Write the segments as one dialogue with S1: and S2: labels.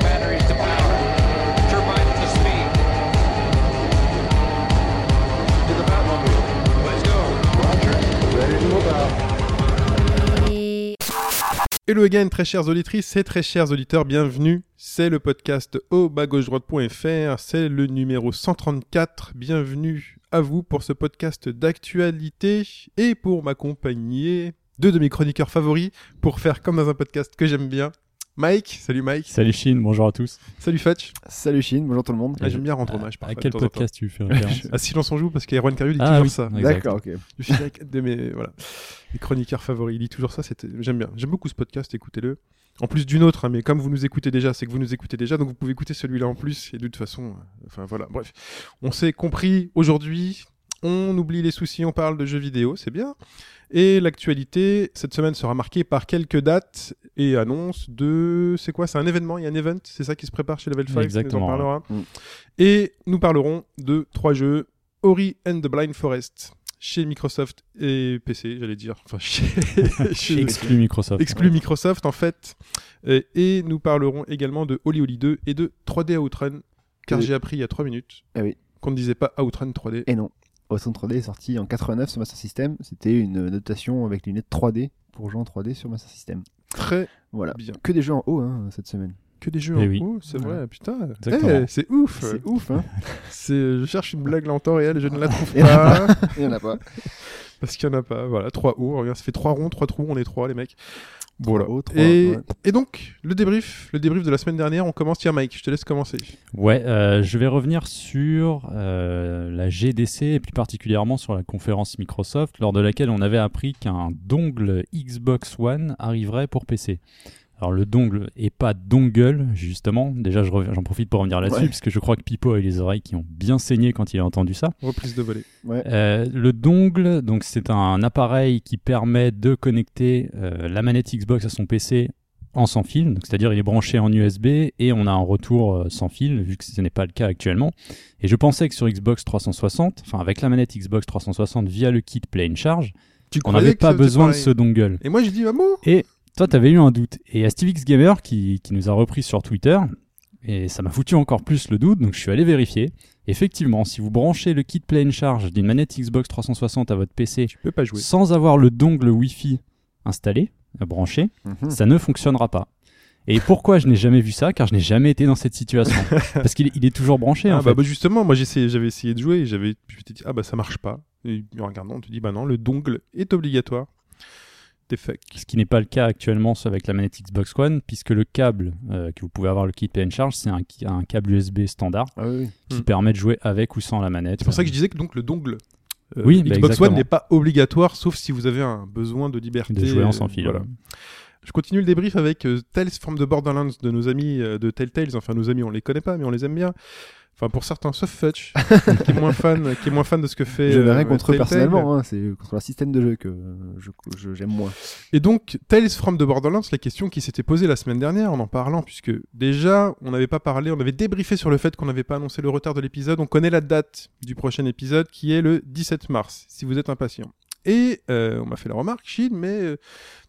S1: batteries to power. Turbines to speed. To the Batmobile. Let's go.
S2: Hello again, très chères auditrices et très chers auditeurs, bienvenue. C'est le podcast au bas-gauche-droite.fr, c'est le numéro 134. Bienvenue à vous pour ce podcast d'actualité et pour m'accompagner deux de mes chroniqueurs favoris pour faire comme dans un podcast que j'aime bien. Mike, salut Mike,
S3: Salut Chine, bonjour à tous.
S2: salut Fetch.
S4: Salut Chine, bonjour tout le monde.
S2: Ah, j'aime bien rendre hommage
S3: à
S2: parfois.
S3: quel
S2: de temps en temps.
S3: podcast tu fais référence
S2: À Silence on joue parce qu'Erwan Cario dit
S3: Ah
S2: toujours
S3: oui,
S2: ça.
S3: Exact.
S4: D'accord, ok.
S2: Je suis avec de mes voilà, mes chroniqueurs favoris. Il dit toujours ça. c'était- J'aime bien. J'aime beaucoup ce podcast. Écoutez-le. En plus d'une autre, hein, mais comme vous nous écoutez déjà, c'est que vous nous écoutez déjà, donc vous pouvez écouter celui-là en plus. Et de toute façon, euh, enfin voilà. Bref, on s'est compris aujourd'hui. On oublie les soucis, on parle de jeux vidéo, c'est bien. Et l'actualité cette semaine sera marquée par quelques dates et annonces de. C'est quoi C'est un événement, il y a un event, c'est ça qui se prépare chez Level 5. On
S3: Exactement,
S2: en parlera.
S4: ouais. Mm.
S2: Et nous parlerons de trois jeux Ori and the Blind Forest chez Microsoft et PC, j'allais dire. Enfin, chez. chez-
S3: Exclu Microsoft.
S2: exclu Microsoft en fait. Et, et nous parlerons également de Holy Holy 2 et de 3D Outrun, car
S4: Oui.
S2: j'ai appris il y a 3 minutes
S4: Ah oui.
S2: qu'on ne disait pas Outrun 3D.
S4: Et non, Ocean 3D est sorti en 89 sur Master System. C'était une adaptation avec lunettes 3D pour jouer en 3D sur Master System.
S2: Très
S4: Voilà.
S2: bien.
S4: Que des jeux en haut hein, cette semaine.
S2: Que des jeux
S3: Eh
S2: en
S3: oui.
S2: haut, c'est vrai, putain.
S3: Exactement.
S2: Eh, c'est ouf.
S4: C'est ouf, hein
S2: C'est, je cherche une blague là en temps réel et je ne la trouve
S4: Il y en a
S2: pas.
S4: Il y en a pas.
S2: parce qu'il n'y en a pas. Voilà, trois hauts. Regarde, ça fait trois ronds, trois trous, on est trois, les mecs. Voilà.
S4: hauts, trois,
S2: et,
S4: ouais.
S2: et donc, le débrief, le débrief de la semaine dernière, on commence. Tiens, Mike, je te laisse commencer.
S3: Ouais, euh, je vais revenir sur euh, la GDC et plus particulièrement sur la conférence Microsoft, lors de laquelle on avait appris qu'un dongle Xbox One arriverait pour PC. Alors le dongle et pas dongle, justement. Déjà, je reviens- j'en profite pour revenir là-dessus,
S4: Ouais.
S3: parce que je crois que Pipo a eu les oreilles qui ont bien saigné quand il a entendu ça.
S2: Reprise de volée.
S3: Euh, le dongle, donc c'est un appareil qui permet de connecter euh, la manette Xbox à son PC en sans fil, Donc, c'est-à-dire il est branché en USB et on a un retour euh, sans fil vu que ce n'est pas le cas actuellement. Et je pensais que sur Xbox 360, enfin avec la manette Xbox 360 via le kit Play and Charge,
S2: Tu
S3: on
S2: croyais
S3: n'avait
S2: que ça
S3: pas
S2: faisait
S3: besoin de
S2: pareil.
S3: ce dongle.
S2: Et moi, j'ai dit, ah maman,
S3: Toi, t'avais eu un doute. Et il y a SteveX Gamer qui, qui nous a repris sur Twitter, et ça m'a foutu encore plus le doute, donc je suis allé vérifier. Effectivement, si vous branchez le kit Play and Charge d'une manette Xbox 360 à votre PC
S2: tu peux pas jouer.
S3: sans avoir le dongle Wi-Fi installé, euh, branché,
S2: Hmm.
S4: Mhm.
S3: ça ne fonctionnera pas. Et pourquoi je n'ai jamais vu ça Car je n'ai jamais été dans cette situation. Parce qu'il il est toujours branché.
S2: Ah,
S3: en
S2: bah,
S3: fait.
S2: bah, justement, moi j'ai essayé- j'avais essayé de jouer et j'avais je m'étais dit ah bah ça marche pas. Et en regardant, on te dit bah non, le dongle est obligatoire. T'es fuck.
S3: Ce qui n'est pas le cas actuellement avec la manette Xbox One, puisque le câble euh, que vous pouvez avoir, le kit Play and Charge, c'est un, ki- un câble USB standard
S4: Ah oui, oui.
S3: qui
S2: Mm.
S3: permet de jouer avec ou sans la manette.
S2: C'est pour ça que je disais que donc le dongle euh,
S3: Oui, bah,
S2: Xbox One
S3: exactement.
S2: n'est pas obligatoire sauf si vous avez un besoin de liberté
S3: de jouer en
S2: euh,
S3: sans fil.
S2: voilà.
S3: ouais.
S2: Je continue le débrief avec euh, Tales from the Borderlands de nos amis euh, de Telltales. Enfin, nos amis, on les connaît pas, mais on les aime bien. Enfin, pour certains, sauf Fetch, qui est moins fan, qui est moins fan de ce que fait.
S4: Je n'ai
S2: euh,
S4: rien contre eux
S2: Telltale.
S4: personnellement, hein, c'est contre leur système de jeu que euh, je- je- j'aime moins.
S2: Et donc, Tales from the Borderlands, la question qui s'était posée la semaine dernière en en parlant, puisque déjà, on n'avait pas parlé, on avait débriefé sur le fait qu'on n'avait pas annoncé le retard de l'épisode. On connaît la date du prochain épisode qui est le 17 mars, si vous êtes impatient. Et euh, on m'a fait la remarque, Shin, mais euh,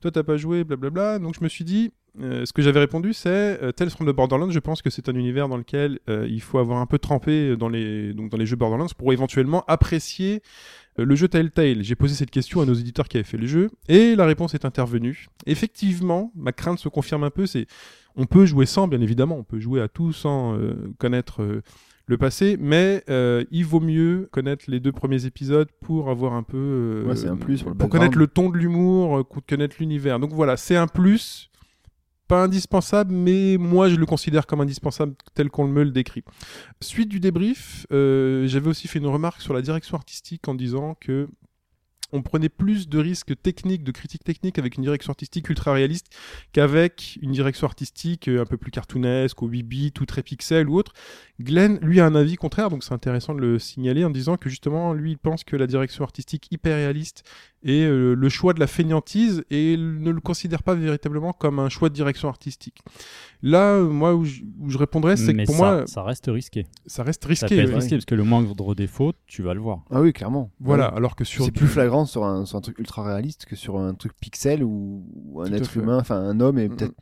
S2: toi, t'as pas joué, blablabla. Donc, je me suis dit, euh, ce que j'avais répondu, c'est euh, Tales from the Borderlands, je pense que c'est un univers dans lequel euh, il faut avoir un peu trempé dans les, donc dans les jeux Borderlands pour éventuellement apprécier euh, le jeu Telltale, j'ai posé cette question à nos éditeurs qui avaient fait le jeu, et la réponse est intervenue. Effectivement, ma crainte se confirme un peu, c'est on peut jouer sans, bien évidemment, on peut jouer à tout sans euh, connaître euh, le passé, mais euh, il vaut mieux connaître les deux premiers épisodes pour avoir un peu... euh,
S4: Ouais, c'est un plus pour le background.
S2: connaître le ton de l'humour, euh, pour connaître l'univers. Donc voilà, c'est un plus, pas indispensable, mais moi je le considère comme indispensable tel qu'on me le décrit. Suite du débrief, euh, j'avais aussi fait une remarque sur la direction artistique en disant que on prenait plus de risques techniques, de critiques techniques avec une direction artistique ultra réaliste qu'avec une direction artistique euh, un peu plus cartoonesque, au 8 bits ou très pixel ou autre. Glenn, lui, a un avis contraire, donc c'est intéressant de le signaler en disant que justement, lui, il pense que la direction artistique hyper réaliste et euh, le choix de la fainéantise et ne le considère pas véritablement comme un choix de direction artistique. Là, euh, moi, où je, où je répondrais, c'est que
S3: Mais
S2: pour
S3: ça,
S2: moi,
S3: ça reste risqué.
S2: ça reste
S3: Ça
S2: risqué.
S3: peut être
S2: ouais.
S3: risqué parce que le moindre défaut, tu vas le voir.
S4: Ah oui, clairement.
S2: Voilà,
S4: Ouais.
S2: alors que sur
S4: C'est
S2: du-
S4: plus flagrant sur un, sur un truc ultra réaliste que sur un truc pixel ou ou un
S2: Tout à
S4: être
S2: fait.
S4: humain, enfin un homme est
S2: Mm,
S4: peut-être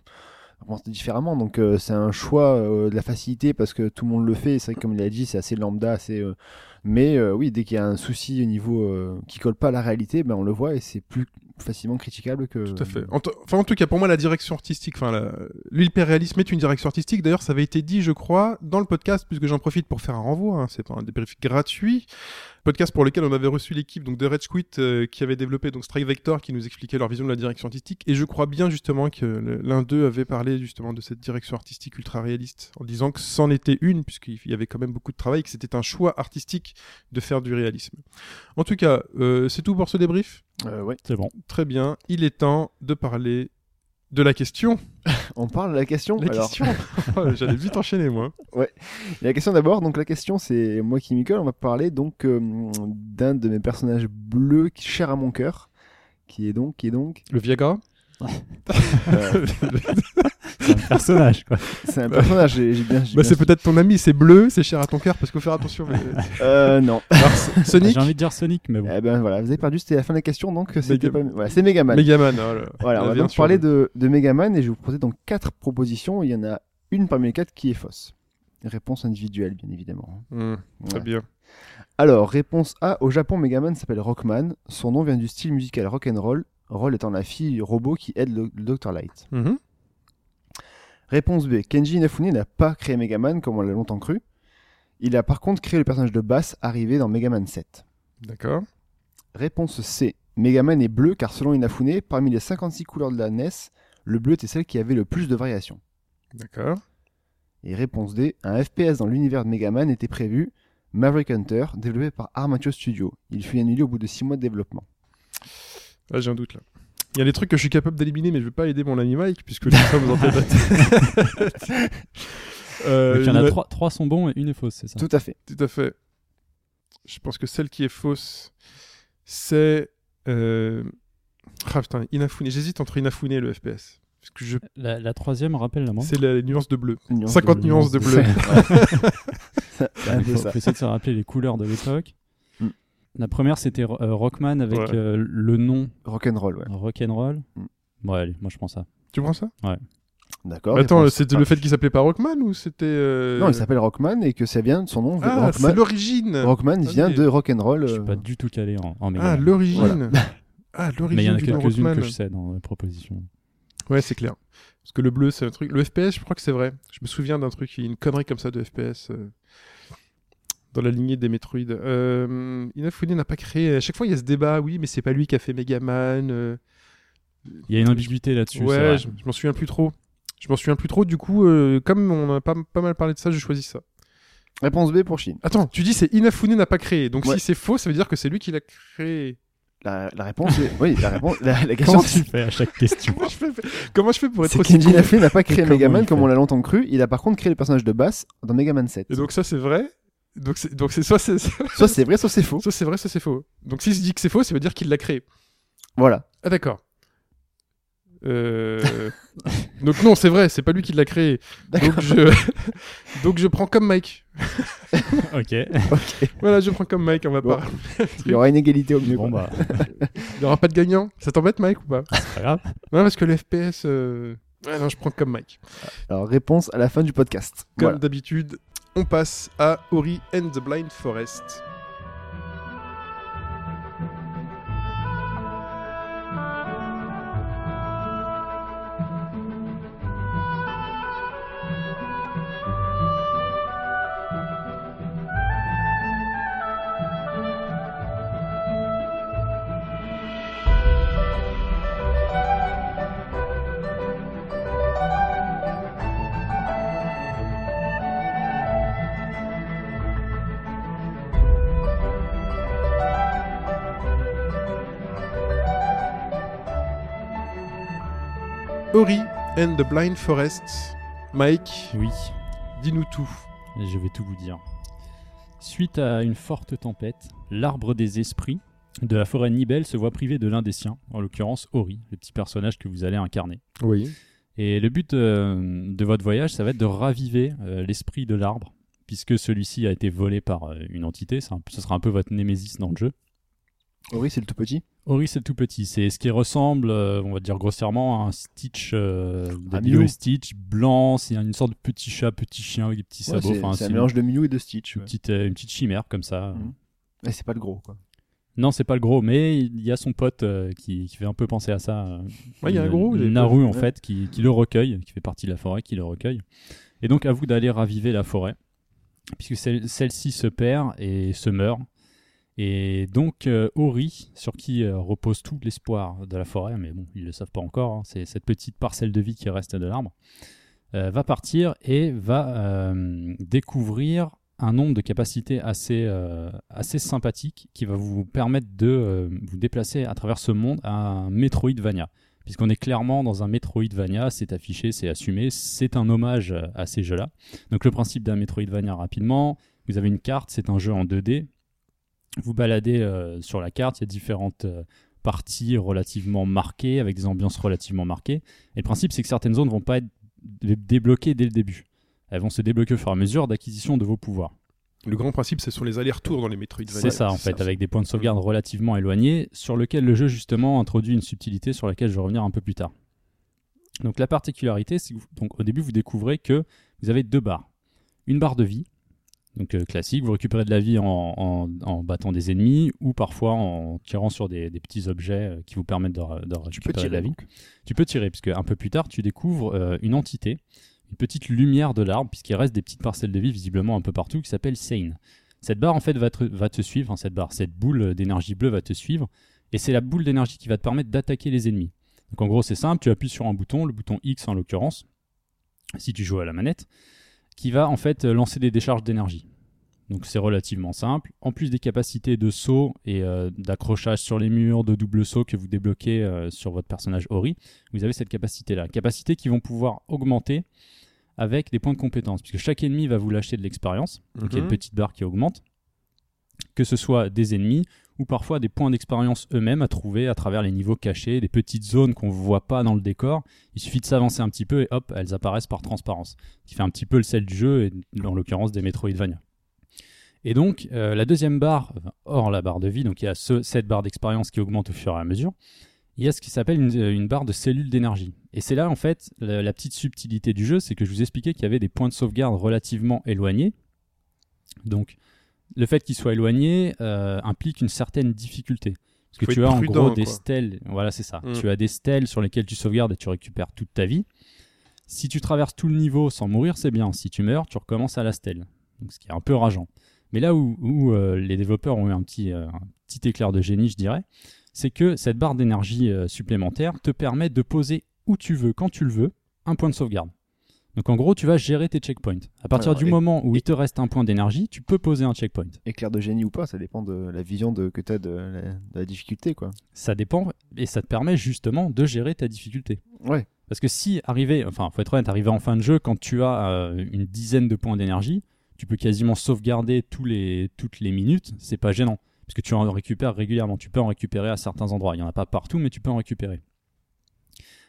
S4: représenté différemment. Donc euh, c'est un choix euh, de la facilité parce que tout le monde le fait. C'est vrai que comme il a dit, c'est assez lambda, assez. euh, Mais euh, oui, dès qu'il y a un souci au niveau euh, qui colle pas à la réalité, ben on le voit et c'est plus facilement critiquable que.
S2: Tout à fait. En t- enfin, en tout cas, pour moi, la direction artistique, enfin, la- l'hyperréalisme est une direction artistique. D'ailleurs, ça avait été dit, je crois, dans le podcast, puisque j'en profite pour faire un renvoi. hein. C'est un débrief gratuit. Podcast pour lequel on avait reçu l'équipe donc de Red Squid euh, qui avait développé donc Strike Vector qui nous expliquait leur vision de la direction artistique. Et je crois bien justement que le- l'un d'eux avait parlé justement de cette direction artistique ultra réaliste en disant que c'en était une, puisqu'il y avait quand même beaucoup de travail et que c'était un choix artistique de faire du réalisme. En tout cas, euh, c'est tout pour ce débrief.
S4: Euh, ouais.
S3: C'est bon.
S2: Très bien, il est temps de parler de la question.
S4: On parle de la question.
S2: La
S4: alors.
S2: question J'allais vite enchaîner, moi.
S4: La question d'abord, donc la question c'est moi qui m'y colle, on va parler donc euh, d'un de mes personnages bleus qui cher à mon cœur, qui est donc, qui est donc,
S2: Le Viagra
S4: euh,
S3: C'est un personnage, quoi.
S4: c'est un personnage, j'ai j'ai bien, j'ai
S2: bah,
S4: bien-
S2: C'est peut-être ton ami, c'est bleu, c'est cher à ton cœur, parce qu'il faut faire attention. mais-
S4: Euh, non,
S2: Alors, S- Sonic
S3: J'ai envie de dire Sonic, mais bon.
S4: Eh ben voilà, vous avez perdu, c'était la fin de la question donc euh, c'était
S2: Mega-
S4: pas, voilà, c'est Megaman.
S2: Megaman, oh là là.
S4: Voilà,
S2: Ah,
S4: on va
S2: bien
S4: donc
S2: sûr.
S4: parler de, de Megaman et je vais vous proposer donc quatre propositions, il y en a une parmi les quatre qui est fausse. Réponse individuelle bien évidemment.
S2: Hmm,
S4: Ouais.
S2: Très bien.
S4: Alors, réponse A. Au Japon, Megaman s'appelle Rockman. Son nom vient du style musical rock'n'roll. Roll étant la fille du robot qui aide le, le Dr. Light.
S2: Mhm.
S4: Réponse B. Kenji Inafune n'a pas créé Megaman comme on l'a longtemps cru. Il a par contre créé le personnage de Bass arrivé dans Megaman 7.
S2: D'accord.
S4: Réponse C. Megaman est bleu car selon Inafune, parmi les 56 couleurs de la NES, le bleu était celle qui avait le plus de variations.
S2: D'accord.
S4: Et réponse D, un FPS dans l'univers de Megaman était prévu, Maverick Hunter, développé par Armature Studio. Il fut annulé au bout de 6 mois de développement.
S2: Ah, j'ai un doute là. Il y a des trucs que je suis capable d'éliminer, mais je vais pas aider mon ami Mike, puisque je suis pas vous en tête. Euh,
S3: Donc, il y en
S2: il
S3: a
S2: va-
S3: trois, trois sont bons et une est fausse, c'est ça
S4: Tout à fait.
S2: Tout à fait. Je pense que celle qui est fausse, c'est. Euh... Ah putain, Inafune. J'hésite entre Inafune et le FPS. Parce que je...
S3: La, la troisième, rappelle-la-moi.
S2: c'est la nuance de bleu.
S4: Une nuance
S2: 50
S4: de-
S2: nuances de bleu.
S4: C'est un
S3: Bah, Il
S4: peu
S3: faut,
S4: ça.
S3: faut essayer de se rappeler les couleurs de l'époque.
S4: Mm.
S3: La première, c'était euh, Rockman avec
S2: Hmm. Ouais.
S3: euh, le nom
S4: Rock'n'roll, ouais.
S3: Rock'n'Roll.
S4: Mm.
S2: Hmm.
S3: Bon, allez, moi je prends ça.
S2: Tu prends ça
S4: D'accord.
S2: Attends,
S4: réponse-
S2: c'était
S4: Ah,
S2: le fait qu'il s'appelait pas Rockman ou c'était. euh,
S4: Non, il s'appelle Rockman et que ça vient de son nom.
S2: Ah, c'est
S4: Rockman,
S2: l'origine
S4: Rockman vient
S2: Ok.
S4: de Rock'n'Roll.
S3: Je suis
S4: euh,
S3: pas du tout calé en, en
S2: Ah,
S3: Megaman.
S2: l'origine Ah, l'origine
S3: mais il y en a
S2: du nom
S3: quelques-unes que
S2: Rockman.
S3: je sais dans la proposition.
S2: Ouais, c'est clair. Parce que le bleu, c'est un truc. Le FPS, je crois que c'est vrai. Je me souviens d'un truc, une connerie comme ça de FPS. euh, Dans la lignée des Metroid. Euh, Inafune n'a pas créé. À chaque fois, il y a ce débat. Oui, mais c'est pas lui qui a fait Megaman. euh,
S3: Il y a une ambiguïté là-dessus. c'est vrai.
S2: Ouais, je, je m'en souviens plus trop. Je m'en souviens plus trop. Du coup, euh, comme on a pas, pas mal parlé de ça, je choisis ça.
S4: euh, Réponse B pour Chine.
S2: Attends, tu dis c'est Inafune n'a pas créé. Donc
S4: Ouais.
S2: si c'est faux, ça veut dire que c'est lui qui l'a créé.
S4: La, la réponse est. Oui, la réponse. La, la question
S3: Comment tu
S4: c'est.
S3: fais à chaque question
S2: Comment je fais, comment je fais pour être
S4: c'est
S2: aussi
S4: Kenji
S2: con
S4: Inafune n'a pas créé
S3: Comment il
S4: Megaman
S3: fait
S4: comme on l'a longtemps cru. Il a par contre créé le personnage de Bass dans Megaman 7.
S2: Et donc ça c'est vrai. Donc c'est donc c'est soit c'est soit
S4: Soit c'est vrai, soit c'est faux.
S2: c'est vrai, soit c'est faux. Donc si je dis que c'est faux, ça veut dire qu'il l'a créé.
S4: Voilà.
S2: Ah d'accord. Euh... donc non, c'est vrai, c'est pas lui qui l'a créé.
S4: D'accord.
S2: Donc je... donc je prends comme Mike.
S3: Ok.
S2: Voilà, je prends comme Mike, on va
S4: Bon.
S2: pas.
S4: Il y aura une égalité au mieux.
S3: bon,
S4: quoi.
S3: bah,
S2: Il y aura pas de gagnant. Ça t'embête Mike ou pas
S3: c'est pas grave.
S2: Non, parce que le FPS. euh, ouais, non, je prends comme Mike.
S4: Alors, réponse à la fin du podcast.
S2: Comme
S4: Voilà.
S2: d'habitude, on passe à Ori and the Blind Forest. Ori and the Blind Forest. Mike,
S3: Oui.
S2: dis-nous tout.
S3: Je vais tout vous dire. Suite à une forte tempête, l'arbre des esprits, de la forêt Nibel se voit privé de l'un des siens, en l'occurrence Ori, le petit personnage que vous allez incarner.
S2: Oui.
S3: Et le but euh, de votre voyage, ça va être de raviver euh, l'esprit de l'arbre, puisque celui-ci a été volé par euh, une entité. C'est un- Ce sera un peu votre némésis dans le jeu.
S4: Ori, c'est le tout petit.
S3: Ori, c'est le tout petit. C'est ce qui ressemble, euh, on va dire grossièrement, à un Stitch euh, de
S4: Un
S3: Lilo
S4: Mew.
S3: et Stitch blanc. C'est une sorte de petit chat, petit chien avec des petits
S4: Ouais,
S3: sabots.
S4: c'est
S3: Enfin,
S4: c'est un
S3: une-
S4: mélange de Mew et de Stitch.
S3: une
S4: ouais.
S3: petite, euh, une petite chimère comme ça.
S4: Mhm. Mais c'est pas le gros, quoi.
S3: Non, c'est pas le gros, mais il y a son pote euh, qui, qui fait un peu penser à ça. euh,
S2: Ouais, il y a un
S3: le-
S2: gros,
S3: le
S2: j'ai pas
S3: Naru,
S4: vu,
S3: en
S4: ouais.
S3: fait, qui, qui le recueille, qui fait partie de la forêt, qui le recueille. Et donc, à vous d'aller raviver la forêt, puisque celle- celle-ci se perd et se meurt. Et donc, euh, Ori, sur qui euh, repose tout l'espoir de la forêt, mais bon, ils le savent pas encore, hein, c'est cette petite parcelle de vie qui reste de l'arbre, euh, va partir et va euh, découvrir un nombre de capacités assez, euh, assez sympathique qui va vous permettre de euh, vous déplacer à travers ce monde à un Metroidvania. Puisqu'on est clairement dans un Metroidvania, c'est affiché, c'est assumé, c'est un hommage euh, à ces jeux-là. Donc le principe d'un Metroidvania rapidement, vous avez une carte, c'est un jeu en 2D. Vous baladez euh, sur la carte, il y a différentes euh, parties relativement marquées, avec des ambiances relativement marquées. Et le principe, c'est que certaines zones vont pas être dé- débloquées dès le début. Elles vont se débloquer au fur et à mesure d'acquisition de vos pouvoirs.
S2: Le grand principe, ce sont les allers-retours dans les Metroidvania.
S3: C'est ça, Mm. en fait, avec des points de sauvegarde relativement éloignés, sur lequel le jeu, justement, introduit une subtilité sur laquelle je vais revenir un peu plus tard. Donc, la particularité, c'est que vous- donc, au début, vous découvrez que vous avez deux barres. Une barre de vie, donc euh, classique, vous récupérez de la vie en, en- en battant des ennemis ou parfois en tirant sur des, des petits objets euh, qui vous permettent de, re- de récupérer de la vie. Tu peux tirer, puisque un peu plus tard, tu découvres euh, une entité, une petite lumière de l'arbre, puisqu'il reste des petites parcelles de vie visiblement un peu partout, qui s'appelle Sane. Cette barre, en fait, va te, va te suivre, hein, cette barre, cette boule d'énergie bleue va te suivre, et c'est la boule d'énergie qui va te permettre d'attaquer les ennemis. Donc en gros, c'est simple, tu appuies sur un bouton, le bouton X en l'occurrence, si tu joues à la manette, qui va en fait euh, lancer des décharges d'énergie. Donc c'est relativement simple. En plus des capacités de saut et euh, d'accrochage sur les murs, de double saut que vous débloquez euh, sur votre personnage Ori, vous avez cette capacité-là. Capacités qui vont pouvoir augmenter avec des points de compétence, puisque chaque ennemi va vous lâcher de l'expérience, donc il y a une
S2: Mhm.
S3: petite barre qui augmente, que ce soit des ennemis ou parfois des points d'expérience eux-mêmes à trouver à travers les niveaux cachés, des petites zones qu'on ne voit pas dans le décor. Il suffit de s'avancer un petit peu et hop, elles apparaissent par transparence, ce qui fait un petit peu le sel du jeu, et en l'occurrence des Metroidvania. Et donc, euh, la deuxième barre, enfin, hors la barre de vie, donc il y a ce- cette barre d'expérience qui augmente au fur et à mesure, il y a ce qui s'appelle une, euh, une barre de cellules d'énergie. Et c'est là, en fait, la, la petite subtilité du jeu, c'est que je vous expliquais qu'il y avait des points de sauvegarde relativement éloignés. Donc, le fait qu'ils soient éloignés euh, implique une certaine difficulté. Parce que
S2: Faut
S3: tu
S2: être
S3: as en
S2: prudent,
S3: gros des
S2: quoi.
S3: stèles, voilà, c'est ça.
S2: Mm.
S3: Tu as des stèles sur lesquelles tu sauvegardes et tu récupères toute ta vie. Si tu traverses tout le niveau sans mourir, c'est bien. Si tu meurs, tu recommences à la stèle. Donc, ce qui est un peu rageant. Mais là où, où, euh, les développeurs ont eu un petit, euh, un petit éclair de génie, je dirais, c'est que cette barre d'énergie euh, supplémentaire te permet de poser où tu veux, quand tu le veux, un point de sauvegarde. Donc en gros, tu vas gérer tes checkpoints. À partir
S4: Alors,
S3: du
S4: et-
S3: moment où il te reste un point d'énergie, tu peux poser un checkpoint.
S4: Éclair de génie ou pas, ça dépend de la vision de, que t'as de, la- de la difficulté, quoi.
S3: Ça dépend et ça te permet justement de gérer ta difficulté.
S4: Ouais.
S3: Parce que si arrivé, enfin, faut être honnête, arrivé en fin de jeu, quand tu as euh, une dizaine de points d'énergie, tu peux quasiment sauvegarder tous les, toutes les minutes, c'est pas gênant. Parce que tu en récupères régulièrement, tu peux en récupérer à certains endroits. Il n'y en a pas partout, mais tu peux en récupérer.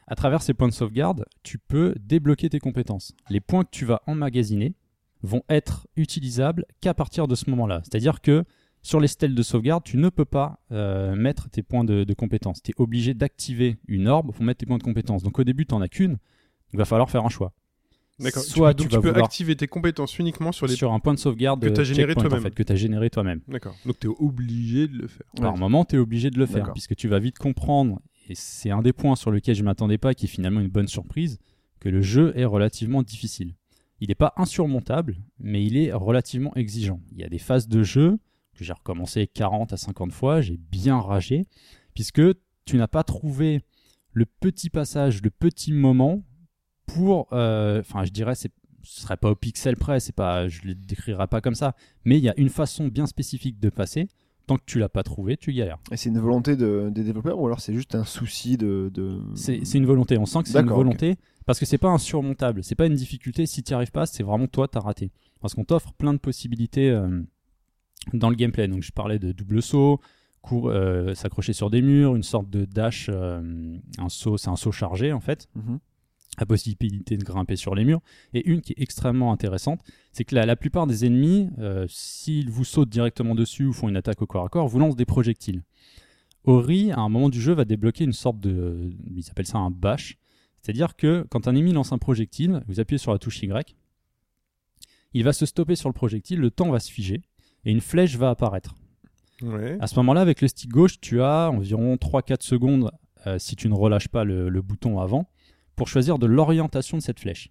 S3: À travers ces points de sauvegarde, tu peux débloquer tes compétences. Les points que tu vas emmagasiner vont être utilisables qu'à partir de ce moment-là. C'est-à-dire que sur les stèles de sauvegarde, tu ne peux pas euh, mettre tes points de, de compétence. Tu es obligé d'activer une orbe pour mettre tes points de compétence. Donc au début, tu n'en as qu'une. Il va falloir faire un choix.
S2: D'accord.
S3: Soit
S2: tu, peux- donc
S3: tu vas
S2: tu peux
S3: vouloir-
S2: activer tes compétences uniquement sur les.
S3: Sur un point de sauvegarde
S2: Que
S3: euh,
S2: t'as généré
S3: checkpoint, en
S2: toi-même.
S3: fait, que tu as généré toi-même.
S2: D'accord. Donc t'es obligé de le faire.
S3: Par
S4: Ouais.
S3: moment, tu es obligé de le faire,
S4: D'accord.
S3: puisque tu vas vite comprendre, et c'est un des points sur lequel je m'attendais pas, qui est finalement une bonne surprise, que le jeu est relativement difficile. Il n'est pas insurmontable, mais il est relativement exigeant. Il y a des phases de jeu que j'ai recommencé 40 à 50 fois, j'ai bien ragé, puisque tu n'as pas trouvé le petit passage, le petit moment pour, euh, enfin je dirais, c'est- ce serait pas au pixel près, c'est pas, je le décrirai pas comme ça, mais il y a une façon bien spécifique de passer. Tant que tu l'as pas trouvé, tu galères.
S4: Et c'est une volonté de- des développeurs ou alors c'est juste un souci de. de...
S3: C'est c'est une volonté. On sent que c'est une
S4: D'accord, ok.
S3: volonté parce que c'est pas insurmontable. C'est pas une difficulté. Si tu arrives pas, c'est vraiment toi, t'as raté. Parce qu'on t'offre plein de possibilités euh, dans le gameplay. Donc je parlais de double saut, cour- euh, s'accrocher sur des murs, une sorte de dash, euh, un saut, c'est un saut chargé en fait,
S4: Mhm.
S3: à possibilité de grimper sur les murs. Et une qui est extrêmement intéressante, c'est que la, la plupart des ennemis, euh, s'ils vous sautent directement dessus ou font une attaque au corps à corps, vous lancent des projectiles. Ori, à un moment du jeu, va débloquer une sorte de. euh, Ils appellent ça un bash. C'est-à-dire que quand un ennemi lance un projectile, vous appuyez sur la touche Y, il va se stopper sur le projectile, le temps va se figer, et une flèche va apparaître.
S2: Ouais.
S3: À ce moment-là, avec le stick gauche, tu as environ 3-4 secondes, euh, si tu ne relâches pas le, le bouton avant, pour choisir de l'orientation de cette flèche.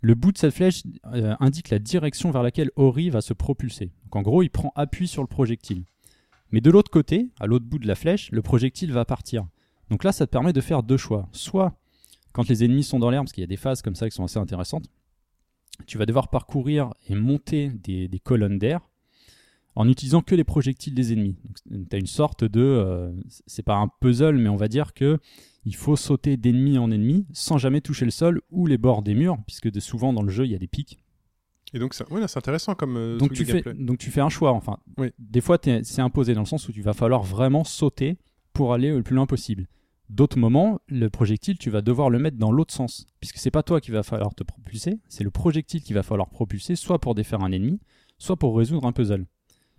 S3: Le bout de cette flèche euh, indique la direction vers laquelle Ori va se propulser. Donc en gros, il prend appui sur le projectile. Mais de l'autre côté, à l'autre bout de la flèche, le projectile va partir. Donc là, ça te permet de faire deux choix. Soit, quand les ennemis sont dans l'air, parce qu'il y a des phases comme ça qui sont assez intéressantes, tu vas devoir parcourir et monter des- des colonnes d'air en utilisant que les projectiles des ennemis. Donc, t'as une sorte de, euh, c'est pas un puzzle, mais on va dire que il faut sauter d'ennemi en ennemi sans jamais toucher le sol ou les bords des murs, puisque de- souvent dans le jeu il y a des pics.
S2: Et donc, c'est ouais, là, c'est intéressant comme euh,
S3: Donc
S2: truc
S3: tu
S2: de
S3: fais,
S2: gameplay.
S3: donc tu fais un choix. Enfin,
S2: Oui.
S3: des fois t'es- c'est imposé dans le sens où tu vas falloir vraiment sauter pour aller euh, le plus loin possible. D'autres moments, le projectile, tu vas devoir le mettre dans l'autre sens, puisque c'est pas toi qui va falloir te propulser, c'est le projectile qui va falloir propulser, soit pour défaire un ennemi, soit pour résoudre un puzzle.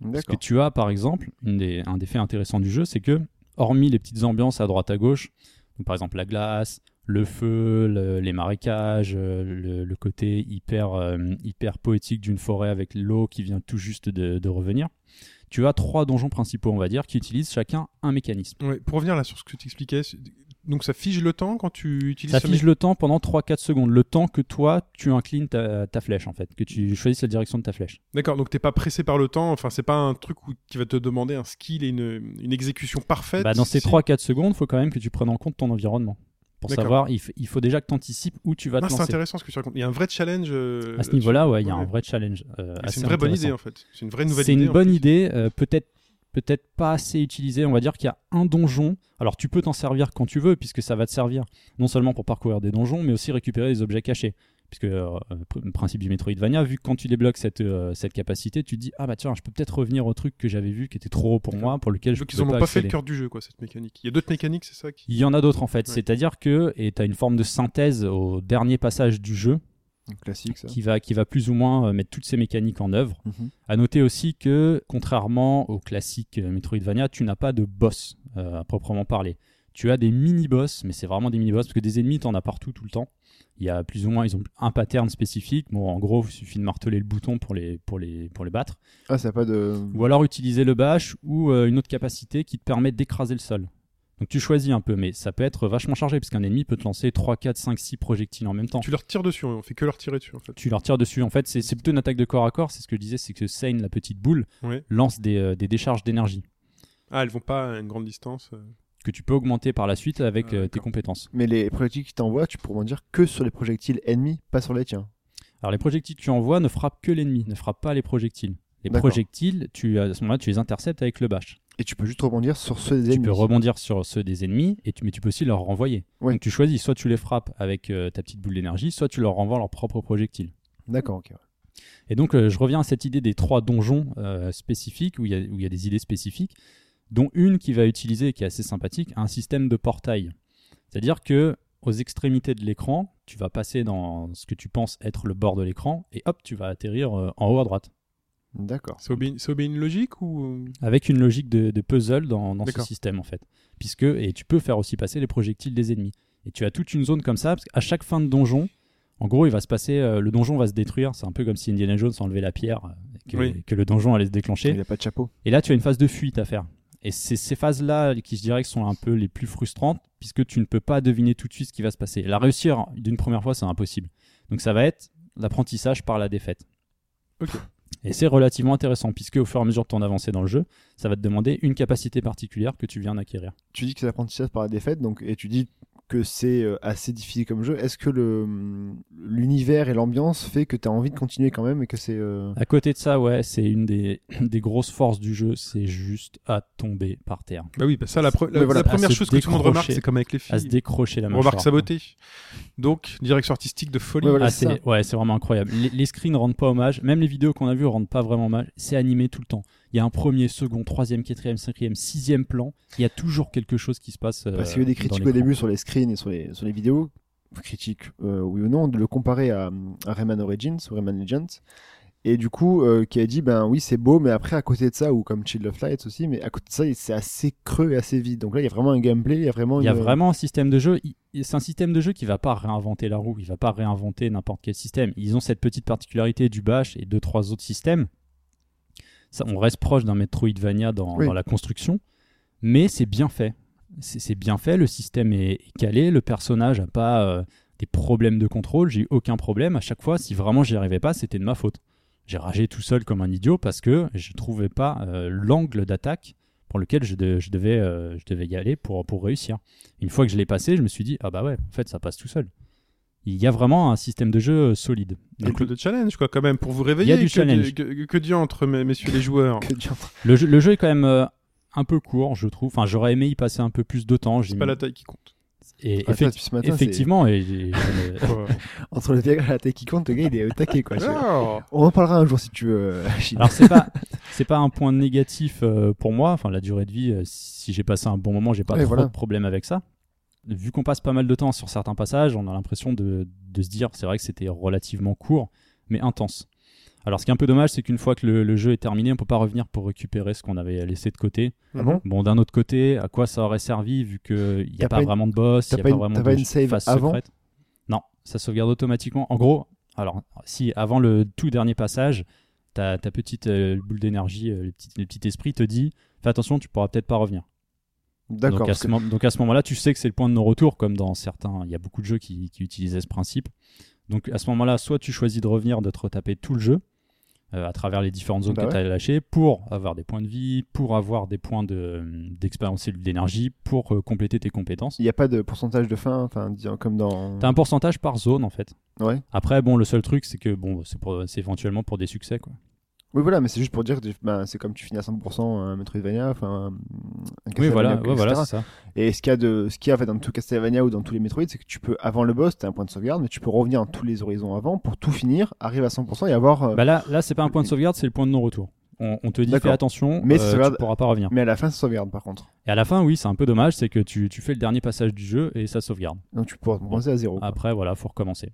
S3: Parce que
S4: D'accord.
S3: tu as, par exemple, une des- un des faits intéressants du jeu, c'est que, hormis les petites ambiances à droite à gauche, donc par exemple la glace, le feu, le- les marécages, euh, le, le côté hyper, euh, hyper poétique d'une forêt avec l'eau qui vient tout juste de, de revenir, tu as trois donjons principaux, on va dire, qui utilisent chacun un mécanisme.
S2: Ouais, pour revenir là sur ce que tu expliquais, c'est- donc ça fige le temps quand tu utilises
S3: Ça
S2: ce
S3: fige le temps pendant 3-4 secondes, le temps que toi, tu inclines ta, ta flèche, en fait, que tu choisisses la direction de ta flèche.
S2: D'accord, donc t'es pas pressé par le temps, enfin c'est pas un truc où- qui va te demander un skill et une, une exécution parfaite.
S3: Bah, dans ces
S2: Si-
S3: 3-4 secondes, il faut quand même que tu prennes en compte ton environnement. Pour
S2: D'accord.
S3: savoir, il, f- il faut déjà que tu anticipes où tu vas
S2: Ah,
S3: te
S2: c'est
S3: lancer.
S2: intéressant ce que tu racontes. Il y a un vrai challenge. euh,
S3: À ce niveau-là, ouais, il y a
S2: ouais.
S3: un vrai challenge. euh,
S2: là-dessus. Et
S3: assez
S2: C'est une vraie bonne idée
S3: intéressant.
S2: en fait. C'est une vraie nouvelle
S3: C'est
S2: idée.
S3: une
S2: en
S3: bonne
S2: plus.
S3: idée, euh, peut-être peut-être pas assez utilisée. On va dire qu'il y a un donjon. Alors tu peux t'en servir quand tu veux, puisque ça va te servir non seulement pour parcourir des donjons, mais aussi récupérer des objets cachés. Puisque euh, pr- principe du Metroidvania, vu que quand tu débloques cette, euh, cette capacité, tu te dis ah bah tiens, je peux peut-être revenir au truc que j'avais vu qui était trop haut pour moi, pour lequel je
S2: Donc
S3: ne
S2: ils en
S3: pouvais
S2: ont
S3: pas
S2: pas fait le
S3: accéder.
S2: cœur du jeu, quoi, cette mécanique. Il y a d'autres mécaniques, c'est ça qui...
S3: Il y en a d'autres en fait.
S2: Ouais.
S3: C'est-à-dire que et t'as une forme de synthèse au dernier passage du jeu
S4: Classique, ça.
S3: qui va qui va plus ou moins euh, mettre toutes ces mécaniques en œuvre.
S4: Mhm.
S3: À noter aussi que, contrairement au classique euh, Metroidvania, tu n'as pas de boss euh, à proprement parler. Tu as des mini-boss, mais c'est vraiment des mini-boss parce que des ennemis, t'en as partout tout le temps. Il y a plus ou moins, ils ont un pattern spécifique. Bon, en gros, il suffit de marteler le bouton pour les, pour les, pour les battre.
S4: Ah, ça a pas de.
S3: Ou alors utiliser le bash ou euh, une autre capacité qui te permet d'écraser le sol. Donc tu choisis un peu, mais ça peut être vachement chargé parce qu'un ennemi peut te lancer 3, 4, 5, 6 projectiles en même temps
S2: Tu leur tires dessus, on fait que leur tirer dessus en fait.
S3: tu leur tires dessus. En fait, c'est c'est plutôt une attaque de corps à corps. C'est ce que je disais, c'est que Sane, la petite boule,
S2: Ouais.
S3: lance des, euh, des décharges d'énergie
S2: Ah, elles vont pas à une grande distance. euh.
S3: que tu peux augmenter par la suite avec
S2: Ah,
S3: euh, tes
S2: d'accord.
S3: compétences.
S4: Mais les projectiles qui t'envoient, tu pourras en dire que sur les projectiles ennemis, pas sur les tiens.
S3: Alors, les projectiles que tu envoies ne frappent que l'ennemi, ne frappent pas les projectiles. Les
S4: D'accord.
S3: projectiles, tu, à ce moment-là, tu les interceptes avec le bash.
S4: Et tu peux juste rebondir sur ceux des
S3: Tu
S4: ennemis.
S3: peux rebondir sur ceux des ennemis, et tu, mais tu peux aussi leur renvoyer.
S4: Ouais.
S3: Donc, tu choisis, soit tu les frappes avec euh, ta petite boule d'énergie, soit tu leur renvoies leur propre projectile.
S4: D'accord, ok.
S3: Et donc, euh, je reviens à cette idée des trois donjons euh, spécifiques, où il y, a- où il y a des idées spécifiques, dont une qui va utiliser, qui est assez sympathique, un système de portail. C'est-à-dire que aux extrémités de l'écran, tu vas passer dans ce que tu penses être le bord de l'écran, et hop, tu vas atterrir euh, en haut à droite.
S4: D'accord.
S2: Ça obéit, ça obéit une logique ou...
S3: Avec une logique de, de puzzle dans, dans ce
S2: D'accord.
S3: système, en fait. Puisque, et tu peux faire aussi passer les projectiles des ennemis. Et tu as toute une zone comme ça, parce qu'à chaque fin de donjon, en gros, il va se passer, euh, le donjon va se détruire. C'est un peu comme si Indiana Jones enlevait la pierre, euh, que,
S2: Oui.
S3: que le donjon allait se déclencher.
S4: Il a pas de chapeau.
S3: Et là, tu as une phase de fuite à faire. Et c'est ces phases-là qui, je dirais, que sont un peu les plus frustrantes, puisque tu ne peux pas deviner tout de suite ce qui va se passer. La réussir d'une première fois, c'est impossible. Donc ça va être l'apprentissage par la défaite.
S2: Ok.
S3: Et c'est relativement intéressant, puisque au fur et à mesure de ton avancée dans le jeu, ça va te demander une capacité particulière que tu viens d'acquérir.
S4: Tu dis que c'est l'apprentissage par la défaite, donc, et tu dis que c'est euh, assez difficile comme jeu. Est-ce que le hum, l'univers et l'ambiance fait que tu as envie de continuer quand même et que c'est. euh,
S3: À côté de ça, ouais, c'est une des, des grosses forces du jeu, c'est juste à tomber par terre.
S2: Bah oui, bah ça, la, pre- la-
S4: Mais voilà,
S2: la première
S3: à se
S2: chose que tout le monde remarque,
S3: décrocher,
S2: c'est comme avec les
S3: À se
S2: filles.
S3: décrocher hein. la
S2: On remarque
S3: mâchoire,
S2: sa
S3: quoi.
S2: beauté. Donc, direction artistique de folie.
S4: Ouais, voilà.
S3: Ah,
S4: c'est
S3: c'est- ouais, c'est vraiment incroyable. Les, les screens rendent pas hommage, même les vidéos qu'on a vues rendent pas vraiment hommage. C'est animé tout le temps. Il y a un premier, second, troisième, quatrième, cinquième, sixième plan. Il y a toujours quelque chose qui se passe. euh,
S4: Parce qu'il y a eu des
S3: dans
S4: critiques au
S3: l'écran.
S4: début sur les screens et sur les, sur les vidéos, critiques euh, oui ou non, de le comparer à, à Rayman Origins ou Rayman Legends. Et du coup, euh, qui a dit, ben oui, c'est beau, mais après, à côté de ça, ou comme Child of Light aussi, mais à côté de ça, c'est assez creux et assez vide. Donc là, il y a vraiment un gameplay, il y a vraiment.
S3: Il y a
S4: une-
S3: vraiment un système de jeu. il- C'est un système de jeu qui va pas réinventer la roue. Il va pas réinventer n'importe quel système. Ils ont cette petite particularité du bash et deux trois autres systèmes. Ça, on reste proche d'un Metroidvania dans,
S4: Oui.
S3: dans la construction, mais c'est bien fait. C'est c'est bien fait. Le système est, est calé. Le personnage a pas euh, des problèmes de contrôle. J'ai eu aucun problème à chaque fois. Si vraiment j'y arrivais pas, c'était de ma faute. J'ai ragé tout seul comme un idiot parce que je trouvais pas euh, l'angle d'attaque pour lequel je, de- je devais, euh, je devais y aller pour, pour réussir. Une fois que je l'ai passé, je me suis dit, ah bah ouais, en fait, ça passe tout seul. Il y a vraiment un système de jeu euh, solide.
S2: Un
S3: Donc,
S2: peu
S3: le,
S2: de challenge, quoi, quand même, pour vous réveiller.
S3: du
S2: que
S3: challenge.
S2: Que, que- que diantre, mes- messieurs les joueurs.
S4: Que dire.
S3: le jeu, le jeu est quand même euh, un peu court, je trouve. Enfin, j'aurais aimé y passer un peu plus de temps. j'ai
S2: C'est
S3: mis-
S2: pas la taille qui compte.
S3: Et
S4: Ah, ça,
S3: effect-
S4: depuis ce matin, c'est-
S3: effectivement, et, et- j'en ai-
S2: Quoi.
S4: Entre le verre et la taille qui compte, le gars, il est au taquet, quoi. celui-là.
S2: Alors,
S4: On en parlera un jour si tu veux, euh, Achille.
S3: Alors c'est pas c'est pas un point négatif euh, pour moi. Enfin la durée de vie, euh, si j'ai passé un bon moment, j'ai pas
S4: Ouais,
S3: trop
S4: voilà.
S3: de problème avec ça. Vu qu'on passe pas mal de temps sur certains passages, on a l'impression de, de se dire c'est vrai que c'était relativement court, mais intense. Alors ce qui est un peu dommage, c'est qu'une fois que le, le jeu est terminé, on peut pas revenir pour récupérer ce qu'on avait laissé de côté.
S4: Ah bon
S3: Bon d'un autre côté, à quoi ça aurait servi vu que il y
S4: T'as
S3: a
S4: pas
S3: pas
S4: une-
S3: vraiment de boss,
S4: t'as
S3: il y a
S4: pas
S3: pas,
S4: une-
S3: vraiment
S4: t'as pas
S3: de
S4: une save
S3: phase
S4: avant
S3: secrète. Non, ça sauvegarde automatiquement. En gros, alors si avant le tout dernier passage, ta, ta petite euh, boule d'énergie, euh, le, petit, le petit esprit te dit fais attention, tu pourras peut-être pas revenir.
S4: D'accord.
S3: Donc à,
S4: parce
S3: ce
S4: que-
S3: mom- donc à ce moment-là, tu sais que c'est le point de non-retour, comme dans certains. Il y a beaucoup de jeux qui, qui utilisaient ce principe. Donc à ce moment-là, soit tu choisis de revenir, de te retaper tout le jeu euh, à travers les différentes zones
S4: Bah
S3: que tu as lâchées pour avoir des points de vie, pour avoir des points de- d'expérience cellule d'énergie, pour euh, compléter tes compétences.
S4: Il n'y a pas de pourcentage de fin, enfin, disons, comme dans.
S3: Tu as un pourcentage par zone en fait.
S4: Mmh. Ouais.
S3: Après, bon, le seul truc, c'est que bon, c'est pour- c'est éventuellement pour des succès. Quoi.
S4: Oui, voilà, mais c'est juste pour dire que ben, c'est comme tu finis à 100% un euh, Metroidvania, enfin. un
S3: Oui,
S4: Castlevania,
S3: voilà,
S4: etc.
S3: ouais, voilà c'est ça.
S4: Et ce qu'il y a, de, ce qu'il y a en fait, dans tout Castlevania ou dans tous les Metroid, c'est que tu peux, avant le boss, tu as un point de sauvegarde, mais tu peux revenir dans tous les horizons avant pour tout finir, arriver à 100% et avoir. euh,
S3: Bah là, là c'est pas un point de sauvegarde, c'est le point de non-retour. On, on te dit
S4: D'accord.
S3: fais attention,
S4: Mais
S3: mais
S4: ça
S3: tu
S4: sauvegarde-
S3: pourras pas revenir.
S4: Mais à la fin, ça sauvegarde par contre.
S3: Et à la fin, oui, c'est un peu dommage, c'est que tu, tu fais le dernier passage du jeu et ça sauvegarde.
S4: Donc tu pourras commencer à zéro. quoi.
S3: Après, voilà, faut recommencer.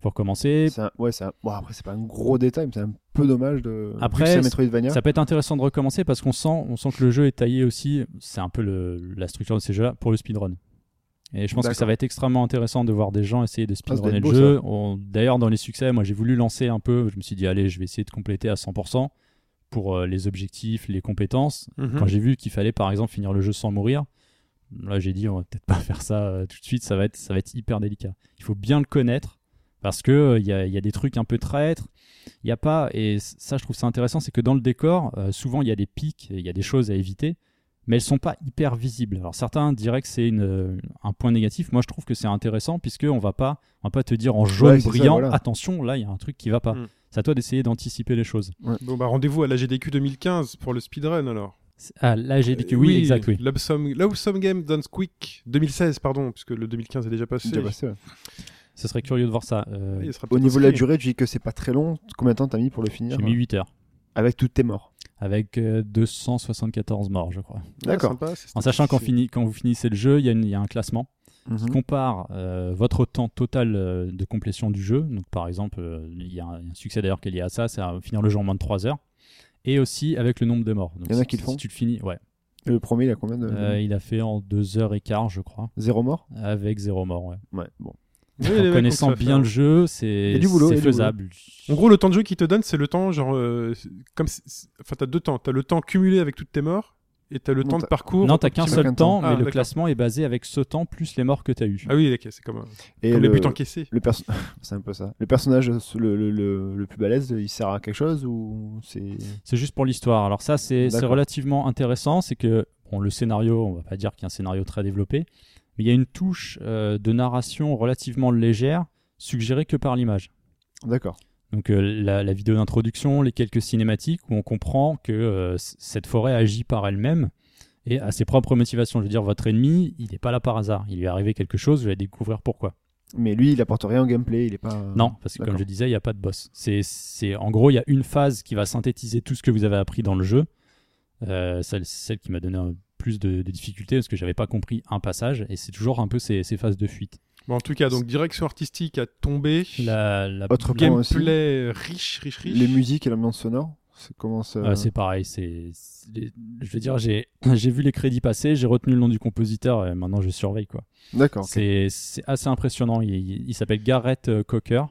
S3: Faut recommencer.
S4: C'est un- ouais, c'est un- bon, après, c'est pas un gros détail, mais c'est un peu dommage de. vu
S3: Après,
S4: que c'est un Metroidvania.
S3: Ça peut être intéressant de recommencer parce qu'on sent, on sent que le jeu est taillé aussi, c'est un peu le- la structure de ces jeux-là, pour le speedrun. Et je pense que ça
S4: D'accord.
S3: va être extrêmement intéressant de voir des gens essayer de
S4: doit
S3: speedrunner
S4: être
S3: le
S4: beau,
S3: jeu. On- D'ailleurs, dans les succès, moi j'ai voulu lancer un peu, je me suis dit, allez, je vais essayer de compléter à 100% pour euh, les objectifs, les compétences.
S2: mhm.
S3: Quand j'ai vu qu'il fallait par exemple finir le jeu sans mourir, là j'ai dit on va peut-être pas faire ça euh, tout de suite, ça va être ça va être hyper délicat. Il faut bien le connaître parce que euh, il y, a, y a des trucs un peu traîtres. Il y a pas et c- ça je trouve ça intéressant, c'est que dans le décor euh, souvent il y a des pics, il y a des choses à éviter, mais elles sont pas hyper visibles. Alors certains diraient que c'est une euh, un point négatif. Moi je trouve que c'est intéressant puisque on va pas on va pas te dire en jaune
S4: Ouais, c'est ça,
S3: brillant
S4: voilà.
S3: attention là il y a un truc qui va pas.
S2: Mm.
S3: C'est à toi d'essayer d'anticiper les choses.
S2: Bon, bah, rendez-vous à la GDQ 2015 pour le speedrun, alors. Euh,
S3: C'est- Ah, là j'ai dit que oui, exact oui.
S2: Love Some, Love Some Game Dance Quick 2016, pardon, puisque le 2015 est déjà passé.
S4: Déjà passé, ouais.
S3: Ce serait curieux de voir ça. euh,
S2: Il
S4: Au
S2: sera peut-être
S4: niveau de la
S2: inscrit.
S4: durée, tu dis que c'est pas très long. Combien de temps t'as mis pour le finir
S3: J'ai mis 8 heures.
S4: Avec toutes tes morts.
S3: euh, Avec euh, 274 morts, je crois.
S2: Ah,
S4: D'accord.
S2: sympa, c'est-
S3: En sachant qu'en
S2: c'est-
S3: fini, quand vous finissez le jeu, il y, a une- il y a un classement qui
S4: Mhm.
S3: compare euh, votre temps total euh, de complétion du jeu. Donc, par exemple, euh, il y a un, il y a un succès d'ailleurs qui est lié à ça, c'est à finir le jeu en moins de 3 heures. Et aussi avec le nombre de morts. Donc,
S4: Il y en a
S3: si-
S4: qui le
S3: si
S4: font
S3: tu le finis, ouais.
S4: Le premier, il a combien de.
S3: Euh, il a fait en 2 heures et quart, je crois,
S4: Zéro mort
S3: avec 0 mort. Ouais.
S4: Ouais, bon.
S2: Oui, les
S3: en
S2: mecs, on
S3: connaissant
S2: se fait hein.
S3: bien
S2: faire.
S3: le jeu,
S4: Il y a
S3: c'est
S4: du boulot, il
S3: c'est
S4: y a du boulot.
S3: faisable.
S2: En gros, le temps de jeu qu'il te donne, c'est le temps, genre. euh, c'est- comme c'est- c'est- Enfin, t'as deux temps. T'as le temps cumulé avec toutes tes morts, et t'as le
S4: Non,
S2: temps de
S4: t'as-
S2: parcours.
S3: non, t'as qu'un
S4: tu mets
S3: seul
S4: qu'un
S3: temps,
S4: temps.
S2: Ah,
S3: mais le
S2: d'accord.
S3: classement est basé avec ce temps plus les morts que t'as eu.
S2: Ah oui, ok, c'est comme, un-
S4: Et
S2: comme
S4: le,
S2: les buts encaissés.
S4: le perso- c'est un peu ça. Le personnage le, le, le, le plus balèze, il sert à quelque chose ou c'est
S3: C'est juste pour l'histoire. Alors ça, c'est c'est
S4: D'accord.
S3: relativement intéressant. C'est que bon, le scénario, on va pas dire qu'il y a un scénario très développé, mais il y a une touche euh, de narration relativement légère, suggérée que par l'image.
S4: D'accord.
S3: Donc euh, la, la vidéo d'introduction, les quelques cinématiques où on comprend que euh, c- cette forêt agit par elle-même et à ses propres motivations. Je veux dire, votre ennemi, il n'est pas là par hasard. Il lui est arrivé quelque chose, vous allez découvrir pourquoi.
S4: Mais lui, il apporte rien au gameplay, il est pas.
S3: Non, Euh, parce que comme
S4: D'accord.
S3: je disais, il n'y a pas de boss. C'est, c'est, en gros, il y a une phase qui va synthétiser tout ce que vous avez appris dans le jeu. Euh, celle, celle qui m'a donné un- plus de, de difficultés parce que j'avais pas compris un passage et c'est toujours un peu ces, ces phases de fuite.
S2: Bon, en tout cas, donc direction artistique à tomber.
S3: La, la-
S4: Autre point aussi.
S2: Gameplay riche, riche, riche.
S4: Les musiques et l'ambiance sonore, c'est comment ça
S3: Euh, c'est pareil, c'est, c'est- je veux dire, j'ai, j'ai vu les crédits passer, j'ai retenu le nom du compositeur et maintenant je surveille quoi.
S4: D'accord. ok.
S3: C'est- C'est assez impressionnant. Il, il- il s'appelle Garrett euh, Cocker.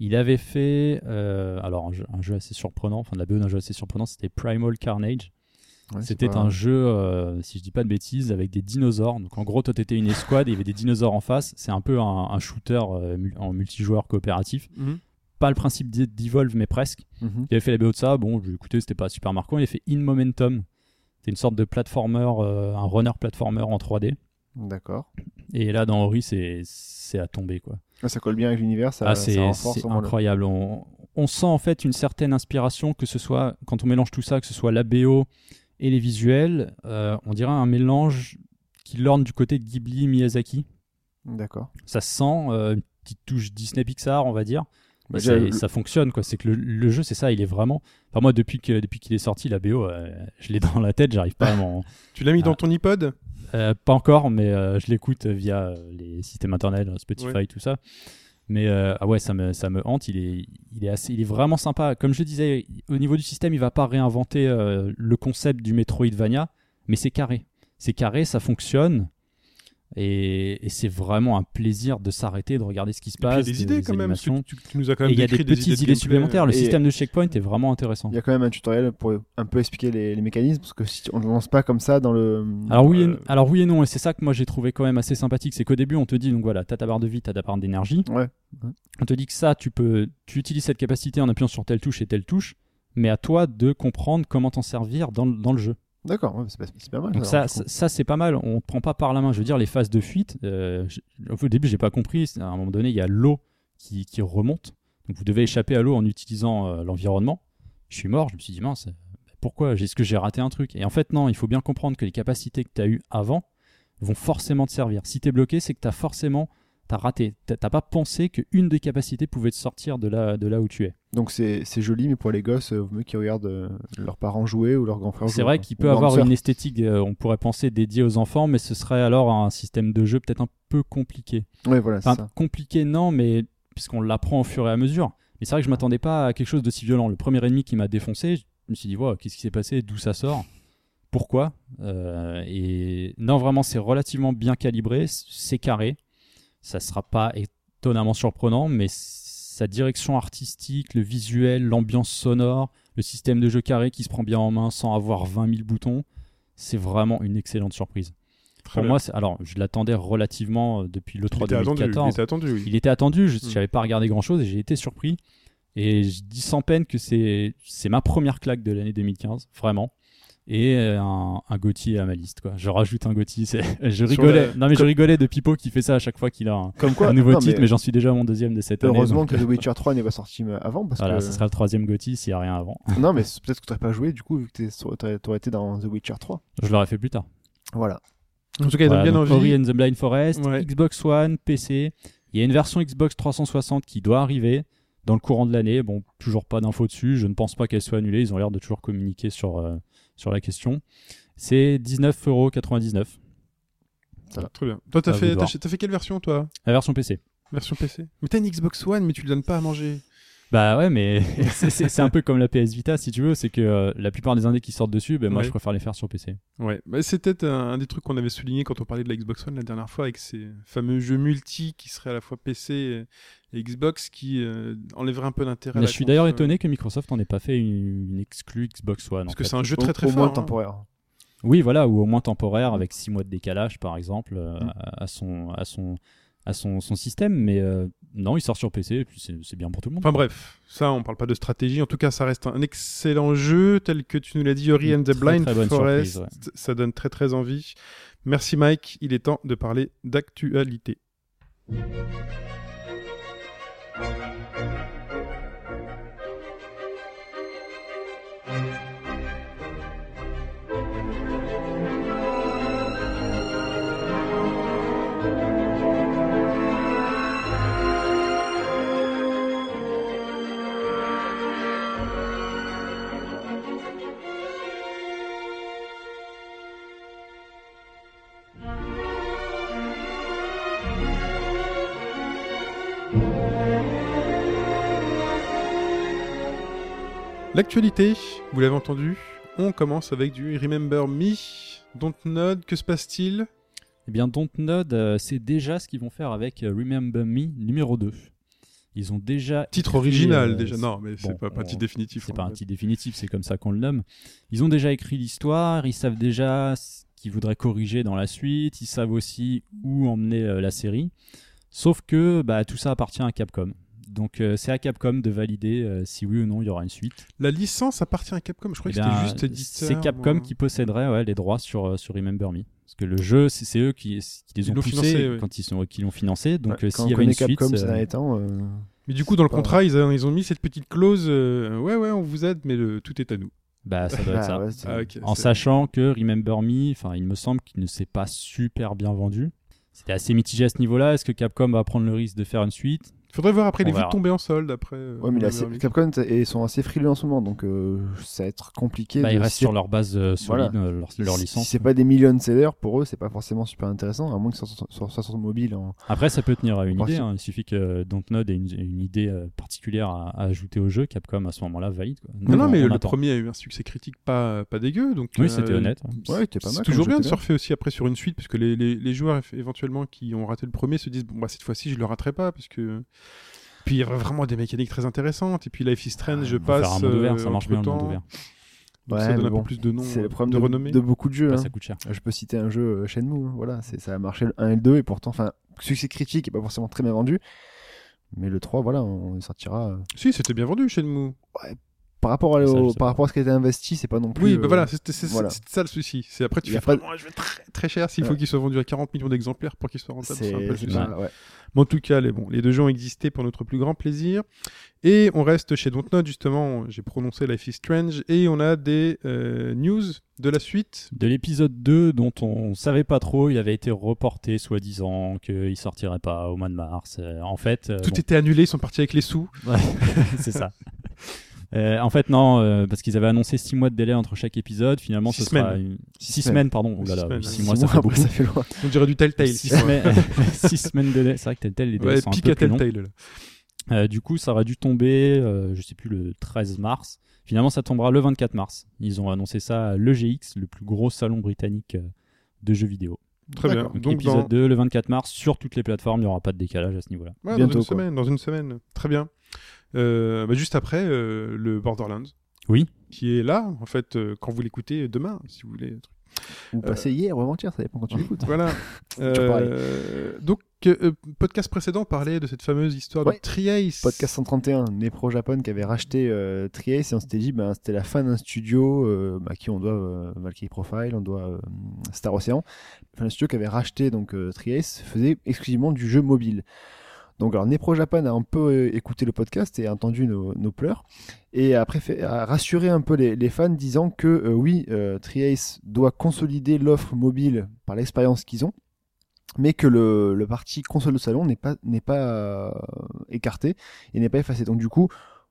S3: Il avait fait euh, alors un jeu, un jeu assez surprenant, enfin de la BO d'un jeu assez surprenant, c'était Primal Carnage.
S4: Ouais, c'est
S3: C'était
S4: pas-
S3: un jeu, euh, si je dis pas de bêtises, avec des dinosaures. Donc en gros, toi t'étais une escouade et il y avait des dinosaures en face. C'est un peu un, un shooter euh, mu- en multijoueur coopératif.
S2: Mhm.
S3: Pas le principe d'E- d'Evolve, mais presque.
S4: Mhm.
S3: Il avait fait la BO de ça, bon, j'ai écouté, c'était pas super marquant. Il a fait In Momentum. C'était une sorte de platformer, euh, un runner platformer en 3D.
S4: D'accord.
S3: Et là, dans Ori, c'est c'est à tomber, quoi.
S4: Ah, ça colle bien avec l'univers, ça,
S3: ah,
S4: ça
S3: c'est
S4: renforce
S3: c'est
S4: vraiment le-
S3: incroyable. On, on sent en fait une certaine inspiration, que ce soit, quand on mélange tout ça, que ce soit la BO et les visuels, euh, on dirait un mélange qui lorne du côté de Ghibli Miyazaki.
S4: D'accord.
S3: Ça sent euh, une petite touche Disney Pixar, on va dire.
S4: Bah,
S3: Et
S4: déjà,
S3: c'est-
S4: le-
S3: Ça fonctionne, quoi. C'est que le, le jeu, c'est ça, il est vraiment. Enfin, moi, depuis que depuis qu'il est sorti, la BO, euh, je l'ai dans la tête, j'arrive pas à m'en.
S2: Tu l'as mis
S3: Ah.
S2: dans ton iPod
S3: Euh, pas encore, mais euh, je l'écoute via euh, les systèmes internet, euh, Spotify,
S2: Ouais.
S3: tout ça. Mais euh, ah ouais, ça me, ça me hante. Il est, il, est assez, il est vraiment sympa. Comme je le disais, au niveau du système, il va pas réinventer euh, le concept du Metroidvania, mais c'est carré. C'est carré, ça fonctionne. Et, et c'est vraiment un plaisir de s'arrêter, de regarder ce qui se
S2: Il y a
S3: passe.
S2: des idées quand même. parce que
S3: animations.
S2: Tu, tu nous as quand
S3: Et
S2: même
S3: il y a
S2: décrit
S3: des petites idées,
S2: de gameplay.
S3: supplémentaires. Le
S4: Et-
S3: système de checkpoint est vraiment intéressant.
S4: Il y a quand même un tutoriel pour un peu expliquer les, les mécanismes, parce que si tu- on ne lance pas comme ça dans le.
S3: Alors oui, et-
S2: Euh,
S3: alors oui et non, et c'est ça que moi j'ai trouvé quand même assez sympathique, c'est qu'au début on te dit donc voilà, t'as ta barre de vie, t'as ta barre d'énergie.
S4: Ouais. Ouais.
S3: On te dit que ça, tu peux, tu utilises cette capacité en appuyant sur telle touche et telle touche, mais à toi de comprendre comment t'en servir dans, le- dans le jeu.
S4: D'accord, ouais, bah, c'est pas, c'est pas mal.
S3: Donc
S4: alors,
S3: ça,
S4: du coup.
S3: ça, ça, c'est pas mal. On te prend pas par la main. Je veux dire les phases de fuite. euh, j- au début j'ai pas compris. C'est- À un moment donné, il y a l'eau qui, qui remonte, donc vous devez échapper à l'eau en utilisant euh, l'environnement. Je suis mort. Je me suis dit mince, euh, pourquoi Est-ce que j'ai raté un truc Et en fait, non, il faut bien comprendre que les capacités que tu as eues avant vont forcément te servir. Si tu es bloqué, c'est que tu as forcément t'as raté. T'as t'as pas pensé qu'une des capacités pouvait te sortir de là, de là où tu es.
S4: Donc c'est c'est joli, mais pour les gosses, euh, vaut mieux qu'ils regardent euh, leurs parents jouer ou leurs grands frères jouer.
S3: C'est vrai
S4: quoi.
S3: qu'il
S4: Ou
S3: peut
S4: grandes
S3: avoir
S4: sœurs.
S3: une esthétique, euh, on pourrait penser, dédiée aux enfants, mais ce serait alors un système de jeu peut-être un peu compliqué.
S4: Ouais, voilà, c'est
S3: Enfin,
S4: ça.
S3: compliqué, non, mais puisqu'on l'apprend au fur et à mesure. Mais c'est vrai que je m'attendais pas à quelque chose d'aussi violent. Le premier ennemi qui m'a défoncé, je me suis dit, Wow, qu'est-ce qui s'est passé D'où ça sort Pourquoi Euh, Et non, vraiment, c'est relativement bien calibré, c'est carré. Ça sera pas étonnamment surprenant, mais sa direction artistique, le visuel, l'ambiance sonore, le système de jeu carré qui se prend bien en main sans avoir 20 000 boutons, c'est vraiment une excellente surprise.
S2: Très
S3: Pour
S2: bien.
S3: moi, c'est- alors je l'attendais relativement euh, depuis le
S2: il
S3: 3
S2: était attendu. Il
S3: 2014.
S2: était attendu, oui.
S3: Il était attendu, je
S2: Mm.
S3: n'avais pas regardé grand chose et j'ai été surpris. Et je dis sans peine que c'est c'est ma première claque de l'année 2015, vraiment. Et euh, un, un Gauthier à ma liste, quoi. Je rajoute un Gauthier. c'est- Je rigolais.
S2: la-
S3: Non, mais je rigolais de Pipo qui fait ça à chaque fois qu'il a un,
S4: Comme quoi,
S3: un nouveau
S4: non,
S3: titre, mais,
S4: mais
S3: j'en suis déjà à mon deuxième de cette
S4: Heureusement
S3: année. donc,
S4: que The Witcher 3 n'est pas sorti euh, avant parce
S3: Voilà,
S4: que
S3: ce sera le troisième Gauthier s'il n'y a rien avant.
S4: non mais c'est- peut-être que tu n'aurais pas joué du coup vu que t'es sur- t'aurais t'aurais été dans The Witcher 3.
S3: Je l'aurais fait plus tard.
S4: Voilà.
S2: En tout cas, il
S3: Voilà,
S2: donne bien
S3: donc
S2: envie.
S3: Ori and the Blind Forest,
S2: Ouais.
S3: Xbox One, PC. Il y a une version Xbox 360 qui doit arriver dans le courant de l'année. Bon, toujours pas d'infos dessus. Je ne pense pas qu'elle soit annulée. Ils ont l'air de toujours communiquer sur, euh, sur la question. C'est 19,99€.
S2: Très bien. Toi, t'as
S3: À vous
S2: fait,
S3: de
S2: t'as
S3: Ah, voir.
S2: fait- t'as fait quelle version, toi
S3: La version PC.
S2: Version PC Mais t'as une Xbox One, mais tu lui donnes pas à manger.
S3: Bah ouais, mais c'est- c'est c'est un peu comme la PS Vita, si tu veux. C'est que euh, la plupart des indés qui sortent dessus, ben moi
S2: Ouais.
S3: je préfère les faire sur PC.
S2: Ouais. Bah, c'était un, un des trucs qu'on avait souligné quand on parlait de la Xbox One la dernière fois, avec ces fameux jeux multi qui seraient à la fois PC et Xbox qui euh, enlèveraient un peu d'intérêt. à
S3: Mais
S2: la
S3: je suis d'ailleurs
S2: console.
S3: étonné que Microsoft n'en ait pas fait une, une exclue Xbox One. en
S2: Parce que
S3: fait.
S2: c'est un jeu
S4: Au-
S2: très très
S4: au
S2: fort.
S4: moins
S2: hein.
S4: temporaire.
S3: Oui, voilà, ou au moins temporaire, avec six mois de décalage, par exemple, euh,
S2: Mm.
S3: à, à son, à, son, à son, son système. Mais euh, non, il sort sur PC, et puis c'est c'est bien pour tout le monde.
S2: Enfin bref, ça on parle pas de stratégie, en tout cas ça reste un excellent jeu tel que tu nous l'as dit Ori
S3: Une
S2: and the
S3: très,
S2: Blind
S3: très bonne
S2: Forest,
S3: surprise,
S2: ça donne très très envie. Merci Mike, il est temps de parler d'actualité. L'actualité, vous l'avez entendu, on commence avec du Remember Me, Dontnod, que se passe-t-il
S3: Eh bien, Dontnod, euh, c'est déjà ce qu'ils vont faire avec euh, Remember Me numéro 2. Ils ont déjà.
S2: Titre
S3: écrit,
S2: original
S3: euh,
S2: déjà, non mais c'est
S3: bon,
S2: pas, pas un titre
S3: on-
S2: définitif. hein.
S3: C'est
S2: en
S3: pas un
S2: fait.
S3: titre définitif, c'est comme ça qu'on le nomme. Ils ont déjà écrit l'histoire, ils savent déjà ce qu'ils voudraient corriger dans la suite, ils savent aussi où emmener euh, la série. Sauf que bah, tout ça appartient à Capcom. Donc euh, c'est à Capcom de valider euh, si oui ou non il y aura une suite.
S2: La licence appartient à Capcom, je crois
S3: Eh
S2: que
S3: bien,
S2: c'était juste éditeur.
S3: C'est Capcom
S2: moi.
S3: qui posséderait ouais, les droits sur, euh, sur Remember Me. Parce que le jeu, c'est c'est eux qui, qui les
S2: Ils
S3: ont
S2: l'ont
S3: poussés
S2: financé, ouais.
S3: quand ils sont, qui l'ont financé. Donc
S4: Ouais,
S3: euh,
S4: quand
S3: s'il y
S4: on
S3: avait une
S4: connaît
S3: suite,
S4: Capcom ces
S3: euh,
S4: derniers temps, euh,
S2: Mais du coup, dans le
S4: Pas-
S2: contrat, ils, ont- ils ont mis cette petite clause euh, Ouais, ouais, on vous aide, mais le- tout est à nous.
S3: bah, ça doit
S4: ah
S3: être ça.
S4: ouais, c'est-
S2: Ah, ok,
S3: En
S2: c'est-
S3: sachant que Remember Me, enfin, il me semble qu'il ne s'est pas super bien vendu. C'était assez mitigé à ce niveau-là. Est-ce que Capcom va prendre le risque de faire une suite
S2: Faudrait voir après,
S3: On
S2: les vues
S3: verra.
S2: tomber en solde après. euh,
S4: Ouais, mais là,
S2: Remember
S4: c'est-
S2: Me.
S4: Capcom t- et ils sont assez frileux en ce moment, donc euh, ça va être compliqué.
S3: bah,
S4: de-
S3: Ils restent
S4: si-
S3: sur leur base euh, solide,
S4: Voilà.
S3: euh, leur, leur
S4: si-
S3: licence.
S4: Si c'est pas des millions de sellers, pour eux, c'est pas forcément super intéressant, à moins que ça soit sur, soit sur mobile. En...
S3: Après, ça peut tenir à une
S4: Bon,
S3: idée.
S4: c'est-
S3: hein. Il suffit que Dontnod ait une, une idée euh, particulière à, à ajouter au jeu. Capcom, à ce moment-là, valide. quoi.
S2: Non,
S3: Nous,
S2: non,
S3: on-
S2: mais
S3: on
S2: le
S3: attend.
S2: premier a eu un succès critique pas, pas dégueu. Donc,
S3: Oui,
S2: euh,
S3: c'était honnête. hein.
S4: Ouais, c'était pas mal.
S2: C'est
S4: comme
S2: toujours
S4: jeu,
S2: bien de
S4: c'était
S2: surfer aussi après sur une suite, parce que les, les- les joueurs éf- éventuellement qui ont raté le premier se disent bon bah cette fois-ci je le raterai pas, parce que puis il y a vraiment des mécaniques très intéressantes. Et puis Life is Strange, je
S3: Faut faire
S2: passe
S3: un monde ouvert,
S2: euh,
S3: ça marche
S2: entre
S3: bien le
S2: temps,
S3: monde ouvert.
S2: donc
S4: Ouais,
S2: ça donne
S4: mais
S2: un peu
S4: bon,
S2: plus de noms,
S4: C'est
S2: euh,
S4: le problème
S2: de,
S4: de,
S2: renommée.
S4: de beaucoup de jeux.
S3: Bah,
S4: hein.
S3: Ça coûte cher.
S4: Je peux citer un jeu euh, Shenmue, hein, voilà, c'est- ça a marché le 1 et le 2, et pourtant, enfin, succès critique et pas forcément très bien vendu. Mais le 3, voilà, on il sortira. euh,
S2: Si c'était bien vendu Shenmue.
S4: Par rapport, à,
S3: Ça, je
S4: au- par
S3: sais pas.
S4: rapport à ce qui a été investi, c'est pas non plus.
S2: Oui,
S4: euh,
S2: bah voilà, c'était- c'est
S4: voilà.
S2: c'est ça le souci. C'est après tu
S4: Il y
S2: fais
S4: a pas de-
S2: vraiment un jeu très très cher s'il faut
S4: Ouais.
S2: qu'il soit vendu à 40 millions d'exemplaires pour qu'il soit rentable. c'est un peu le
S4: C'est
S2: souci.
S4: c'est ça, ouais.
S2: Mais en tout cas, les, bon, les deux jeux ont existé pour notre plus grand plaisir. Et on reste chez Dontnod, justement. J'ai prononcé Life is Strange. Et on a des euh, news de la suite.
S3: de l'épisode 2 dont on savait pas trop, il avait été reporté soi-disant qu'il sortirait pas au mois de mars. Euh, en fait, euh,
S2: Tout
S3: bon,
S2: était annulé, ils sont partis avec les sous.
S3: c'est ça. Euh, en fait, non, euh, parce qu'ils avaient annoncé 6 mois de délai entre chaque épisode. Finalement,
S2: Six
S3: ce sera une... 6 semaines. pardon. Oh là
S2: Six
S3: là,
S2: semaines.
S3: 6
S2: Six
S3: mois, ça
S4: Six
S3: fait
S4: après,
S3: beaucoup.
S4: ça fait loin.
S2: On dirait du Telltale.
S3: Six
S2: tu vois.
S3: semaines- six semaines de délai. C'est vrai que Telltale, les délais
S2: Ouais,
S3: sont un
S2: pique
S3: peu
S2: à
S3: plus longs.
S2: Telltale. là.
S3: Euh, du coup, ça aurait dû tomber, euh, je sais plus, le 13 mars. Finalement, ça tombera le 24 mars. Ils ont annoncé ça à l'EGX, le plus gros salon britannique euh, de jeux vidéo.
S2: Très bien.
S4: D'accord.
S3: Donc,
S2: Donc,
S3: épisode
S2: dans-
S3: 2, le 24 mars, sur toutes les plateformes, il n'y aura pas de décalage à ce niveau-là.
S2: Ouais, dans
S4: Bientôt,
S2: une
S4: quoi.
S2: semaine. Dans une semaine. Très bien. Euh, bah, juste après, euh, le Borderlands.
S3: Oui.
S2: Qui est là, en fait, euh, quand vous l'écoutez demain, si vous voulez.
S3: Euh,
S4: Ou passer hier ou avant-hier, ça dépend quand tu l'écoutes.
S2: Voilà.
S4: toujours pareil.
S2: Euh, donc, euh, podcast précédent parlait de cette fameuse histoire de
S4: Ouais.
S2: Triace.
S4: Podcast 131, Nepro Japon qui avait racheté euh, Triace et on s'était dit, ben, c'était la fin d'un studio euh, à qui on doit euh, Valkyrie Profile, on doit euh, Star Ocean. Enfin, le studio qui avait racheté donc euh, Triace faisait exclusivement du jeu mobile. Donc alors Nepro Japan a un peu euh, écouté le podcast et a entendu nos, nos pleurs et a, préfé- a rassuré un peu les, les fans disant que euh, oui, euh, Triace doit consolider l'offre mobile par l'expérience qu'ils ont, mais que le, le parti console de salon n'est pas, n'est pas euh, écarté et n'est pas effacé. Donc du coup,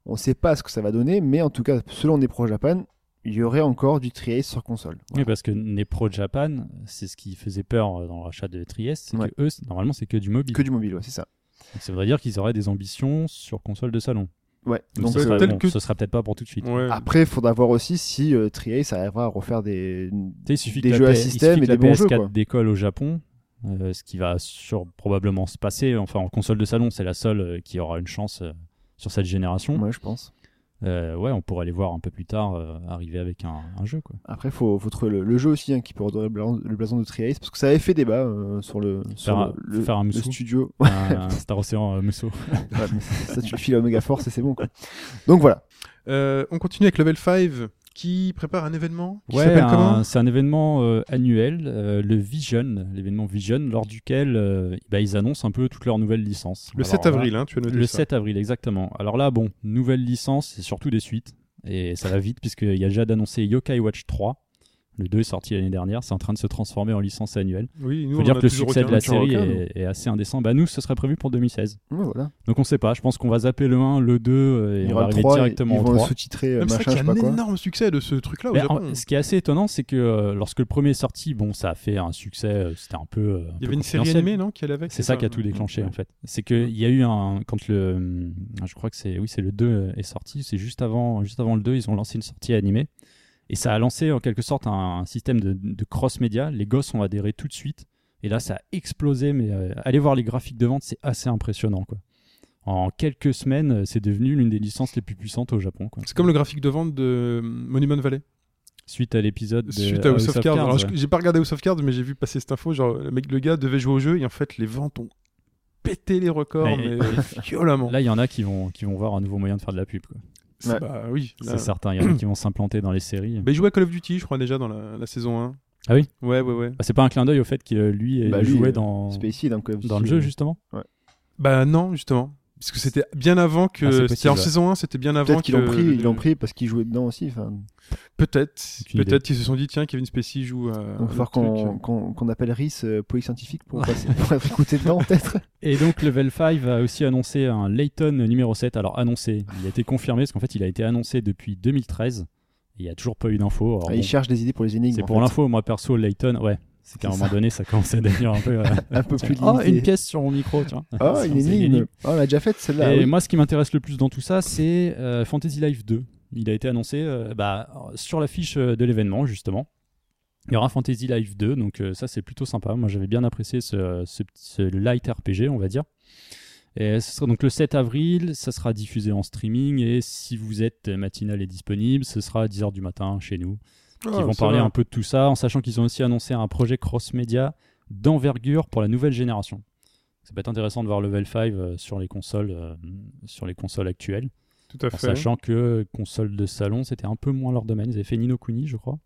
S4: on ne sait pas ce que ça va donner, mais en tout cas, selon Nepro Japan, il y aurait encore du Triace sur console.
S3: Oui, parce que Nepro Japan, c'est ce qui faisait peur euh, dans le rachat de Trieste, c'est
S4: Ouais.
S3: que eux, c'est- normalement, c'est que du mobile.
S4: Que du mobile, ouais, c'est ça.
S3: Donc, ça voudrait dire qu'ils auraient des ambitions sur console de salon.
S4: Ouais.
S3: Donc,
S4: Donc,
S3: ce,
S2: euh,
S3: sera,
S2: tel
S3: bon,
S2: que-
S3: ce sera peut-être euh, pas pour tout de suite.
S2: Ouais.
S4: Après, il faudra voir aussi si euh, Triace arrivera à refaire des,
S3: Tu sais, il suffit
S4: Des
S3: que la
S4: jeux à
S3: P- il
S4: système
S3: suffit
S4: et
S3: que la
S4: des bons jeux,
S3: PS4
S4: quoi.
S3: décolle au Japon, euh, ce qui va sur, probablement se passer. Enfin, en console de salon, c'est la seule euh, qui aura une chance euh, sur cette génération.
S4: Ouais, je pense.
S3: Euh, ouais, on pourrait les voir un peu plus tard euh, arriver avec un, un jeu. Quoi.
S4: Après, faut, faut trouver le, le jeu aussi hein, qui peut redorer le blason, le blason de Triace parce que ça avait fait débat euh, sur le, sur
S3: Faire un-
S4: le, le-
S3: faire un
S4: le
S3: Musou.
S4: studio.
S3: Un, un Star Ocean euh, Musso.
S4: Ouais, mais ça, tu le files à Omega Force et c'est bon. Quoi. Donc voilà.
S2: Euh, on continue avec Level 5 qui prépare un événement qui
S3: Ouais,
S2: s'appelle
S3: un-
S2: comment
S3: c'est un événement euh, annuel, euh, le Vision, l'événement Vision, lors duquel euh, bah, ils annoncent un peu toutes leurs nouvelles licences.
S2: Le
S3: Alors,
S2: 7
S3: voilà.
S2: avril, hein, tu as noté
S3: Le
S2: ça.
S3: 7 avril, exactement. Alors là, bon, nouvelle licence, c'est surtout des suites. Et ça va vite, puisqu'il y a déjà d'annoncer Yokai Watch 3, Le 2 est sorti l'année dernière, c'est en train de se transformer en licence annuelle.
S2: Oui, nous,
S3: Il faut
S2: on
S3: dire
S2: en a
S3: que le
S2: toujours
S3: succès de
S2: aucun,
S3: la
S2: toujours
S3: série euh,
S2: aucun,
S3: est, est assez indécent. Bah nous, ce serait prévu pour 2016.
S4: Ouais, voilà.
S3: Donc on sait pas, je pense qu'on va zapper le 1, le 2 euh, et
S4: Il y
S3: on va
S4: aura le
S3: arriver
S4: 3,
S3: directement
S4: ils
S3: au
S4: vont le
S3: 3.
S4: sous-titrer euh,
S2: Même ça,
S4: machin,
S2: qu'il
S4: je
S2: y
S4: sais
S2: a
S4: pas
S2: un
S4: quoi.
S2: énorme succès de ce truc-là Ah, au
S3: Ben,
S2: Japon.
S3: en- ce qui est assez étonnant, c'est que euh, lorsque le premier est sorti, bon, ça a fait un succès, euh, c'était un peu. euh, un
S2: Il y
S3: peu
S2: avait une série
S3: confidentiel.
S2: animée, non Qui allait avec
S3: C'est ça qui a tout déclenché
S2: Ouais.
S3: en fait. C'est que il y a eu un quand le hum, je crois que c'est oui, c'est le 2 est sorti, c'est juste avant juste avant le 2, ils ont lancé une sortie animée et ça a lancé en quelque sorte un, un système de, de cross média, les gosses ont adhéré tout de suite et là ça a explosé mais euh, allez voir les graphiques de vente, c'est assez impressionnant quoi. En quelques semaines, euh, c'est devenu l'une des licences les plus puissantes au Japon quoi.
S2: C'est comme le graphique de vente de euh, Monument Valley.
S3: Suite à l'épisode de
S2: Suite à House of Cards. Alors, je-
S3: ouais.
S2: j'ai pas regardé House of Cards, mais j'ai vu passer cette info. Genre, le, mec, le gars devait jouer au jeu et en fait, les ventes ont pété les records, mais,
S3: Mais-
S2: violemment.
S3: Là, il y en a qui vont qui vont voir un nouveau moyen de faire de la pub quoi.
S2: C'est-
S4: Ouais.
S2: Bah oui.
S4: Ah.
S2: là.
S3: C'est certain, il y en a qui vont s'implanter dans les séries.
S2: Bah, il jouait à Call of Duty, je crois, déjà dans la, la saison 1.
S3: Ah oui
S2: Ouais, ouais, ouais.
S3: Bah, c'est pas un clin d'œil au fait que euh, lui euh,
S4: Bah, lui,
S3: jouait
S4: euh,
S3: dans,
S4: Spacey, donc, euh,
S3: dans le jeu justement
S2: Bah non, justement. Parce que c'était bien avant que.
S3: Ah,
S2: c'était
S3: c'est possible,
S2: en
S3: ouais.
S2: saison 1, c'était bien avant
S4: Peut-être qu'ils l'ont
S2: que-
S4: pris, ils l'ont pris parce qu'ils jouaient dedans aussi. enfin.
S2: Peut-être.
S3: Aucune idée.
S2: Peut-être qu'ils se sont dit, tiens, Kevin Spacey joue à.
S3: Ah,
S4: Donc, il va falloir
S2: un autre
S4: qu'on
S3: euh.
S2: truc.
S4: qu'on- qu'on appelle RIS euh, Police Scientifique pour, passer- pour être écouté dedans, peut-être.
S3: et donc Level 5 a aussi annoncé un Layton numéro 7 alors annoncé il a été confirmé parce qu'en fait il a été annoncé depuis 2013 il y a toujours pas eu d'info Alors,
S4: Ah,
S3: bon,
S4: Ils cherchent des idées pour les énigmes.
S3: c'est
S4: en
S3: pour
S4: fait.
S3: l'info moi perso Layton ouais c'est qu'à un
S4: C'est
S3: moment
S4: ça.
S3: donné ça commençait à devenir un peu euh,
S4: Un peu plus
S3: oh une
S4: limité.
S3: pièce sur mon micro tiens
S4: Oh,
S3: C'est-
S4: une
S3: c'est une
S4: énigme.
S3: énigme.
S4: Oh, on l'a déjà faite celle-là.
S3: et
S4: oui.
S3: moi ce qui m'intéresse le plus dans tout ça c'est euh, Fantasy Life 2 il a été annoncé euh, bah, sur l'affiche euh, de l'événement justement Il y aura Fantasy Life 2, donc euh, ça c'est plutôt sympa. Moi j'avais bien apprécié ce, ce- ce light RPG, on va dire. Et ce sera donc le 7 avril, ça sera diffusé en streaming et si vous êtes matinal et disponible, ce sera à 10h du matin chez nous.
S2: Ah,
S3: Ils vont
S2: ça
S3: parler
S2: va.
S3: un peu de tout ça en sachant qu'ils ont aussi annoncé un projet cross-média d'envergure pour la nouvelle génération. Ça peut être intéressant de voir Level 5 euh, sur les consoles, euh, sur les consoles actuelles,
S2: Tout à
S3: en
S2: fait.
S3: sachant que console de salon c'était un peu moins leur domaine. Ils avaient fait Nino Kuni, je crois,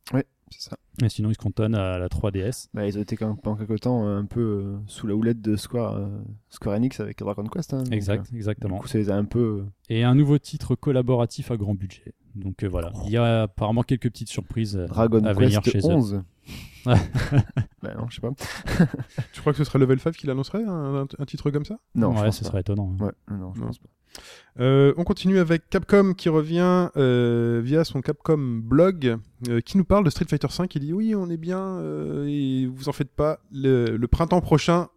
S4: C'est ça.
S3: mais sinon ils se cantonnent à la 3DS.
S4: Bah, ils ont été quand même pendant quelques temps euh, un peu euh, sous la houlette de Square, euh, Square Enix avec Dragon Quest. hein, donc,
S3: Exact,
S4: euh, du
S3: exactement.
S4: coup, ça les a un peu.
S3: Et un nouveau titre collaboratif à grand budget. Donc euh, voilà, il y a apparemment quelques petites surprises euh,
S4: euh, Dragon
S3: à venir
S4: Quest
S3: chez eux.
S4: 11.
S3: Ouais.
S4: bah non, je sais pas.
S2: Tu crois que ce serait Level 5 qui l'annoncerait, un, un- un titre comme ça
S4: Non, je
S3: ouais,
S4: pense
S3: ce
S4: pas.
S3: serait étonnant. hein.
S4: Ouais, non, je
S2: Non.
S4: pense pas.
S2: Euh, on continue avec Capcom qui revient euh, via son Capcom blog euh, qui nous parle de Street Fighter V. qui dit oui on est bien euh, et vous en faites pas le, le printemps prochain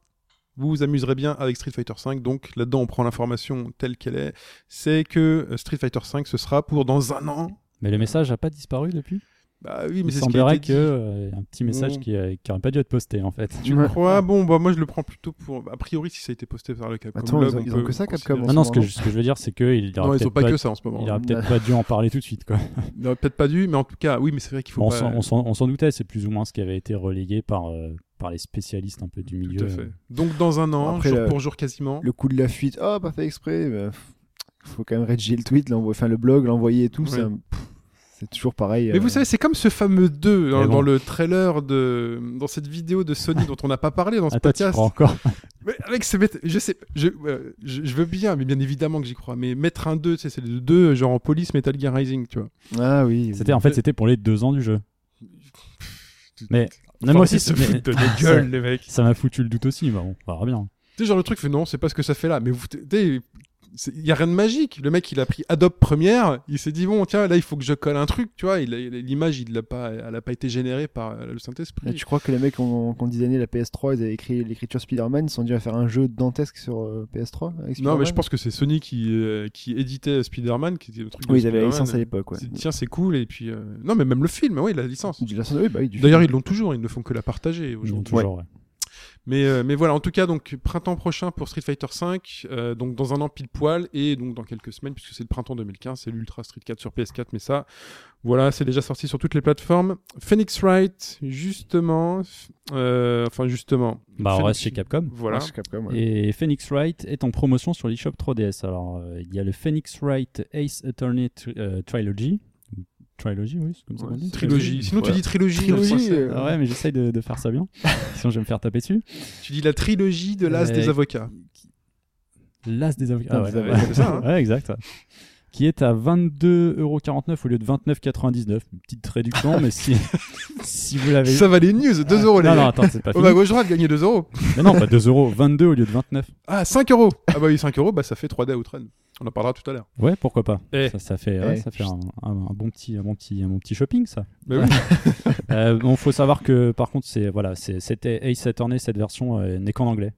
S2: vous vous amuserez bien avec Street Fighter V donc là-dedans on prend l'information telle qu'elle est c'est que euh, Street Fighter V ce sera pour dans un an
S3: Mais le message n'a pas disparu depuis.
S2: bah oui mais c'est ce
S3: il
S2: qui a
S3: semblerait
S2: été dit.
S3: que
S2: Mm.
S3: euh, un petit message
S2: On-
S3: qui n'aurait pas dû être posté en fait.
S4: Tu
S2: Je crois bon bah moi je le prends plutôt pour a priori si ça a été posté par le Capcom
S4: Attends,
S2: blog
S4: ils ont-
S2: on
S4: ils ont
S2: peut
S4: que ça, Capcom, hein.
S2: considérer-
S3: Non,
S4: ce
S3: non, ce que,
S4: moment.
S3: je, ce que je veux dire, c'est qu'il
S2: non
S3: aurait
S2: ils ont
S3: peut-être
S2: pas
S3: pas,
S2: que ça en ce moment
S3: il aurait peut-être pas dû en parler tout de suite. Quoi.
S2: ils auraient peut-être pas dû mais en tout cas oui mais c'est vrai qu'il faut
S3: on
S2: pas
S3: s'en- on s'en on s'en doutait, c'est plus ou moins ce qui avait été relayé par, euh, par les spécialistes un peu du milieu. euh.
S2: Tout à fait. Donc dans un an,
S4: Après,
S2: jour
S4: le-
S2: pour jour quasiment.
S4: Le coup de la fuite, oh, pas fait exprès. bah, pff, faut quand même rédiger le tweet, l'envo- enfin le blog, l'envoyer et tout.
S2: Ouais.
S4: ça, pff, C'est toujours pareil.
S2: Mais
S4: euh,
S2: vous savez, c'est comme ce fameux 2 dans,
S3: Mais bon.
S2: dans le trailer de dans cette vidéo de Sony dont on n'a pas parlé dans ce
S3: Attends, Ah, tu
S2: podcast.
S3: prends encore.
S2: Mais avec ces bêtes- je sais, je, euh, je, je veux bien, mais bien évidemment que j'y crois. Mais mettre un 2, tu sais, c'est le 2 genre en police Metal Gear Rising, tu vois.
S4: Ah oui. oui.
S3: C'était en fait c'était pour les deux ans du jeu. Mais mais moi aussi,
S2: se
S3: mais-
S2: foutent de nos gueules, les mecs.
S3: ça m'a foutu le doute aussi. mais bon, on verra bien.
S2: Tu sais, genre le truc fait non, c'est pas ce que ça fait là. Mais vous, tu sais, c'est- il y a rien de magique. Le mec, il a pris Adobe Premiere, il s'est dit bon, tiens, là, il faut que je colle un truc, tu vois. Il a- il a- L'image, il l'a pas, elle a pas été générée par euh, le Saint-Esprit.
S4: Et tu crois que les mecs qui ont, qui ont designé la PS3, ils avaient écrit l'écriture Spider-Man, ils se sont dit à faire un jeu dantesque sur euh, PS3 avec
S2: Non,
S4: Spider-Man
S2: mais je pense que c'est Sony qui, euh, qui éditait Spider-Man, qui était le truc. de
S4: Oui, ils avaient la
S2: Spider-Man.
S4: licence à l'époque. Ouais.
S2: C'est- Tiens, c'est cool. Et puis, euh, non, mais même le film, oui, la licence.
S4: Du- la licence- oui, bah oui, du
S2: D'ailleurs,
S4: film.
S2: ils l'ont toujours, ils ne font que la partager
S3: Ils ont
S2: aujourd'hui.
S3: toujours, ouais.
S2: Mais, euh, mais voilà, en tout cas, donc printemps prochain pour Street Fighter V, euh, donc dans un an pile poil, et donc dans quelques semaines, puisque c'est le printemps 2015, c'est l'Ultra Street 4 sur PS4, mais ça, voilà, c'est déjà sorti sur toutes les plateformes. Phoenix Wright, justement, euh, enfin justement.
S3: Bah, on
S2: Phoenix-
S3: reste chez Capcom.
S2: Voilà.
S4: Ouais, c'est Capcom, ouais.
S3: Et Phoenix Wright est en promotion sur l'eShop 3DS. Alors, euh, il y a le Phoenix Wright Ace Attorney tri- euh, Trilogy. Ou Trilogy, oui, c'est comme ça qu'on
S4: Ouais,
S3: dit.
S2: Trilogie. Sinon, tu
S4: Voilà.
S2: dis trilogie.
S4: Trilogie,
S2: en français.
S4: euh,
S3: Ah ouais, mais j'essaye de, de faire ça bien. Sinon, je vais me faire taper dessus.
S2: Tu dis la trilogie de l'as
S3: Euh,
S2: des avocats.
S3: L'As des avocats. Ah
S4: L'As
S3: ouais,
S4: des
S3: ouais.
S4: avocats,
S2: c'est ça, hein.
S3: Ouais, exact. ouais. qui est à 22,49€ au lieu de 29,99€. Une petite réduction, mais si, si vous l'avez.
S2: Ça valait news, 2 euros les
S3: Ah, non, non,
S2: gars. Oh, bah,
S3: attends, c'est pas
S2: On
S3: fini.
S2: va gauche droite gagner 2 euros.
S3: Mais non, pas 2 euros, 22 au lieu de 29.
S2: Ah, 5 euros. Ah bah oui, 5 euros, bah ça fait 3D Outrun. On en parlera tout à l'heure.
S3: Ouais, pourquoi pas.
S2: Eh.
S3: Ça, ça fait, ouais,
S4: Eh.
S3: ça fait un, un- un bon petit, un bon petit, un bon petit shopping, ça.
S2: Bah oui.
S3: Euh, bon, faut savoir que par contre, c'est voilà, c'est- c'était Ace Attorney, cette version euh, n'est qu'en anglais.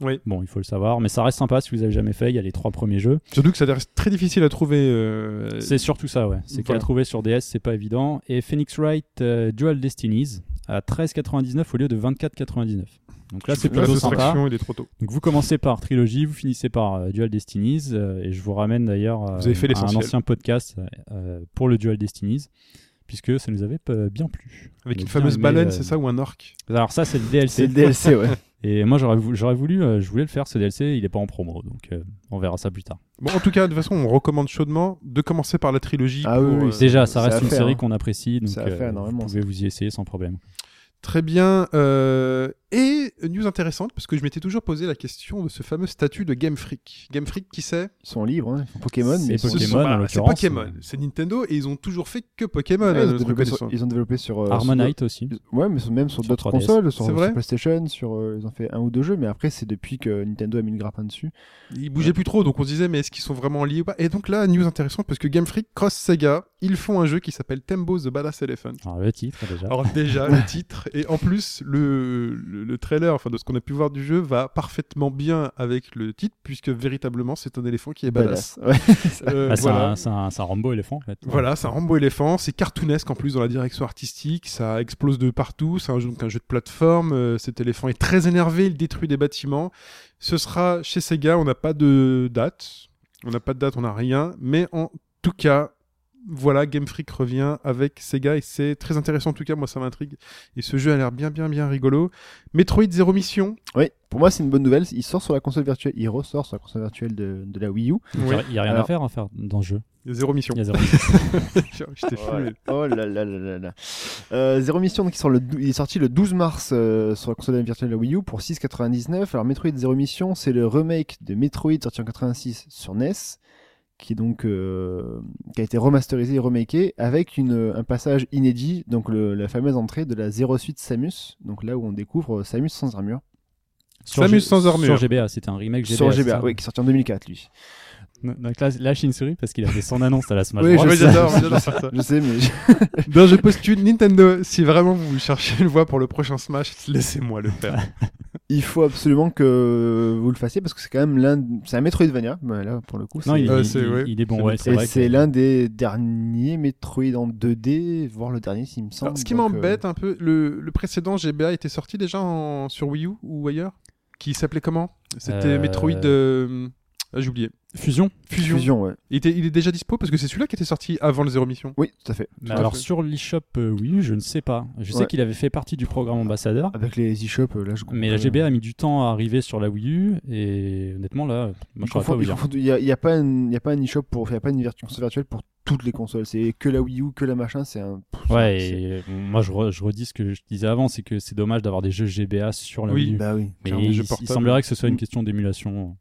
S2: Oui.
S3: Bon, il faut le savoir, mais ça reste sympa si vous avez jamais fait. Il y a les trois premiers jeux.
S2: Surtout que ça reste très difficile à trouver. euh,
S3: C'est surtout ça, ouais. C'est qu'à
S2: voilà.
S3: la trouver sur DS, c'est pas évident. Et Phoenix Wright euh, Dual Destinies à 13,99 au lieu de 24,99. Donc là, c'est
S2: la
S3: plutôt
S2: satisfaction,
S3: sympa.
S2: Il est trop tôt.
S3: Donc vous commencez par Trilogy, vous finissez par euh, Dual Destinies, euh, et je vous ramène d'ailleurs euh,
S2: Vous avez fait
S3: à un
S2: l'essentiel.
S3: ancien podcast euh, pour le Dual Destinies, puisque ça nous avait euh, bien plu.
S2: Avec
S3: On a
S2: une
S3: bien
S2: fameuse
S3: aimé,
S2: baleine,
S3: euh,
S2: c'est ça, ou un orc
S3: Alors ça, c'est le DLC.
S4: C'est le DLC, ouais.
S3: Et moi, j'aurais voulu, j'aurais voulu euh, je voulais le faire ce DLC, il est pas en promo, donc euh, on verra ça plus tard.
S2: Bon, en tout cas, de toute façon, on recommande chaudement de commencer par la trilogie.
S4: Ah
S2: pour,
S4: oui, oui,
S2: euh,
S3: Déjà, ça
S4: c'est
S3: reste
S4: à
S3: une
S4: faire,
S3: série
S4: hein.
S3: qu'on apprécie, donc
S4: C'est à faire,
S3: euh, vous
S4: normalement,
S3: pouvez vous y essayer sans problème.
S2: Très bien. euh, et une news intéressante, parce que je m'étais toujours posé la question de ce fameux statut de Game Freak. Game Freak, qui c'est
S4: Son livre, hein, Pokémon,
S3: C'est
S4: mais ils
S2: Ce
S4: sont-
S2: sont-
S3: Pokémon, en
S2: voilà, C'est
S3: l'occurrence. euh,
S2: Pokémon. C'est Nintendo, et ils ont toujours fait que Pokémon. euh,
S4: Ouais,
S2: à
S4: ils, ont
S2: notre
S4: développé sur,
S2: connaissance.
S4: ils ont développé sur euh, sur-
S3: Harmonite aussi.
S4: Ouais, mais sur- même sur
S3: Sur
S4: d'autres
S3: 3DS.
S4: consoles, sur,
S2: C'est
S4: sur
S2: vrai
S4: PlayStation, sur, euh, ils ont fait un ou deux jeux, mais après, c'est depuis que Nintendo a mis le grappin dessus.
S2: Ils bougeaient plus trop, donc on se disait, mais est-ce qu'ils sont vraiment liés ou pas Et donc là, news intéressante, parce que Game Freak cross Sega, ils font un jeu qui s'appelle Tembo the Badass Elephant.
S3: Alors le titre déjà.
S2: Alors déjà, le titre, et en plus, le, le, le trailer, enfin de ce qu'on a pu voir du jeu, va parfaitement bien avec le titre, puisque véritablement, c'est un éléphant qui est badass.
S4: Ouais.
S2: Euh,
S3: Bah, c'est
S2: voilà.
S3: un, c'est un- c'est un Rambo éléphant en fait.
S2: Voilà, c'est un Rambo éléphant, c'est cartoonesque en plus dans la direction artistique, ça explose de partout, c'est un jeu, donc un jeu de plateforme, euh, cet éléphant est très énervé, il détruit des bâtiments. Ce sera chez Sega, on n'a pas de date, on n'a pas de date, on n'a rien, mais en tout cas, voilà, Game Freak revient avec Sega et c'est très intéressant en tout cas, moi ça m'intrigue. Et ce jeu a l'air bien bien bien rigolo. Metroid Zero Mission,
S4: Oui, pour moi, c'est une bonne nouvelle. Il sort sur la console virtuelle, il ressort sur la console virtuelle de, de la Wii U.
S3: Il
S2: Ouais.
S3: n'y a rien à
S4: Alors-
S3: faire, à faire dans le jeu.
S2: Zero Mission.
S3: Il y a zéro.
S2: Je t'ai
S4: Oh là-
S2: fumé.
S4: Oh là là là là là. Euh, Zero Mission, donc, il, sort le dou- il est sorti le 12 mars euh, sur la console virtuelle de la Wii U pour 6,99. Alors, Metroid Zero Mission, c'est le remake de Metroid sorti en 86 sur NES, qui est donc euh, qui a été remasterisé et remaké avec une, euh, un passage inédit, donc le- la fameuse entrée de la Zero Suite Samus, donc là où on découvre euh, Samus sans armure.
S3: Sur
S2: Samus
S3: G-
S2: sans armure.
S3: Sur GBA, c'était un remake GBA.
S4: sur
S3: c'est
S4: GBA,
S3: ça
S4: oui, qui est sorti en 2004, lui.
S3: Donc là, là Shinsuri, parce qu'il a fait son annonce à la Smash
S4: Oui,
S3: Bros.
S4: je
S2: Ouais,
S4: sais.
S2: j'adore, j'adore ça.
S4: Je sais, mais
S2: Non, je postule Nintendo. Si vraiment vous cherchez une voix pour le prochain Smash, laissez-moi le faire.
S4: il faut absolument que vous le fassiez parce que c'est quand même l'un. C'est un Metroidvania, bah, là, pour le coup.
S3: Non,
S4: c'est-
S3: il,
S2: Euh,
S3: il-
S2: c'est-
S3: il-
S2: ouais.
S3: il est bon,
S2: C'est
S3: ouais,
S2: le-
S3: c'est
S4: Et
S3: vrai.
S4: c'est
S3: que-
S4: l'un des derniers Metroid en 2D, voire le dernier, s'il me semble.
S2: Alors, ce qui
S4: donc, euh,
S3: euh,
S2: m'embête un peu, le, le précédent GBA était sorti déjà en- sur Wii U ou ailleurs Qui s'appelait comment C'était
S3: Euh,
S2: Metroid. euh, ah, J'ai oublié.
S3: Fusion.
S4: euh,
S2: Fusion.
S4: Fusion, ouais.
S2: Il, était, il est déjà dispo parce que c'est celui-là qui était sorti avant le Zéro Mission.
S4: Oui, tout à fait.
S3: Mais
S2: Tout à
S3: alors
S2: fait.
S3: sur l'eShop euh, Wii U, je ne sais pas. Je sais
S4: Ouais.
S3: qu'il avait fait partie du programme
S2: Ah,
S3: ambassadeur.
S4: Avec les e-shops, euh, là, je
S3: Mais la GBA a mis du temps à arriver sur la Wii U et honnêtement là, moi je saurais pas hein. vous dire.
S4: Il n'y a, il y a pas un il y a pas un e-shop pour. Il y a pas une virtu- console virtuelle pour toutes les consoles. C'est que la Wii U, que la machin. C'est un. pff,
S3: Ouais,
S4: c'est-
S3: et euh, moi je, re- je redis ce que je disais avant, c'est que c'est dommage d'avoir des jeux GBA sur la
S2: Oui,
S3: Wii U.
S4: Bah oui.
S3: Mais
S2: clairement, des
S3: il,
S2: jeux
S3: il
S2: portables.
S3: semblerait que ce soit une
S4: Mm.
S3: question d'émulation,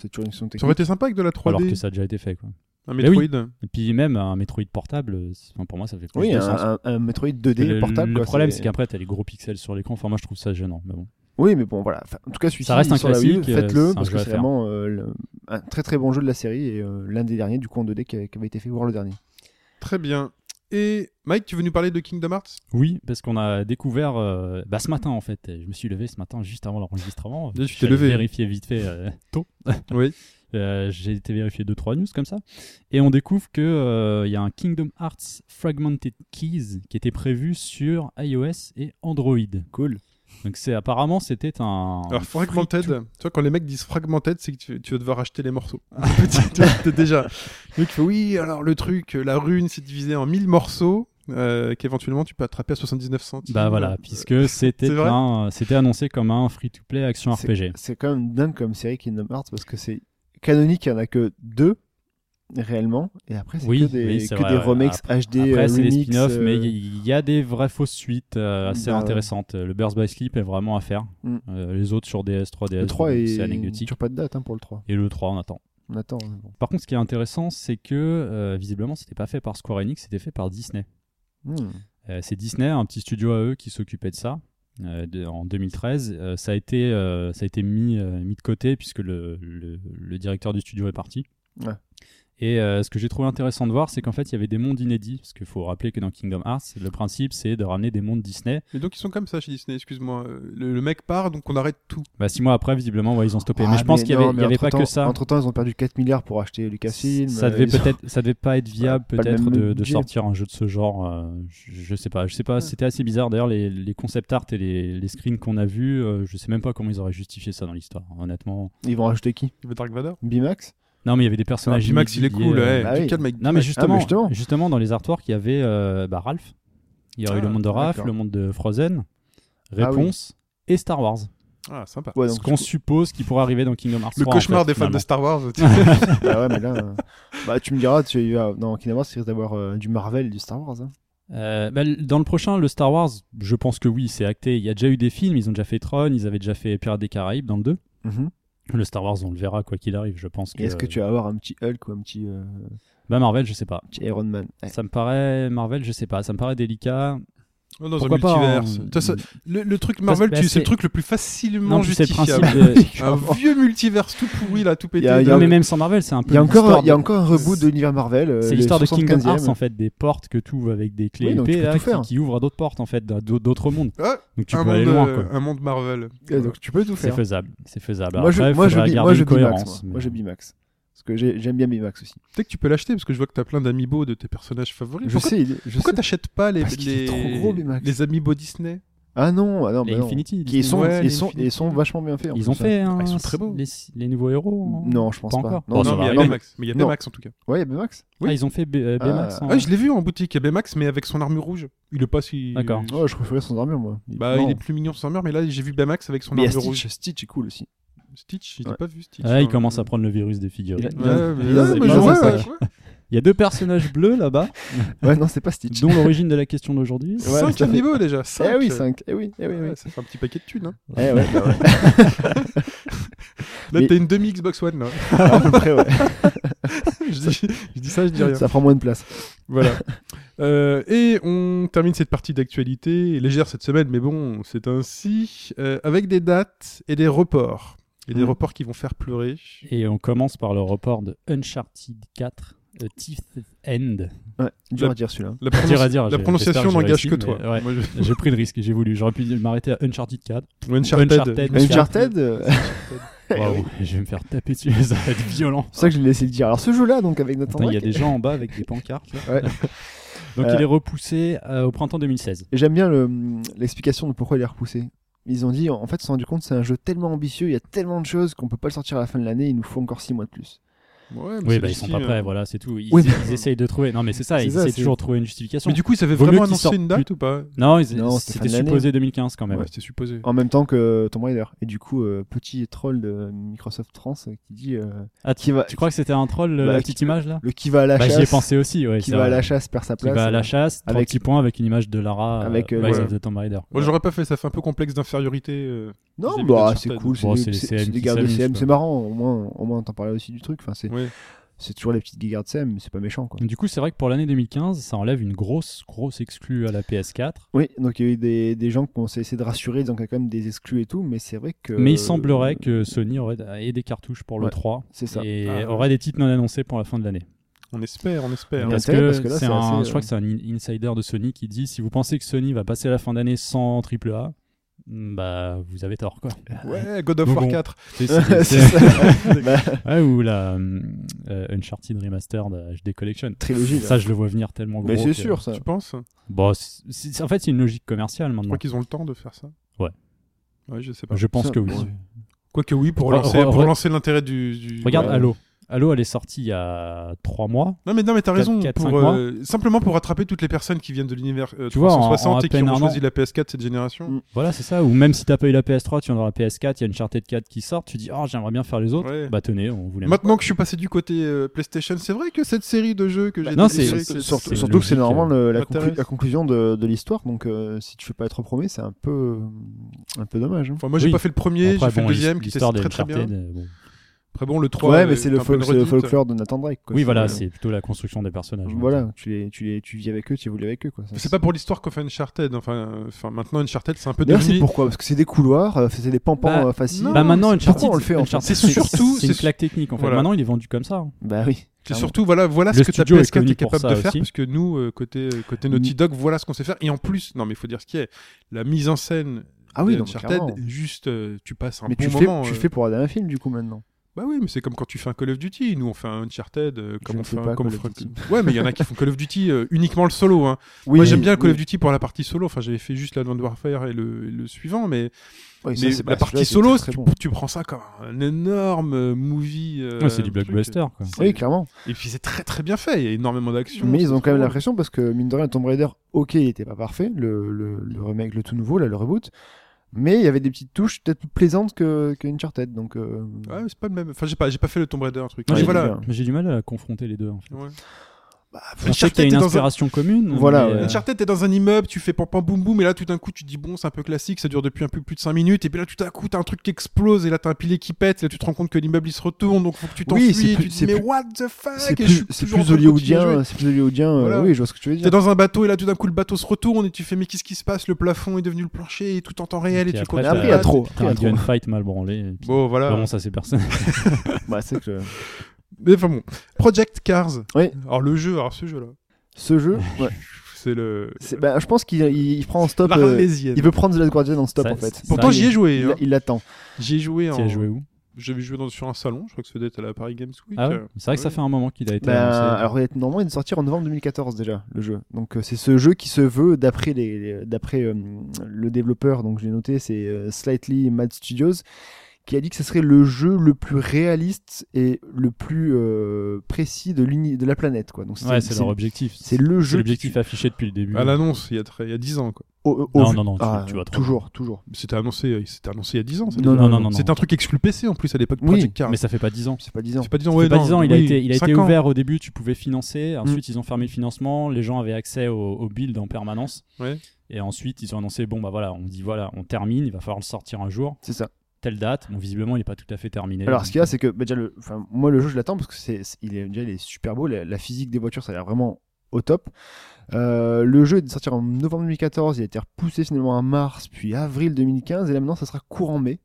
S4: C'est toujours une question
S2: Ça aurait
S4: technique.
S2: été sympa avec de la
S3: alors que
S2: 3D,
S3: ça a déjà été fait quoi.
S2: un
S3: Mais oui.
S2: Metroid.
S3: Et puis même un Metroid portable, c'est- enfin, pour moi ça fait plus
S4: Oui,
S3: de
S4: un,
S3: sens.
S4: un- un Metroid 2D
S3: le,
S4: portable.
S3: le
S4: quoi,
S3: problème c'est qu'après t'as les gros pixels sur l'écran, enfin moi je trouve ça gênant. Mais bon.
S4: Oui, mais bon, voilà. Enfin, en tout cas, celui-ci,
S3: Ça reste
S4: il
S3: un
S4: sort la Wii U,
S3: classique, euh, c'est
S4: Faites-le,
S3: un
S4: parce
S3: jeu
S4: que
S3: à
S4: c'est
S3: faire.
S4: vraiment euh, le- un très très bon jeu de la série et euh, l'un des derniers du coup en 2D qui avait, qui avait été fait, voir le dernier.
S2: Très bien. Et Mike, tu veux nous parler de Kingdom Hearts
S3: Oui, parce qu'on a découvert euh, bah, ce matin en fait. Je me suis levé ce matin juste avant l'enregistrement.
S2: Ah, tu
S3: Je
S2: t'es
S3: suis allé
S2: levé.
S3: Vérifier vite fait euh, tôt.
S2: Oui.
S3: Euh, J'ai été vérifier deux trois news comme ça. Et on découvre que euh, il y a un Kingdom Hearts Fragmented Keys qui était prévu sur iOS et Android.
S4: Cool.
S3: Donc c'est apparemment c'était un.
S2: Alors,
S3: free
S2: Fragmented,
S3: to-
S2: tu vois, quand les mecs disent Fragmented, c'est que tu, tu vas devoir acheter les morceaux. Tu vois, t'es déjà. Le mec fait, oui, alors le truc, euh, la rune, c'est divisé en 1000 morceaux euh, qu'éventuellement tu peux attraper à 79 centimes.
S3: Bah voilà, puisque c'était
S2: C'est vrai
S3: un- c'était annoncé comme un free to play action
S4: C'est-
S3: RPG.
S4: C'est quand même dingue comme série Kingdom Hearts parce que c'est canonique, il n'y en a que deux réellement, et après c'est
S3: Oui,
S4: que des,
S3: oui, c'est
S4: que
S3: vrai,
S4: des
S3: ouais.
S4: remakes HD, euh,
S3: Après, c'est des
S4: remix,
S3: spin-offs,
S4: euh,
S3: mais il y, y a des vraies fausses suites euh, assez
S4: bah, ouais.
S3: intéressantes. Le Burst by Sleep est vraiment à faire.
S4: Mm.
S3: Euh, les autres sur DS, 3DS,
S4: le 3
S3: bon,
S4: est
S3: c'est anecdotique.
S4: toujours pas de date hein, pour le 3.
S3: Et le 3, on attend.
S4: On attend. hein, bon.
S3: Par contre, ce qui est intéressant, c'est que euh, visiblement, c'était pas fait par Square Enix, c'était fait par Disney.
S4: Hmm.
S3: Euh, c'est Disney, un petit studio à eux qui s'occupait de ça euh, de- en 2013. Euh, ça a été, euh, ça a été mis, euh, mis de côté puisque le, le- le directeur du studio est parti.
S4: Ouais.
S3: Et euh, ce que j'ai trouvé intéressant de voir, c'est qu'en fait, il y avait des mondes inédits. Parce qu'il faut rappeler que dans Kingdom Hearts, le principe, c'est de ramener des mondes Disney.
S2: Mais donc ils sont comme ça chez Disney, excuse-moi. Euh, Le, le mec part, donc on arrête tout.
S3: Bah, six mois après, visiblement, ouais, ils ont stoppé.
S4: Ah,
S3: mais je pense qu'il n'y
S4: non,
S3: avait, il y
S4: mais
S3: avait pas que
S4: entre-temps-
S3: ça.
S4: Entre-temps, ils ont perdu 4 milliards pour acheter Lucasfilm.
S3: ça
S4: euh,
S3: devait
S4: ils ont-
S3: peut-être ça devait pas être viable
S4: Ouais, pas le
S3: peut-être
S4: même
S3: de, de
S4: budget.
S3: sortir un jeu de ce genre euh, je, je sais pas je sais pas c'était assez bizarre d'ailleurs les, les concept art et les, les screens qu'on a vus euh, je sais même pas comment ils auraient justifié ça dans l'histoire honnêtement
S4: Ils vont racheter qui
S2: Il veut Dark Vador.
S4: Bimax
S3: non mais il y avait des personnages
S2: Max, Ah, il est
S3: inédits,
S2: cool.
S3: euh,
S2: ouais, Ah,
S4: bah
S2: tu
S4: oui.
S2: te calmes avec
S3: non mais
S2: Baymax.
S3: justement,
S4: mais
S3: justement
S4: justement.
S3: dans les artworks il y avait euh, bah, Ralph il y aurait eu
S2: Ah,
S3: le monde de Ralph
S4: d'accord.
S3: le monde de Frozen
S4: oui.
S3: réponse et Star Wars
S2: Ah, sympa.
S4: Ouais,
S3: ce
S4: donc,
S3: qu'on suppose qui pourrait arriver dans Kingdom Hearts
S2: Le
S3: 3, en
S2: cauchemar
S3: fait,
S2: des fans de
S3: finalement.
S2: Star Wars. tu-
S4: bah ouais, mais là, euh, bah, tu me diras, tu vas dans Kingdom Hearts, il risque d'avoir euh, du Marvel, et du Star Wars. hein.
S3: Euh, bah, l- dans le prochain, le Star Wars, je pense que oui, c'est acté. Il y a déjà eu des films, ils ont déjà fait Tron, ils avaient déjà fait Pirates des Caraïbes dans le 2. Le Star Wars, on le verra quoi qu'il arrive, je pense.
S4: Et Est-ce que tu vas avoir un petit Hulk ou un petit, euh,
S3: Bah Marvel, je sais pas.
S4: petit Iron Man Ouais.
S3: Ça me paraît Marvel, je sais pas. Ça me paraît délicat.
S2: Oh, Dans
S3: Pourquoi
S2: un
S3: pas
S2: multivers.
S3: en-
S2: Toi, ça- le, le truc Marvel,
S3: bah,
S2: tu- c'est
S3: c'est-
S2: le truc le plus facilement
S3: Non, puis c'est le
S2: justifiable.
S3: principe de-
S2: Un vieux multivers tout pourri là, tout pété.
S4: Il y a- il y a-
S3: Non, mais même sans Marvel, c'est un peu.
S4: Il y a encore,
S3: l'histoire
S4: il y a
S3: de-
S4: encore un reboot de l'univers Marvel. euh,
S3: C'est
S4: le
S3: l'histoire de Kingdom
S4: 75e.
S3: Hearts en fait, des portes que tu ouvres avec des clés
S4: Oui, donc tu
S3: épées
S4: peux
S3: là,
S4: tout
S3: qui,
S4: faire.
S3: qui ouvrent à d'autres portes en fait, d'un- d'au- d'autres mondes.
S2: Ah,
S3: Donc tu
S2: un,
S3: peux aller
S2: monde,
S3: loin
S2: euh,
S3: quoi.
S2: un monde Marvel.
S4: Ouais, donc tu peux tout
S3: C'est
S4: faire.
S3: faisable, c'est faisable.
S4: Moi, je,
S3: Après,
S4: moi, je,
S3: faudrait
S4: bi-
S3: garder
S4: moi, je
S3: une
S4: Bimax.
S3: cohérence,
S4: Moi,
S3: mais-
S4: Moi, je Bimax. Parce que j'ai- j'aime bien Bimax aussi.
S2: Peut-être que tu peux l'acheter parce que je vois que t'as plein d'amiibo de tes personnages favoris.
S4: Je
S2: Pourquoi-
S4: sais, il est- je
S2: Pourquoi
S4: sais.
S2: t'achètes pas les,
S4: Parce qu'il est
S2: les,
S4: trop gros, Baymax.
S2: les amiibo Disney
S4: Ah non, ah non,
S3: Les
S4: bah non.
S3: Infinity,
S4: Qui- Ils sont,
S2: Ouais, les
S4: ils sont,
S2: Infinity.
S4: ils sont vachement bien faits. en
S3: Ils
S4: plus,
S3: ont
S4: ça.
S3: fait hein,
S2: Ah, ils sont très beaux.
S3: les, les nouveaux héros. hein.
S4: Non, je pense
S3: Pas
S4: pas.
S3: encore.
S4: Non,
S3: Bon,
S4: non,
S3: ça va
S2: mais il y a
S3: arriver.
S2: Baymax. Mais il y a
S4: Non.
S2: Baymax en tout cas.
S4: Ouais, il y a Baymax.
S3: Ah, ils ont fait B- euh,
S4: Ah.
S3: Baymax. hein.
S2: Ah, je l'ai vu en boutique, il y a Baymax, mais avec son armure rouge. Il est pas si.
S3: D'accord.
S4: Ouais, Oh, je préférais son armure, moi.
S2: Bah,
S4: Non.
S2: il est plus mignon sans armure, mais là j'ai vu Baymax avec son
S4: Mais il y a
S2: armure
S4: Stitch,
S2: rouge.
S4: Stitch est cool aussi.
S2: Stitch, j'ai
S4: Ouais.
S2: pas vu Stitch.
S3: Ah, il
S2: hein.
S3: commence à prendre le virus des figurines.
S4: Il
S2: Ouais,
S4: a-
S3: Ouais.
S2: mais-
S4: il a-
S2: ouais,
S4: il
S2: mais
S4: a-
S2: je
S4: il a-
S2: vois,
S4: il a-
S2: ouais, ouais.
S3: Il y a deux personnages bleus là-bas,
S4: Ouais, non, c'est pas Stitch.
S3: dont l'origine de la question d'aujourd'hui.
S4: Ouais,
S2: Cinq
S4: tout à fait.
S2: amiibo déjà.
S4: Eh
S2: cinq.
S4: oui, 5. Eh oui, eh oui, oui.
S2: Ouais, Ça fait un petit paquet de thunes. hein.
S4: Eh ouais, bah ouais.
S2: Là,
S4: Mais-
S2: t'as une demi Xbox One. Là.
S4: à peu près, ouais.
S2: je, dis, je dis ça, je dis rien.
S4: Ça prend moins de place.
S2: Voilà. Euh, et on termine cette partie d'actualité légère cette semaine, mais bon, c'est ainsi, euh, avec des dates et des reports. Et des
S4: Mm.
S2: reports qui vont faire pleurer.
S3: Et on commence par le report de Uncharted 4, A Thief's End.
S4: Ouais, dur
S2: La-
S4: à dire celui-là.
S2: La,
S3: Dire à dire,
S2: la
S3: j'ai-
S2: prononciation
S3: j'espère que j'ai
S2: n'engage que
S3: réussi,
S2: toi.
S3: mais ouais.
S2: Moi, je-
S3: J'ai pris le risque, j'ai voulu. J'aurais pu m'arrêter à Uncharted 4.
S2: ou Uncharted.
S3: Uncharted.
S2: Uncharted.
S4: Uncharted, euh,
S2: Eh
S3: Waouh, je vais me faire taper dessus, ça va être violent.
S4: c'est ça que je l'ai laissé le dire. Alors ce jeu-là, donc avec Nathan
S3: Attends, il y a
S4: Drake,
S3: des gens en bas avec des pancartes. là.
S4: Ouais.
S3: Donc
S4: Euh,
S3: il est repoussé euh, au printemps 2016.
S4: j'aime bien le- l'explication de pourquoi il est repoussé. Ils ont dit, en fait, ils se sont rendu compte, c'est un jeu tellement ambitieux, il y a tellement de choses qu'on peut pas le sortir à la fin de l'année. Il nous faut encore 6 mois de plus.
S2: Ouais, mais
S3: Oui,
S2: c'est hein. euh,
S3: bah, ils sont pas
S2: légitime.
S3: prêts, voilà, c'est tout. Ils,
S4: Oui,
S3: ils essayent de trouver. Non, mais c'est ça,
S4: C'est
S3: ils
S4: ça,
S3: essayent
S4: c'est-
S3: toujours de trouver une justification.
S2: Mais du coup, ils avaient
S3: Vaut mieux
S2: vraiment
S3: qu'ils
S2: annoncé
S3: sortent
S2: une date ou pas
S3: Non, ils-
S4: Non, c'était fin
S3: c'était
S4: de l'année.
S3: supposé 2015 quand même.
S2: Ouais, c'était supposé.
S4: En même temps que Tomb Raider. Et du coup, euh, petit troll de Microsoft France euh, qui dit euh,
S3: Ah,
S4: qui va,
S3: Tu crois que c'était un troll, le-
S4: Bah,
S3: la
S4: qui-
S3: petite image là
S4: le qui va à la
S3: bah, J'y ai
S4: chasse,
S3: pensé aussi, ouais.
S4: qui
S3: c'est
S4: va à
S3: vrai.
S4: la chasse perd sa
S3: Qui
S4: place.
S3: va à
S4: euh,
S3: la chasse, avec...
S4: avec-
S3: petit point avec une image de Lara avec
S4: Avec, euh,
S3: Rise
S2: ouais.
S3: of the Tomb Raider.
S2: Moi, j'aurais pas fait, ça fait un peu complexe d'infériorité. euh.
S4: Non,
S2: vis-à-vis
S4: bah
S2: d'Uncharted.
S4: c'est cool, c'est
S3: Bon,
S4: des-
S3: c'est les
S4: c'est
S3: CM
S4: c'est des
S3: qui
S4: gardes de
S3: s'amusent,
S4: CM,
S3: quoi.
S4: c'est marrant, au moins au moins t'en parlais aussi du truc, enfin c'est
S2: Ouais.
S4: c'est toujours les petites gardes de CM, mais c'est pas méchant quoi.
S3: Du coup, c'est vrai que pour l'année 2015, ça enlève une grosse, grosse exclue à la PS4.
S4: Oui, donc il y a eu des, des gens qui ont essayé de rassurer, disant qu'il y a quand même des exclus et tout, mais c'est vrai que
S3: Mais il semblerait que Sony aurait ait des cartouches pour le
S4: Euh, Ouais,
S3: 3
S4: c'est ça.
S3: et
S2: Ah, ouais.
S3: aurait des titres non annoncés pour la fin de l'année.
S2: On espère, on espère.
S4: Il y a
S3: Parce
S4: intérêt,
S3: que,
S4: parce que là,
S3: c'est
S4: c'est
S3: un,
S4: assez, euh,
S3: je crois que c'est un in- insider de Sony qui dit si vous pensez que Sony va passer la fin d'année sans AAA, mm, bah vous avez tort quoi.
S2: Ouais, God of
S3: Donc
S2: War
S3: bon.
S2: 4.
S3: C'est-
S4: C'est
S3: c'est- c'est-
S4: ça. Bah,
S3: Ouais, ou la hum, euh, Uncharted Remastered euh, HD Collection.
S4: Trilogie, là.
S3: Ça, je le vois venir tellement gros.
S4: mais
S3: que-
S4: bah, c'est sûr ça.
S2: Tu penses
S3: Bon, c'est- c'est- en fait, c'est une logique commerciale
S2: Je
S3: maintenant.
S2: crois qu'ils ont le temps de faire ça.
S3: Ouais.
S2: Ouais, je sais pas.
S3: Je pense
S4: Ça,
S3: que oui.
S4: ouais.
S2: Quoique oui, pour
S3: Re-
S2: lancer,
S3: re-
S2: pour
S3: re-
S2: lancer l'intérêt du, du-
S3: Regarde
S2: Ouais.
S3: Halo. Halo, elle est sortie il y a 3 mois.
S2: Non mais non mais t'as
S3: Quatre-
S2: raison.
S3: quatre,
S2: pour,
S3: cinq mois.
S2: euh, simplement pour rattraper toutes les personnes qui viennent de l'univers euh,
S3: Tu vois, en-
S2: 360
S3: en à
S2: et qui
S3: peine
S2: ont
S3: un
S2: choisi
S3: an.
S2: la PS4 de cette génération.
S4: Mm.
S3: Voilà, c'est ça. Ou même si t'as pas eu la PS3, tu en auras la PS4, il y a une Uncharted 4 qui sort, tu dis Oh, j'aimerais bien faire les autres.
S2: Ouais.
S3: Bah tenez, on voulait.
S2: Maintenant que je suis passé du côté euh, PlayStation, c'est vrai que cette série de jeux que j'ai
S3: Bah, non,
S2: dénigrée,
S3: c'est-
S2: que
S3: c'est-
S4: Surtout,
S3: c'est
S4: surtout que c'est hein.
S3: logique,
S4: normalement le- la,
S2: m'intéresse.
S4: conclu- la conclusion de, de l'histoire, donc euh, si tu fais pas être premier, c'est un peu un peu dommage. hein.
S2: Enfin, moi j'ai
S3: Oui.
S2: pas fait le premier, j'ai fait le deuxième qui était
S3: l'histoire
S2: très très bien.
S3: d'Uncharted, euh, bon.
S2: Après, bon, le 3.
S4: ouais, mais
S2: euh,
S4: c'est le,
S2: un peu
S4: fol-
S2: une
S4: c'est le
S2: redite.
S4: folklore de Nathan Drake. quoi.
S3: Oui, voilà,
S4: euh,
S3: c'est plutôt la construction des personnages.
S4: Voilà, tu, les, tu, les, tu vis avec eux, tu évolues avec eux. Quoi. Ça,
S2: C'est pas pour l'histoire qu'on fait Uncharted. Enfin, euh, enfin maintenant, Uncharted, c'est un peu
S4: D'ailleurs, c'est
S2: devenu.
S4: pourquoi Parce que c'est des couloirs, euh, c'est des pampans
S3: Bah,
S4: euh, faciles.
S2: non.
S3: Bah maintenant,
S4: c'est-
S3: Uncharted,
S4: pourquoi on le fait, en fait
S3: Uncharted,
S2: C'est surtout-
S3: c'est une
S2: c'est-
S3: claque technique en fait.
S2: voilà.
S3: Maintenant, il est vendu comme ça. hein.
S4: Bah oui.
S2: C'est
S4: clairement.
S2: surtout, voilà, voilà
S3: Le
S2: ce que ta
S3: studio est
S2: PS4
S3: connu
S2: est
S3: pour
S2: capable
S3: ça
S2: de faire,
S3: aussi. Mm.
S2: parce que nous, euh, côté, euh, côté Naughty Dog, voilà ce qu'on sait faire. Et en plus, non, mais il faut dire ce qu'il y a. La mise en scène
S4: Ah oui, non, mais
S2: d'Uncharted,
S4: clairement.
S2: juste, euh, tu passes un
S4: Mais
S2: Euh, bon
S4: tu, le
S2: moment.
S4: fais, tu
S2: euh.
S4: le fais pour un dernier film, du coup, maintenant.
S2: Bah oui, mais c'est comme quand tu fais un Call of Duty. Nous, on fait un Uncharted, euh, comme
S4: ne
S2: on
S4: fais
S2: fait un-
S4: pas
S2: comme on
S4: Call of
S2: fera-
S4: Duty.
S2: Ouais, mais il y en a qui font Call of Duty euh, uniquement le solo. Hein.
S4: Oui,
S2: Moi, j'aime bien
S4: oui.
S2: Call of Duty pour la partie solo. Enfin, j'avais fait juste l'Advanced Warfare et le, et le suivant, mais,
S4: Oui, ça,
S2: mais
S4: c'est- bah, celui-là,
S2: la partie
S4: il
S2: solo,
S4: était très
S2: tu,
S4: bon.
S2: tu prends ça comme un énorme euh, movie. euh,
S3: Ouais, c'est du
S2: truc.
S3: blockbuster. quoi.
S2: C'est-
S4: Oui, clairement.
S2: Et puis c'est très très bien fait. Il y a énormément d'action.
S4: Mais ils
S2: c'est
S4: ont quand
S2: trop
S4: même
S2: drôle.
S4: l'impression parce que mine de rien, Tomb Raider, ok, il était pas parfait, le, le, le remake, le tout nouveau, là, le reboot, mais il y avait des petites touches peut-être plus plaisantes que, que Uncharted, donc. euh,
S2: Ouais, mais c'est pas le même. Enfin, j'ai pas, j'ai pas fait le Tomb Raider, un truc.
S3: Non,
S2: Mais
S3: j'ai-
S2: voilà.
S4: bien.
S3: Mais j'ai du mal à confronter les deux. En fait.
S2: Ouais.
S4: bah,
S3: Je sais
S2: Uncharted
S3: qu'il y a
S2: est
S3: une
S2: dans un-
S3: inspiration commune.
S4: Voilà,
S3: mais,
S4: ouais.
S3: euh,
S2: Uncharted, t'es dans un immeuble, tu fais pam pam boum boum, et là tout d'un coup tu te dis bon, c'est un peu classique, ça dure depuis un peu plus de 5 minutes, et puis là tout d'un coup t'as un truc qui explose, et là t'as un pilier qui pète, et là tu te rends compte que l'immeuble il se retourne, donc faut que tu t'enfuis,
S4: Oui, c'est
S2: et
S4: plus-
S2: tu te dis
S4: c'est
S2: mais
S4: plus-
S2: what the fuck,
S4: c'est
S2: et Ah, je suis
S4: plus, c'est
S2: toujours
S4: plus
S2: en train de continuer à
S4: hollywoodien,
S2: jouer.
S4: c'est plus hollywoodien, euh,
S2: Voilà.
S4: oui, je vois ce que tu veux
S2: T'es
S4: dire.
S2: dans un bateau, et là tout d'un coup le bateau se retourne, et tu fais mais qu'est-ce qui se passe, le plafond est devenu le plancher, et tout en temps réel, et,
S3: Et puis
S2: tu
S4: Mais
S3: après,
S2: continues à
S4: après, il y a
S2: battre.
S4: trop. Après, il
S3: t'as
S4: y
S3: un
S4: a trop.
S3: gunfight mal branlé. et puis-
S2: Bon, voilà.
S3: Vraiment, ça, c'est personne.
S4: Bah, c'est que le-
S2: Mais enfin bon. Project Cars.
S4: Oui.
S2: Alors le jeu, alors ce jeu là,
S4: ce jeu, ouais,
S2: c'est le.
S4: c'est- bah, je pense qu'il il- il prend en stop. euh,
S2: L'Arlésienne.
S4: il veut prendre The Last Guardian en stop
S3: Ça-
S4: en fait.
S3: ça-
S2: Pourtant j'y ai joué.
S4: Il
S2: hein.
S4: il l'attend.
S2: J'y ai joué
S3: Tu as
S2: en.
S3: joué où
S2: J'avais joué dans, sur un salon, je crois que ça devait être à la Paris Games Week.
S3: Ah ouais
S2: euh,
S3: C'est vrai que ça
S2: ouais.
S3: fait un moment qu'il a été
S4: Bah,
S3: annoncé.
S4: alors il est- normalement il est sorti en novembre 2014 déjà le jeu. Donc euh, c'est ce jeu qui se veut d'après les, les- d'après euh, le développeur donc j'ai noté c'est euh, Slightly Mad Studios qui a dit que ce serait le jeu le plus réaliste et le plus euh, précis de l'uni de la planète quoi. Donc
S3: Ouais, c'est leur objectif.
S4: c'est le
S3: C'est
S4: jeu
S3: l'objectif affiché depuis le début.
S2: À l'annonce, il y a très- il y a 10 ans quoi.
S4: au- au-
S3: Non,
S4: vu-
S3: non, non, tu-
S4: Ah,
S3: tu vas trop
S4: toujours toujours.
S2: C'était annoncé, euh, c'était annoncé il y a 10 ans. ça.
S4: Non,
S3: non, non, non,
S2: C'est un truc exclu PC en plus à l'époque.
S4: Oui,
S2: Project Cars.
S3: Mais ça fait pas 10 ans.
S4: C'est pas 10 ans.
S2: C'est pas 10 ans,
S3: Ça
S2: ouais,
S3: fait pas
S2: non,
S3: 10 ans, il a
S2: oui,
S3: été, il a
S2: cinq
S3: été
S2: ans.
S3: ouvert au début, tu pouvais financer,
S4: Mm.
S3: ensuite ils ont fermé le financement, les gens avaient accès au, au build en permanence,
S2: Ouais.
S3: et ensuite ils ont annoncé, bon bah voilà, on dit voilà, on termine, il va falloir le sortir un jour,
S4: C'est ça.
S3: telle date, bon visiblement il n'est pas tout à fait terminé.
S4: Alors,
S3: donc,
S4: ce qu'il y a, c'est que bah, déjà, le, enfin, moi, le jeu, je l'attends parce que c'est, c'est- il est déjà, il est super beau. La, la physique des voitures, ça a l'air vraiment au top. Euh, le jeu est sorti en novembre 2014, il a été repoussé finalement à mars, puis avril 2015, et là maintenant, ça sera courant mai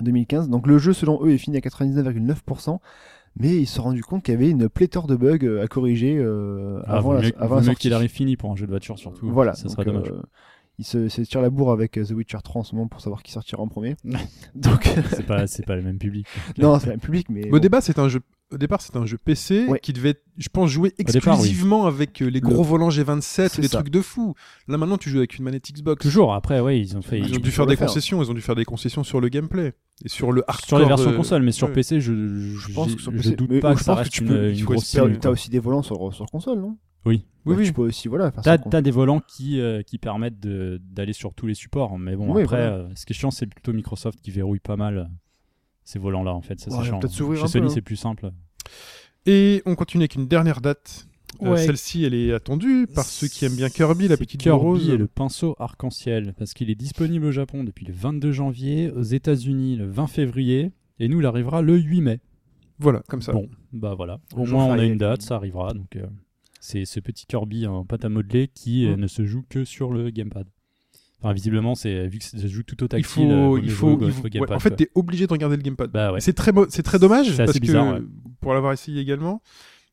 S4: 2015. Donc, le jeu, selon eux, est fini à 99,9%. Mais ils se sont rendus compte qu'il y avait une pléthore de bugs euh, à corriger euh,
S3: ah,
S4: avant,
S3: vaut
S4: la,
S3: mieux,
S4: avant
S3: vaut
S4: la
S3: mieux
S4: sortie.
S3: qu'il arrive fini pour un jeu de voiture surtout,
S4: Voilà,
S3: ça serait
S4: donc,
S3: dommage.
S4: euh, ils se, se tirent la bourre avec euh, The Witcher 3 en ce moment pour savoir qui sortira en premier. donc,
S3: C'est pas, c'est pas le même public.
S4: non, c'est le même public, mais.
S2: Au
S4: bon.
S2: départ, c'est un jeu. Au départ, c'est un jeu PC
S4: Ouais.
S2: qui devait, être, je pense, jouer
S3: départ, oui.
S2: exclusivement avec euh, les gros
S4: Le-
S2: volants G27
S4: C'est
S2: ou des
S4: ça.
S2: trucs de fou. Là, maintenant, tu joues avec une manette Xbox.
S3: Toujours, après ouais, ils ont fait...
S2: Ils
S3: ils-
S2: ont dû
S4: faut
S2: faire
S4: le
S2: des
S4: faire.
S2: concessions. Ils ont dû faire des concessions sur le gameplay et sur le hardcore. euh,
S3: sur les versions
S2: de-
S3: console, mais sur
S2: ouais.
S3: PC, je, je,
S4: pense que sur
S3: je
S4: PC,
S3: doute
S4: mais
S3: pas
S4: je
S3: que ça
S4: pense que
S3: reste
S4: tu
S3: une,
S4: peux- il
S3: une
S2: faut
S3: grosse
S4: T'as
S2: espérer-
S3: cible,
S4: t'as
S3: quoi.
S4: aussi des volants sur, sur console, non
S3: Oui.
S2: Oui,
S4: Bah,
S2: oui.
S4: Tu peux aussi, voilà, faire
S3: T'as,
S4: ça. quoi.
S3: t'as des volants qui, euh, qui permettent de- d'aller sur tous les supports, mais bon,
S4: Oui,
S3: après,
S4: voilà.
S3: euh, ce qui est chiant, c'est plutôt Microsoft qui verrouille pas mal euh, ces volants-là, en fait. Ça, c'est
S4: Ouais,
S3: chiant.
S4: peut-être s'ouvrir
S3: Chez
S4: un
S3: Sony,
S4: peu, hein.
S3: c'est plus simple.
S2: Et on continue avec une dernière date. Euh,
S3: Ouais.
S2: Celle-ci, elle est attendue par ceux qui aiment bien Kirby, la
S3: C'est
S2: petite boule
S3: Kirby
S2: rose.
S3: et le pinceau arc-en-ciel, parce qu'il est disponible au Japon depuis le 22 janvier, aux États-Unis le 20 février, et nous, il arrivera le 8 mai.
S2: Voilà, comme ça.
S3: Bon, bah voilà. Au
S4: Jour
S3: moins, on a
S4: férié.
S3: une date, ça arrivera. Donc, euh, c'est ce petit Kirby en pâte à modeler qui euh,
S2: Mm.
S3: ne se joue que sur le gamepad. Enfin, visiblement, c'est euh, vu que ça se joue tout au
S2: il
S3: tactile. euh, vaut
S2: faut,
S3: mieux
S2: il
S3: jouer
S2: faut,
S3: au-
S2: il
S3: au
S2: faut- ouais,
S3: gamepad,
S2: en fait,
S3: quoi.
S2: t'es obligé de regarder le gamepad.
S3: Bah ouais.
S2: C'est très, mo- c'est très dommage
S3: C'est assez
S2: parce
S3: bizarre,
S2: que
S3: ouais.
S2: pour l'avoir essayé également,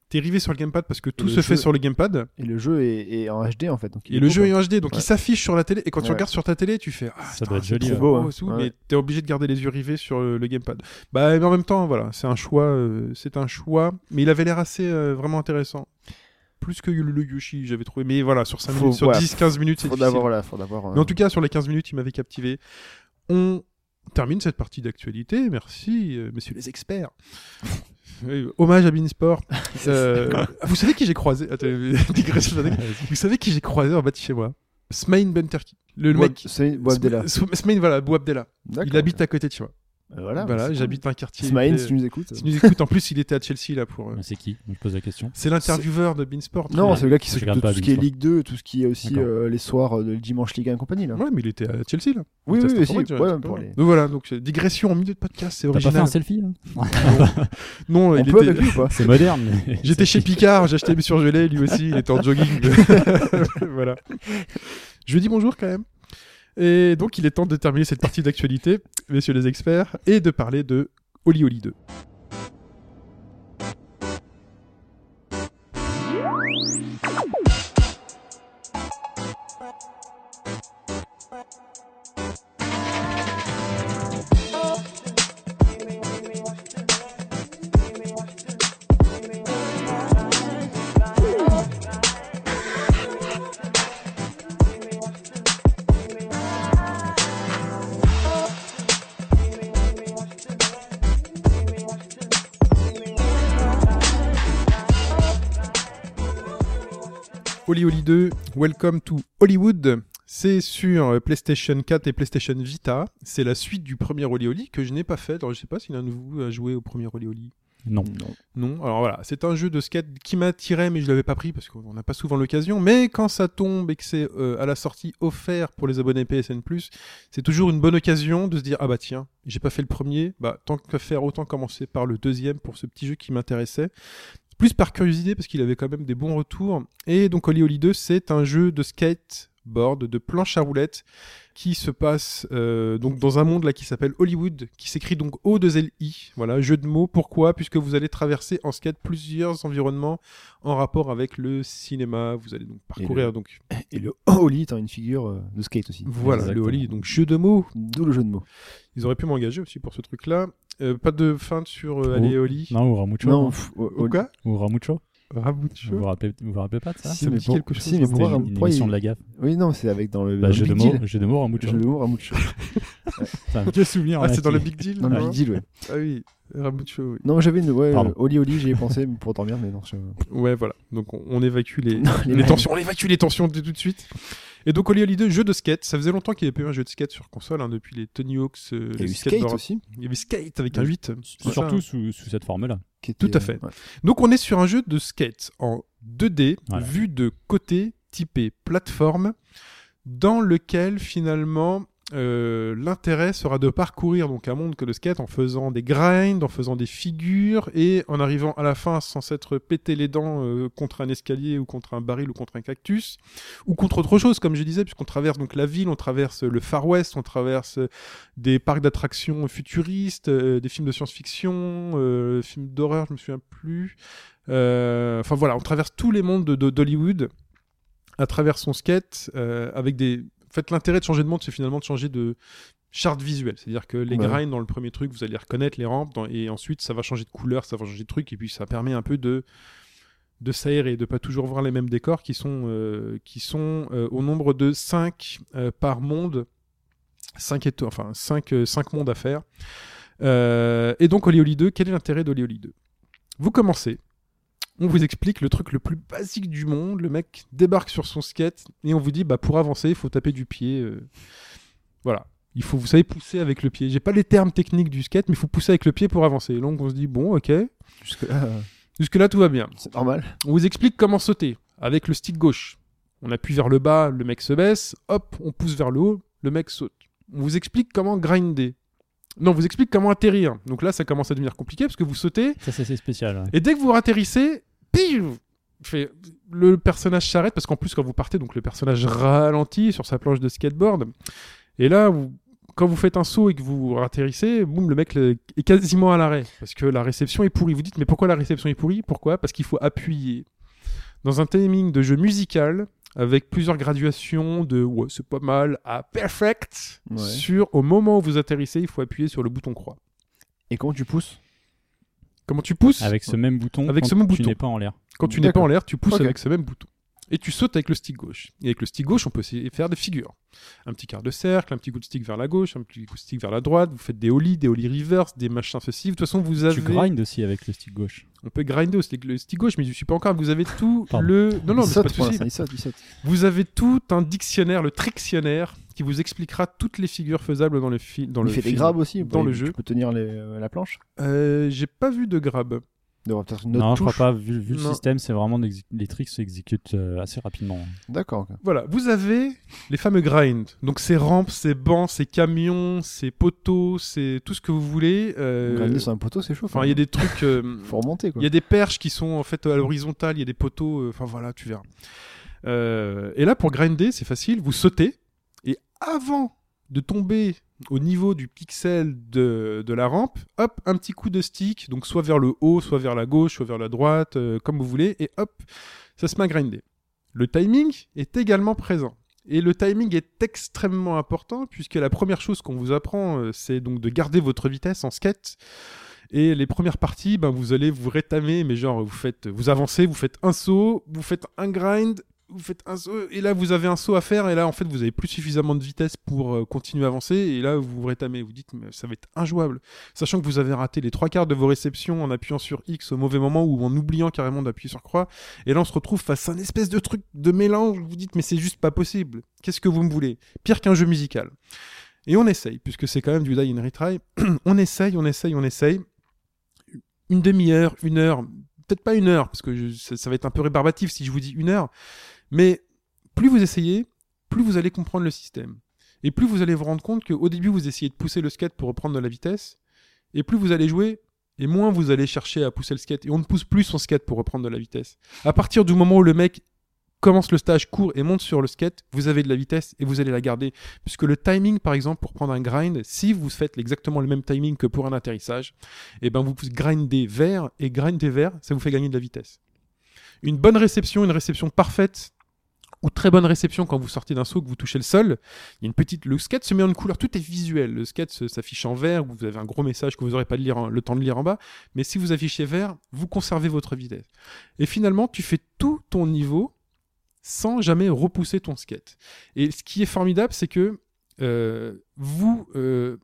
S2: t'es rivé sur le gamepad parce que tout
S4: le
S2: se fait
S4: jeu-
S2: sur le gamepad
S4: Et le jeu est, est en HD en fait. Donc il
S2: et
S4: est
S2: le
S4: beau,
S2: jeu
S4: quoi.
S2: est en HD, donc
S4: Ouais.
S2: il s'affiche sur la télé. Et quand tu
S4: Ouais.
S2: regardes sur ta télé, tu fais ah,
S3: Ça
S2: putain,
S3: doit être
S2: c'est
S3: joli,
S2: trop
S4: ouais.
S2: beau,
S4: Ouais.
S2: et tout,
S4: Ouais.
S2: mais t'es obligé de garder les yeux rivés sur euh, le gamepad. Bah, mais en même temps, voilà, c'est un choix, euh, c'est un choix, mais il avait l'air assez euh, vraiment intéressant. Plus que le Yoshi, j'avais trouvé. Mais voilà, sur 5
S4: Faut-
S2: minutes, sur
S4: ouais.
S2: 10-15 minutes, c'est
S4: Faut
S2: difficile.
S4: d'avoir voilà, faut d'avoir. euh,
S2: Mais en tout cas, sur les 15 minutes, il m'avait captivé. On termine cette partie d'actualité. Merci, euh, messieurs les experts. Euh, Hommage à Beansport. Euh, vous savez qui j'ai croisé Attends, euh, digression de l'année. Vous savez qui j'ai croisé en bas de chez moi Smain Benterki. Le
S4: Boab-
S2: mec.
S4: c'est Boabdella.
S2: Sm- Smain, voilà, Bouabdella.
S4: D'accord.
S2: Il habite à côté de chez moi.
S4: Euh, voilà.
S2: voilà,
S4: c'est
S2: j'habite un quartier.
S4: cool. Smaïn,
S2: il
S4: si
S2: était-
S4: tu nous écoutes.
S2: si tu nous écoutes, en plus, il était à Chelsea là pour. euh,
S3: Mais C'est qui Je pose la question.
S2: C'est l'intervieweur de Beansport.
S4: Non,
S3: Ouais.
S4: c'est le gars qui
S3: Je
S4: s'occupe de
S3: regarde
S4: tout
S3: pas,
S4: ce qui est
S3: Beansport.
S4: Ligue 2, tout ce qui est aussi
S3: D'accord.
S4: euh, les soirs euh, de dimanche Ligue 1 et compagnie. Là.
S2: Ouais, mais il était à Chelsea là.
S4: Oui,
S2: Il
S4: oui,
S2: était à
S4: oui,
S2: Stamford
S4: si,
S2: Bridge,
S4: ouais,
S2: ouais,
S4: pour
S2: ouais.
S4: les-
S2: Donc voilà, donc euh, digression au milieu de podcast, c'est
S3: T'as pas fait
S2: original.
S3: un selfie là
S2: Non,
S4: On
S2: il
S4: peut
S2: était-
S4: avec lui ou pas
S3: C'est moderne. mais-
S2: J'étais chez Picard, j'achetais mes surgelés, lui aussi, il était en jogging. de- voilà. Je lui dis bonjour quand même. Et donc, il est temps de terminer cette partie d'actualité, messieurs les experts, et de parler de Oli Oli 2. Oli Oli 2, Welcome to Hollywood. C'est sur euh, PlayStation 4 et PlayStation Vita. C'est la suite du premier Oli Oli que je n'ai pas fait. Alors, je sais pas si l'un de vous a joué au premier Oli Oli.
S3: Non.
S2: Non, alors voilà, c'est un jeu de skate qui m'attirait, mais je l'avais pas pris parce qu'on n'a pas souvent l'occasion. Mais quand ça tombe et que c'est euh, à la sortie offert pour les abonnés PSN, c'est toujours une bonne occasion de se dire Ah bah tiens, j'ai pas fait le premier, bah tant que faire, autant commencer par le deuxième pour ce petit jeu qui m'intéressait. Plus par curiosité parce qu'il avait quand même des bons retours. Et donc Oli Oli 2, c'est un jeu de skateboard, de planche à roulettes qui se passe euh, donc dans un monde là qui s'appelle Hollywood, qui s'écrit donc O2LI. Voilà, jeu de mots. Pourquoi Puisque vous allez traverser en skate plusieurs environnements en rapport avec le cinéma. Vous allez donc parcourir donc
S4: Et le Holly étant une figure euh, de skate aussi.
S2: voilà
S3: Exactement.
S2: le Holly, donc jeu de mots.
S4: D'où le jeu de mots.
S2: Ils auraient pu m'engager aussi pour ce truc-là. Euh, pas de feinte sur euh,
S3: Oh.
S2: aller Holly.
S3: Non, Ouvra Mucho.
S4: Non, pff, o-
S2: Ou
S4: Oli-
S2: quoi
S3: Ouvra Mucho.
S2: Raboutcho.
S3: Vous vous rappelez, vous vous rappelez pas de ça
S4: Si,
S2: me
S4: mais
S2: dit
S4: pour-
S2: quelque chose.
S4: si, mais
S3: C'était
S4: pourquoi-
S3: une, une
S4: pourquoi
S3: émission
S4: il-
S3: de la gaffe.
S4: Oui, non, c'est avec dans le dans
S3: Bah,
S4: le
S3: jeu, de
S4: Big
S3: mots,
S4: Deal.
S3: jeu de mots, Ouvra Mucho.
S4: Jeu de mots, Ramucho.
S3: Enfin, vieux souvenir.
S2: Ah,
S3: là,
S2: c'est dans
S3: qui-
S2: le Big Deal
S4: Non, le
S2: non
S4: Big Deal, ouais.
S2: Ah oui, Raboutcho, oui.
S4: Non, j'avais une. Ouais,
S3: Pardon.
S4: euh, Oli Oli, j'y ai pensé pour dormir, mais non. je-
S2: Ouais, voilà. Donc on, on évacue les,
S4: Non, les
S2: les
S4: vannes.
S2: tensions. On évacue les tensions de- tout de suite. Et donc Oli Oli 2, jeu de skate. Ça faisait longtemps qu'il n'y avait pas eu un jeu de skate sur console, hein, depuis les Tony Hawk's. euh,
S4: Il y a
S2: les
S4: eu Skate
S2: skateboards.
S4: aussi.
S2: Il y avait skate avec un
S4: Oui.
S2: 8.
S3: C'est Surtout sous, sous cette forme-là.
S4: qui
S2: Tout
S4: était- euh,
S2: à fait.
S4: ouais.
S2: Donc on est sur un jeu de skate en 2D,
S3: Voilà.
S2: vu de côté, typé plateforme, dans lequel finalement euh, l'intérêt sera de parcourir donc un monde que le skate en faisant des grinds, en faisant des figures et en arrivant à la fin sans s'être pété les dents euh, contre un escalier ou contre un baril ou contre un cactus ou contre autre chose comme je disais puisqu'on traverse donc la ville, on traverse le Far West, on traverse des parcs d'attractions futuristes, euh, des films de science-fiction, euh, films d'horreur, je me souviens plus. Euh, Enfin voilà, on traverse tous les mondes de- de- d'Hollywood à travers son skate euh, avec des. En fait, l'intérêt de changer de monde, c'est finalement de changer de charte visuelle. C'est-à-dire que les
S4: Ouais.
S2: grinds dans le premier truc, vous allez reconnaître les rampes dans- et ensuite ça va changer de couleur, ça va changer de truc et puis ça permet un peu de de s'aérer, de pas toujours voir les mêmes décors qui sont euh, qui sont euh, au nombre de 5 par monde 5 enfin 5 mondes à faire. Euh, et donc Oli Oli 2, quel est l'intérêt d'Oli Oli 2 Vous commencez, on vous explique le truc le plus basique du monde, le mec débarque sur son skate et on vous dit bah pour avancer, il faut taper du pied euh, voilà. Il faut, vous savez, pousser avec le pied. J'ai pas les termes techniques du skate, mais il faut pousser avec le pied pour avancer. Et donc on se dit, bon, ok.
S4: Jusque-là, euh,
S2: Jusque-là, tout va bien.
S4: c'est normal.
S2: On vous explique comment sauter avec le stick gauche. On appuie vers le bas, le mec se baisse, hop, on pousse vers le haut, le mec saute. On vous explique comment grinder. Non, on vous explique comment atterrir. Donc là, ça commence à devenir compliqué parce que vous sautez
S3: Ça, c'est assez spécial. ouais.
S2: et dès que vous ratterrissez, pif fait, le personnage s'arrête parce qu'en plus quand vous partez, donc le personnage ralentit sur sa planche de skateboard. Et là, vous- quand vous faites un saut et que vous ratterrissez, boum, le mec le- est quasiment à l'arrêt parce que la réception est pourrie. Vous dites mais pourquoi la réception est pourrie Pourquoi Parce qu'il faut appuyer dans un timing de jeu musical avec plusieurs graduations de ouais, c'est pas mal à perfect
S4: Ouais.
S2: sur au moment où vous atterrissez, il faut appuyer sur le bouton croix.
S4: Et comment tu pousses
S2: Comment tu pousses
S3: Avec ce même bouton.
S2: Avec
S3: quand
S2: ce même
S3: tu
S2: bouton.
S3: n'es pas en l'air.
S2: Quand tu n'es pas
S4: D'accord.
S2: en l'air, tu pousses
S4: Ok.
S2: avec ce même bouton. et tu sautes avec le stick gauche. Et avec le stick gauche, on peut essayer de faire des figures. Un petit quart de cercle, un petit coup de stick vers la gauche, un petit coup de stick vers la droite, vous faites des ollies, des ollies reverse, des machins ceci. De toute façon, vous avez...
S3: Tu grindes aussi avec le stick gauche.
S2: On peut grinder aussi avec le stick gauche, mais je suis pas encore... Vous avez tout
S3: Pardon.
S2: le... Non, non,
S4: il
S2: mais c'est pas
S4: saute
S2: de
S4: pour
S2: souci.
S4: l'instant, il saute, il saute.
S2: Vous avez tout un dictionnaire, le trictionnaire, qui vous expliquera toutes les figures faisables dans le, fi- dans le
S4: il fait des
S2: film.
S4: grabs aussi ou pas
S2: dans le
S4: Il-
S2: jeu.
S4: Tu peux tenir les- euh, la planche
S2: Euh, J'ai pas vu de grab.
S4: Il devrait peut-être une autre
S3: Non, je
S4: touche.
S3: crois pas. Vu, vu le
S2: Non.
S3: système, c'est vraiment d'exé- les tricks s'exécutent euh, assez rapidement.
S4: D'accord. ok.
S2: Voilà, vous avez les fameux grinds. Donc ces rampes, ces bancs, ces camions, ces poteaux, c'est tout ce que vous voulez. euh,
S4: Grinder sur un poteau, c'est chaud.
S2: Enfin, il y a des trucs. euh,
S4: Faut remonter quoi.
S2: Il y a des perches qui sont en fait à l'horizontale, il y a des poteaux, euh, enfin voilà, tu verras. Euh, et là, pour grinder, c'est facile, vous sautez, et avant de tomber au niveau du pixel de, de la rampe, hop, un petit coup de stick, donc soit vers le haut, soit vers la gauche, soit vers la droite, euh, comme vous voulez, et hop, ça se met à grinder. Le timing est également présent. Et le timing est extrêmement important puisque la première chose qu'on vous apprend, euh, c'est donc de garder votre vitesse en skate. Et les premières parties, ben, vous allez vous rétamer, mais genre, vous faites, vous avancez, vous faites un saut, vous faites un grind, vous faites un saut, et là, vous avez un saut à faire, et là, en fait, vous avez plus suffisamment de vitesse pour euh, continuer à avancer, et là, vous vous rétamez, vous dites, mais ça va être injouable. Sachant que vous avez raté les trois quarts de vos réceptions en appuyant sur X au mauvais moment ou en oubliant carrément d'appuyer sur croix, et là, on se retrouve face à un espèce de truc de mélange, où vous dites, mais c'est juste pas possible. Qu'est-ce que vous me voulez? Pire qu'un jeu musical. Et on essaye, puisque c'est quand même du die and retry. on essaye, on essaye, on essaye une demi-heure, une heure, peut-être pas une heure, parce que je- ça, ça va être un peu rébarbatif si je vous dis une heure, mais plus vous essayez, plus vous allez comprendre le système. Et plus vous allez vous rendre compte qu'au début, vous essayez de pousser le skate pour reprendre de la vitesse, et plus vous allez jouer, et moins vous allez chercher à pousser le skate, et on ne pousse plus son skate pour reprendre de la vitesse. À partir du moment où le mec commence le stage, court et monte sur le skate, vous avez de la vitesse et vous allez la garder. Puisque le timing, par exemple, pour prendre un grind, si vous faites exactement le même timing que pour un atterrissage, et ben vous grindez vert et grindez vert, ça vous fait gagner de la vitesse. Une bonne réception, une réception parfaite ou très bonne réception quand vous sortez d'un saut que vous touchez le sol, il y a une petite le skate se met en une couleur, tout est visuel. Le skate se- s'affiche en vert, vous avez un gros message que vous n'aurez pas de lire en- le temps de lire en bas, mais si vous affichez vert, vous conservez votre vitesse. Et finalement, tu fais tout ton niveau sans jamais repousser ton skate. Et ce qui est formidable, c'est que euh, vous euh,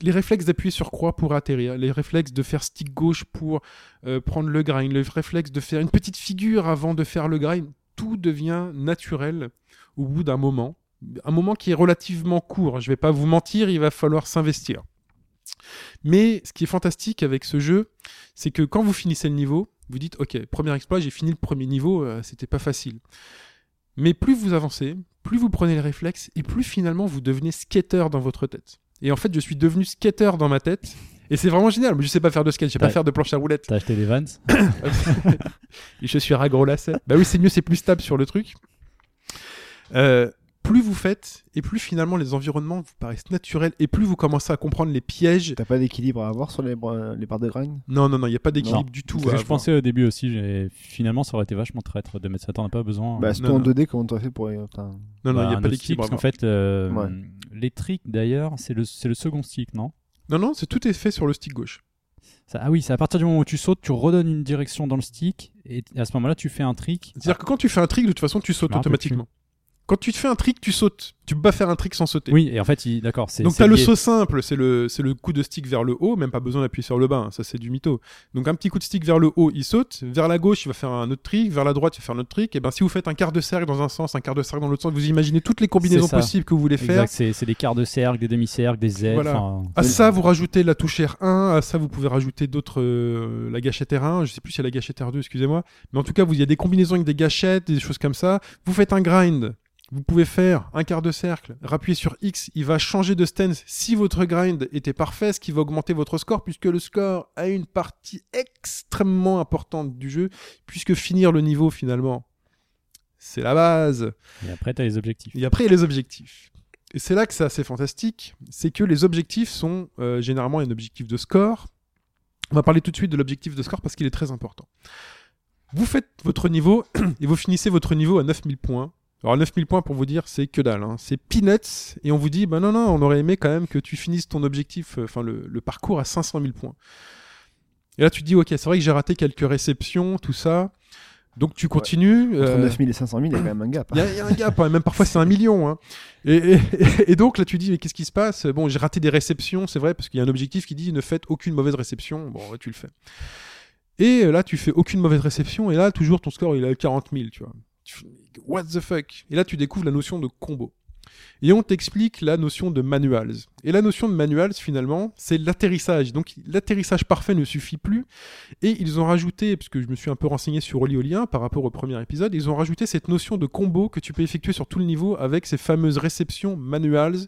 S2: les réflexes d'appuyer sur croix pour atterrir, les réflexes de faire stick gauche pour euh, prendre le grind, le réflexe de faire une petite figure avant de faire le grind, tout devient naturel au bout d'un moment. Un moment qui est relativement court, je vais pas vous mentir, il va falloir s'investir. Mais ce qui est fantastique avec ce jeu, c'est que quand vous finissez le niveau, vous dites OK, premier exploit, j'ai fini le premier niveau, euh, c'était pas facile. Mais plus vous avancez, plus vous prenez les réflexes et plus finalement vous devenez skater dans votre tête. Et en fait, je suis devenu skater dans ma tête. Et c'est vraiment génial. Je sais pas faire de skate, je sais pas
S3: Ouais.
S2: faire de planche à roulettes.
S3: T'as acheté des vans
S2: Et je suis un gros lacet. Bah oui, c'est mieux, c'est plus stable sur le truc. Euh, plus vous faites, et plus finalement les environnements vous paraissent naturels, et plus vous commencez à comprendre les pièges.
S4: T'as pas d'équilibre à avoir sur les, bras- les barres de grind
S2: Non, non, non, il n'y a pas d'équilibre
S3: Non.
S2: du tout.
S3: Parce
S2: à
S3: que je
S2: avoir.
S3: pensais au début aussi. j'ai- Finalement, ça aurait été vachement traître de mettre ça. T'en as pas besoin. hein.
S4: Bah, surtout
S2: non,
S4: en
S2: non.
S4: 2D, comment t'aurais fait pour. euh, putain.
S2: Non, non, il
S3: Bah,
S2: n'y
S3: un
S2: a pas
S3: autre stick,
S2: d'équilibre. à
S3: Parce qu'en
S2: avoir.
S3: fait, euh,
S4: Ouais.
S3: les tricks d'ailleurs, c'est le, c'est le second stick, non
S2: Non, non, c'est tout est fait sur le stick gauche.
S3: Ça- Ah oui, c'est à partir du moment où tu sautes, tu redonnes une direction dans le stick, et t- à ce moment-là, tu fais un trick.
S2: C'est-à-dire que quand tu fais un trick, de toute façon, tu sautes
S3: Ah. me rappelle
S2: automatiquement. Quand tu te fais un trick, tu sautes. Tu peux pas faire un trick sans sauter.
S3: Oui, et en fait, il- d'accord, c'est.
S2: Donc
S3: c'est
S2: t'as le
S3: lié.
S2: saut simple, c'est le c'est le coup de stick vers le haut, même pas besoin d'appuyer sur le bas, hein, ça c'est du mytho. Donc un petit coup de stick vers le haut, il saute, vers la gauche il va faire un autre trick, vers la droite il va faire un autre trick. Et ben si vous faites un quart de cercle dans un sens, un quart de cercle dans l'autre sens, vous imaginez toutes les combinaisons
S3: C'est ça.
S2: possibles que vous voulez faire.
S3: Exact, c'est c'est des quarts de cercle, des demi-cercles, des Z.
S2: Voilà.
S3: enfin,
S2: À ça vous rajoutez la touche R1, à ça vous pouvez rajouter d'autres euh, la gâchette R1, je sais plus si c'est la gâchette R2, excusez-moi, mais en tout cas vous il y a des combinaisons avec des gâchettes, des choses comme ça. Vous faites un grind. Vous pouvez faire un quart de cercle, rappuyer sur X, il va changer de stance si votre grind était parfait, ce qui va augmenter votre score, puisque le score a une partie extrêmement importante du jeu, puisque finir le niveau finalement, c'est la base.
S3: Et après, t'as les objectifs.
S2: Et après, il y a les objectifs. Et c'est là que c'est assez fantastique, c'est que les objectifs sont euh, généralement un objectif de score. On va parler tout de suite de l'objectif de score parce qu'il est très important. Vous faites votre niveau et vous finissez votre niveau à 9000 points. Alors 9000 points pour vous dire c'est que dalle, hein. c'est peanuts et on vous dit ben non non on aurait aimé quand même que tu finisses ton objectif, euh, enfin le, le parcours à 500 000 points. Et là tu te dis ok c'est vrai que j'ai raté quelques réceptions tout ça, Donc tu continues.
S4: Entre
S2: euh,
S4: 9000 et 500 000, il y a quand même un gap.
S2: Il y, a- il y a un gap, hein, même parfois c'est un million. hein. Et, et- et donc là tu dis, mais qu'est-ce qui se passe Bon, j'ai raté des réceptions, c'est vrai, parce qu'il y a un objectif qui dit ne faites aucune mauvaise réception. Bon, ouais, tu le fais. Et euh, là tu fais aucune mauvaise réception, et là toujours ton score il est à 40 000, tu vois. Tu fais, What the fuck Et là tu découvres la notion de combo. Et on t'explique la notion de manuals. Et la notion de manuals, finalement, c'est l'atterrissage. Donc l'atterrissage parfait ne suffit plus. Et ils ont rajouté, parce que je me suis un peu renseigné sur Oli Olien par rapport au premier épisode, ils ont rajouté cette notion de combo que tu peux effectuer sur tout le niveau avec ces fameuses réceptions manuals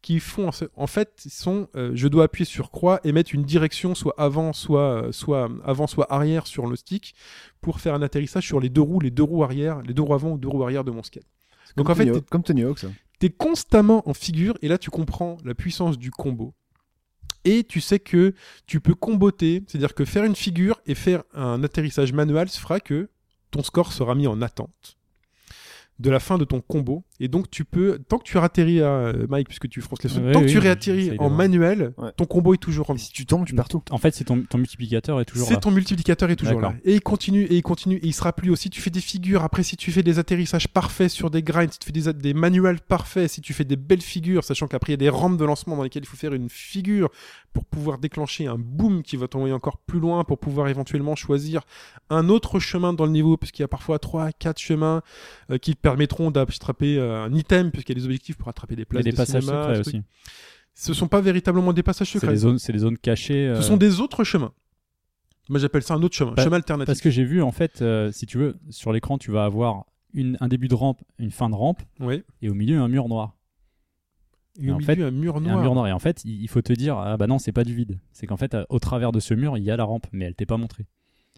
S2: qui font en fait- en fait sont euh, je dois appuyer sur croix et mettre une direction soit avant soit euh, soit avant soit arrière sur le stick pour faire un atterrissage sur les deux roues, les deux roues arrière, les deux roues avant ou deux roues arrière de mon skate. Donc en fait, t'es-
S4: comme Tony Hawk, ça.
S2: t'es constamment en figure et là tu comprends la puissance du combo. Et tu sais que tu peux comboter, c'est-à-dire que faire une figure et faire un atterrissage manuel se fera que ton score sera mis en attente de la fin de ton combo. Et donc tu peux, tant que tu atterris à euh, Mike, puisque tu fronces les sauts,
S3: Ouais,
S2: tant
S3: oui,
S2: que tu
S3: oui,
S2: réatterris
S3: j'essaye de
S2: en
S3: voir.
S2: manuel,
S4: Ouais.
S2: ton combo est toujours en
S4: Et si tu tombes, tu pars tout.
S3: En fait, c'est ton, ton multiplicateur est toujours
S2: c'est
S3: là.
S2: ton multiplicateur est toujours là.
S3: D'accord.
S2: Et il continue, et il continue, et il sera plus aussi. Tu fais des figures, après si tu fais des atterrissages parfaits sur des grinds, si tu fais des, des manuels parfaits, si tu fais des belles figures, sachant qu'après il y a des rampes de lancement dans lesquelles il faut faire une figure pour pouvoir déclencher un boom qui va t'envoyer encore plus loin, pour pouvoir éventuellement choisir un autre chemin dans le niveau, puisqu'il y a parfois 3 quatre chemins euh, qui te permettront d'attraper euh, un item, puisqu'il y a des objectifs pour attraper des
S3: Il y a
S2: places
S3: des
S2: de
S3: passages
S2: cinéma,
S3: secrets
S2: ce truc.
S3: aussi.
S2: Ce sont pas véritablement des passages
S3: C'est
S2: secrets.
S3: des zones, c'est des zones cachées. euh,
S2: Ce sont des autres chemins. Moi, j'appelle ça un autre chemin, un
S3: Pas-
S2: chemin alternatif.
S3: Parce que j'ai vu en fait, euh, si tu veux, sur l'écran, tu vas avoir une, un début de rampe, une fin de rampe,
S2: Oui.
S3: et au milieu un mur noir.
S2: Et
S3: Et
S2: au
S3: en
S2: milieu,
S3: fait,
S2: un mur
S3: Et
S2: noir.
S3: un mur noir. Et en fait, il il faut te dire, ah bah non, c'est pas du vide. C'est qu'en fait, euh, au travers de ce mur, il y a la rampe, mais elle t'est pas montrée.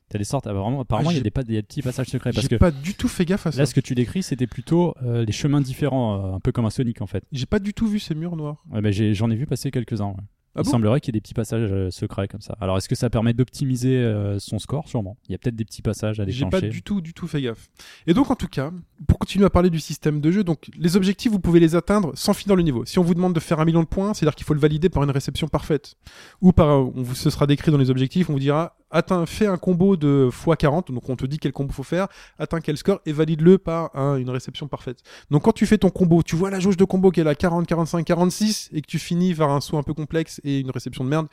S3: T'as des sortes, ah bah vraiment, apparemment,
S2: Ah,
S3: il y
S2: j'ai-
S3: a des, pas- des petits passages secrets. Parce
S2: J'ai
S3: que
S2: pas du tout fait gaffe à ça.
S3: là, ce que tu décris, c'était plutôt euh, des chemins différents, euh, un peu comme un Sonic en fait.
S2: J'ai pas du tout vu ces murs noirs.
S3: Ouais, bah, j'ai- J'en ai, vu passer quelques-uns. ouais.
S2: Ah
S3: il
S2: bon
S3: semblerait qu'il y ait des petits passages euh, secrets comme ça. Alors, est-ce que ça permet d'optimiser euh, son score Sûrement. Il y a peut-être des petits passages à
S2: J'ai
S3: déclencher.
S2: pas du tout, du tout fait gaffe. Et donc, en tout cas, pour continuer à parler du système de jeu, donc les objectifs, vous pouvez les atteindre sans finir le niveau. Si on vous demande de faire un million de points, c'est-à-dire qu'il faut le valider par une réception parfaite. Ou par, on vous, ce sera décrit dans les objectifs, on vous dira, atteins, fais un combo de x40, donc on te dit quel combo faut faire, atteins quel score et valide-le par un- une réception parfaite. Donc quand tu fais ton combo, tu vois la jauge de combo qui est là, 40, 45, 46, et que tu finis par un saut un peu complexe et une réception de merde,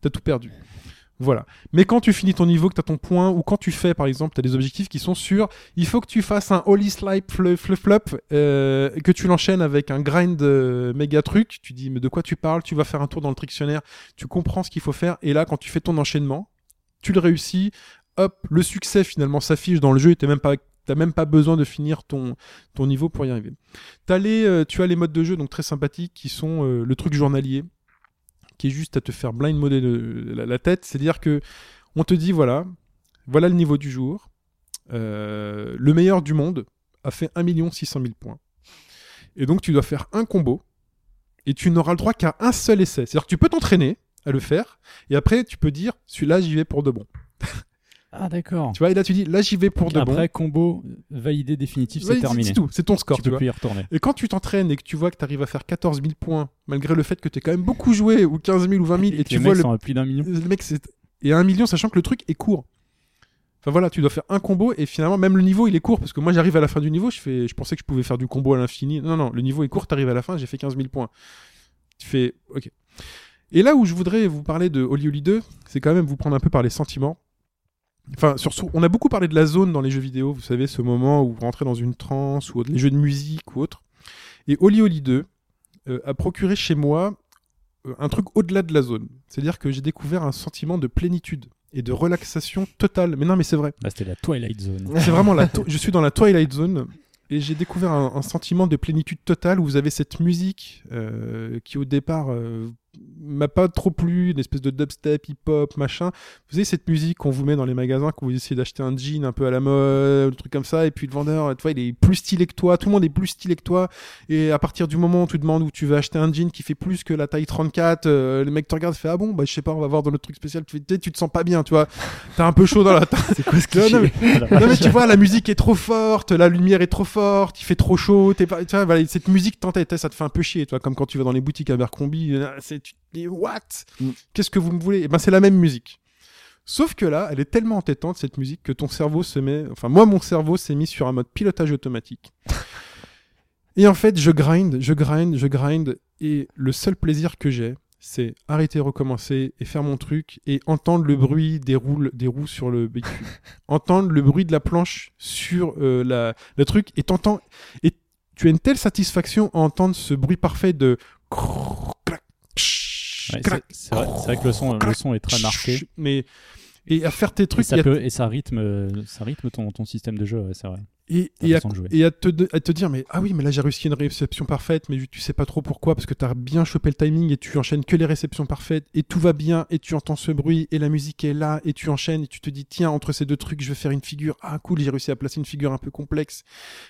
S2: t'as tout perdu. Voilà. Mais quand tu finis ton niveau, que t'as ton point, ou quand tu fais, par exemple, t'as des objectifs qui sont sur, il faut que tu fasses un holy slide flop, flop, euh, que tu l'enchaînes avec un grind euh, méga truc, tu dis, mais de quoi tu parles, tu vas faire un tour dans le trictionnaire, tu comprends ce qu'il faut faire, et là, quand tu fais ton enchaînement, tu le réussis, hop, le succès finalement s'affiche dans le jeu, et t'es même pas, t'as même pas besoin de finir ton, ton niveau pour y arriver. T'as les, euh, tu as les modes de jeu, donc très sympathiques, qui sont euh, le truc journalier, qui est juste à te faire blind modder le- la, la tête. C'est-à-dire que on te dit voilà, voilà le niveau du jour. Euh, le meilleur du monde a fait 1 600 000 points. Et donc tu dois faire un combo et tu n'auras le droit qu'à un seul essai. C'est-à-dire que tu peux t'entraîner à le faire et après tu peux dire celui-là j'y vais pour de bon.
S3: Ah, d'accord.
S2: Tu vois, et là tu dis là j'y vais pour de
S3: Après,
S2: bon.
S3: combo euh, validé définitif,
S2: Ouais,
S3: c'est terminé.
S2: tout, c'est ton score.
S3: tu
S2: tu
S3: peux
S2: vois.
S3: plus y retourner.
S2: Et quand tu t'entraînes et que tu vois que tu arrives à faire 14 000 points, malgré le fait que tu quand même beaucoup joué, ou 15 000 ou 20 000, et,
S3: que
S2: tu
S3: les
S2: vois
S3: mecs
S2: le
S3: sont à plus d'un million.
S2: Le mec, c'est. Et un million, sachant que le truc est court. Enfin voilà, tu dois faire un combo et finalement, même le niveau, il est court parce que moi, j'arrive à la fin du niveau, je, fais... je pensais que je pouvais faire du combo à l'infini. Non, non, le niveau est court, t'arrives à la fin, j'ai fait 15 000 points. Tu fais. Ok. Et là où je voudrais vous parler de Holy Holy 2, c'est quand même vous prendre un peu par les sentiments. Enfin, sur, sur- on a beaucoup parlé de la zone dans les jeux vidéo, vous savez, ce moment où vous rentrez dans une transe ou autre- les jeux de musique ou autre. Et Holy Holy 2 euh, a procuré chez moi euh, un truc au-delà de la zone. C'est-à-dire que j'ai découvert un sentiment de plénitude et de relaxation totale. Mais non, mais c'est vrai.
S3: Là, Ah, c'était la Twilight Zone.
S2: C'est vraiment la. to- Je suis dans la Twilight Zone et j'ai découvert un, un sentiment de plénitude totale où vous avez cette musique euh, qui au départ euh, m'a pas trop plu, une espèce de dubstep, hip-hop, machin. Vous avez cette musique qu'on vous met dans les magasins quand vous essayez d'acheter un jean un peu à la mode, le truc comme ça, et puis le vendeur, tu vois, il est plus stylé que toi, tout le monde est plus stylé que toi, et à partir du moment où tu demandes où tu veux acheter un jean qui fait plus que la taille 34, euh, le mec te regarde, fait ah bon, bah je sais pas, on va voir dans notre truc spécial, tu, fais, tu sais, tu te sens pas bien, tu vois, t'as un peu chaud dans la
S4: C'est quoi ce
S2: Non, non,
S4: cliché
S2: non mais tu vois, la musique est trop forte, la lumière est trop forte, il fait trop chaud, t'es pas, tu vois, voilà, cette musique t'entête, ça te fait un peu chier, toi, comme quand tu vas dans les boutiques à Abercrombie, euh, c'est, tu te dis, what?
S4: Mm.
S2: Eh Qu'est-ce que vous me voulez? Et ben, c'est la même musique. Sauf que là, elle est tellement entêtante cette musique que ton cerveau se met, enfin moi mon cerveau s'est mis sur un mode pilotage automatique. Et en fait, je grind, je grind, je grind et le seul plaisir que j'ai, c'est arrêter, recommencer et faire mon truc et entendre le bruit des roues, des roues sur le véhicule, entendre le bruit de la planche sur euh, la, le truc et t'entends et tu as une telle satisfaction à entendre ce bruit parfait de crrrr, clac, chut,
S3: Ouais, c'est-
S2: clac,
S3: c'est vrai, c'est vrai que le son, le son est très marqué.
S2: chut, mais et à faire tes
S3: Et
S2: trucs
S3: ça,
S2: et à-
S3: peut- et ça rythme, euh, ça rythme ton, ton système de jeu, ouais, c'est vrai.
S2: et,
S3: ta
S2: et à,
S3: façon de jouer.
S2: et à te, de- à te dire mais ah oui mais là j'ai réussi une réception parfaite mais tu sais pas trop pourquoi parce que t'as bien chopé le timing et tu enchaînes que les réceptions parfaites et tout va bien et tu entends ce bruit et la musique est là et tu enchaînes et tu te dis tiens entre ces deux trucs je vais faire une figure ah cool j'ai réussi à placer une figure un peu complexe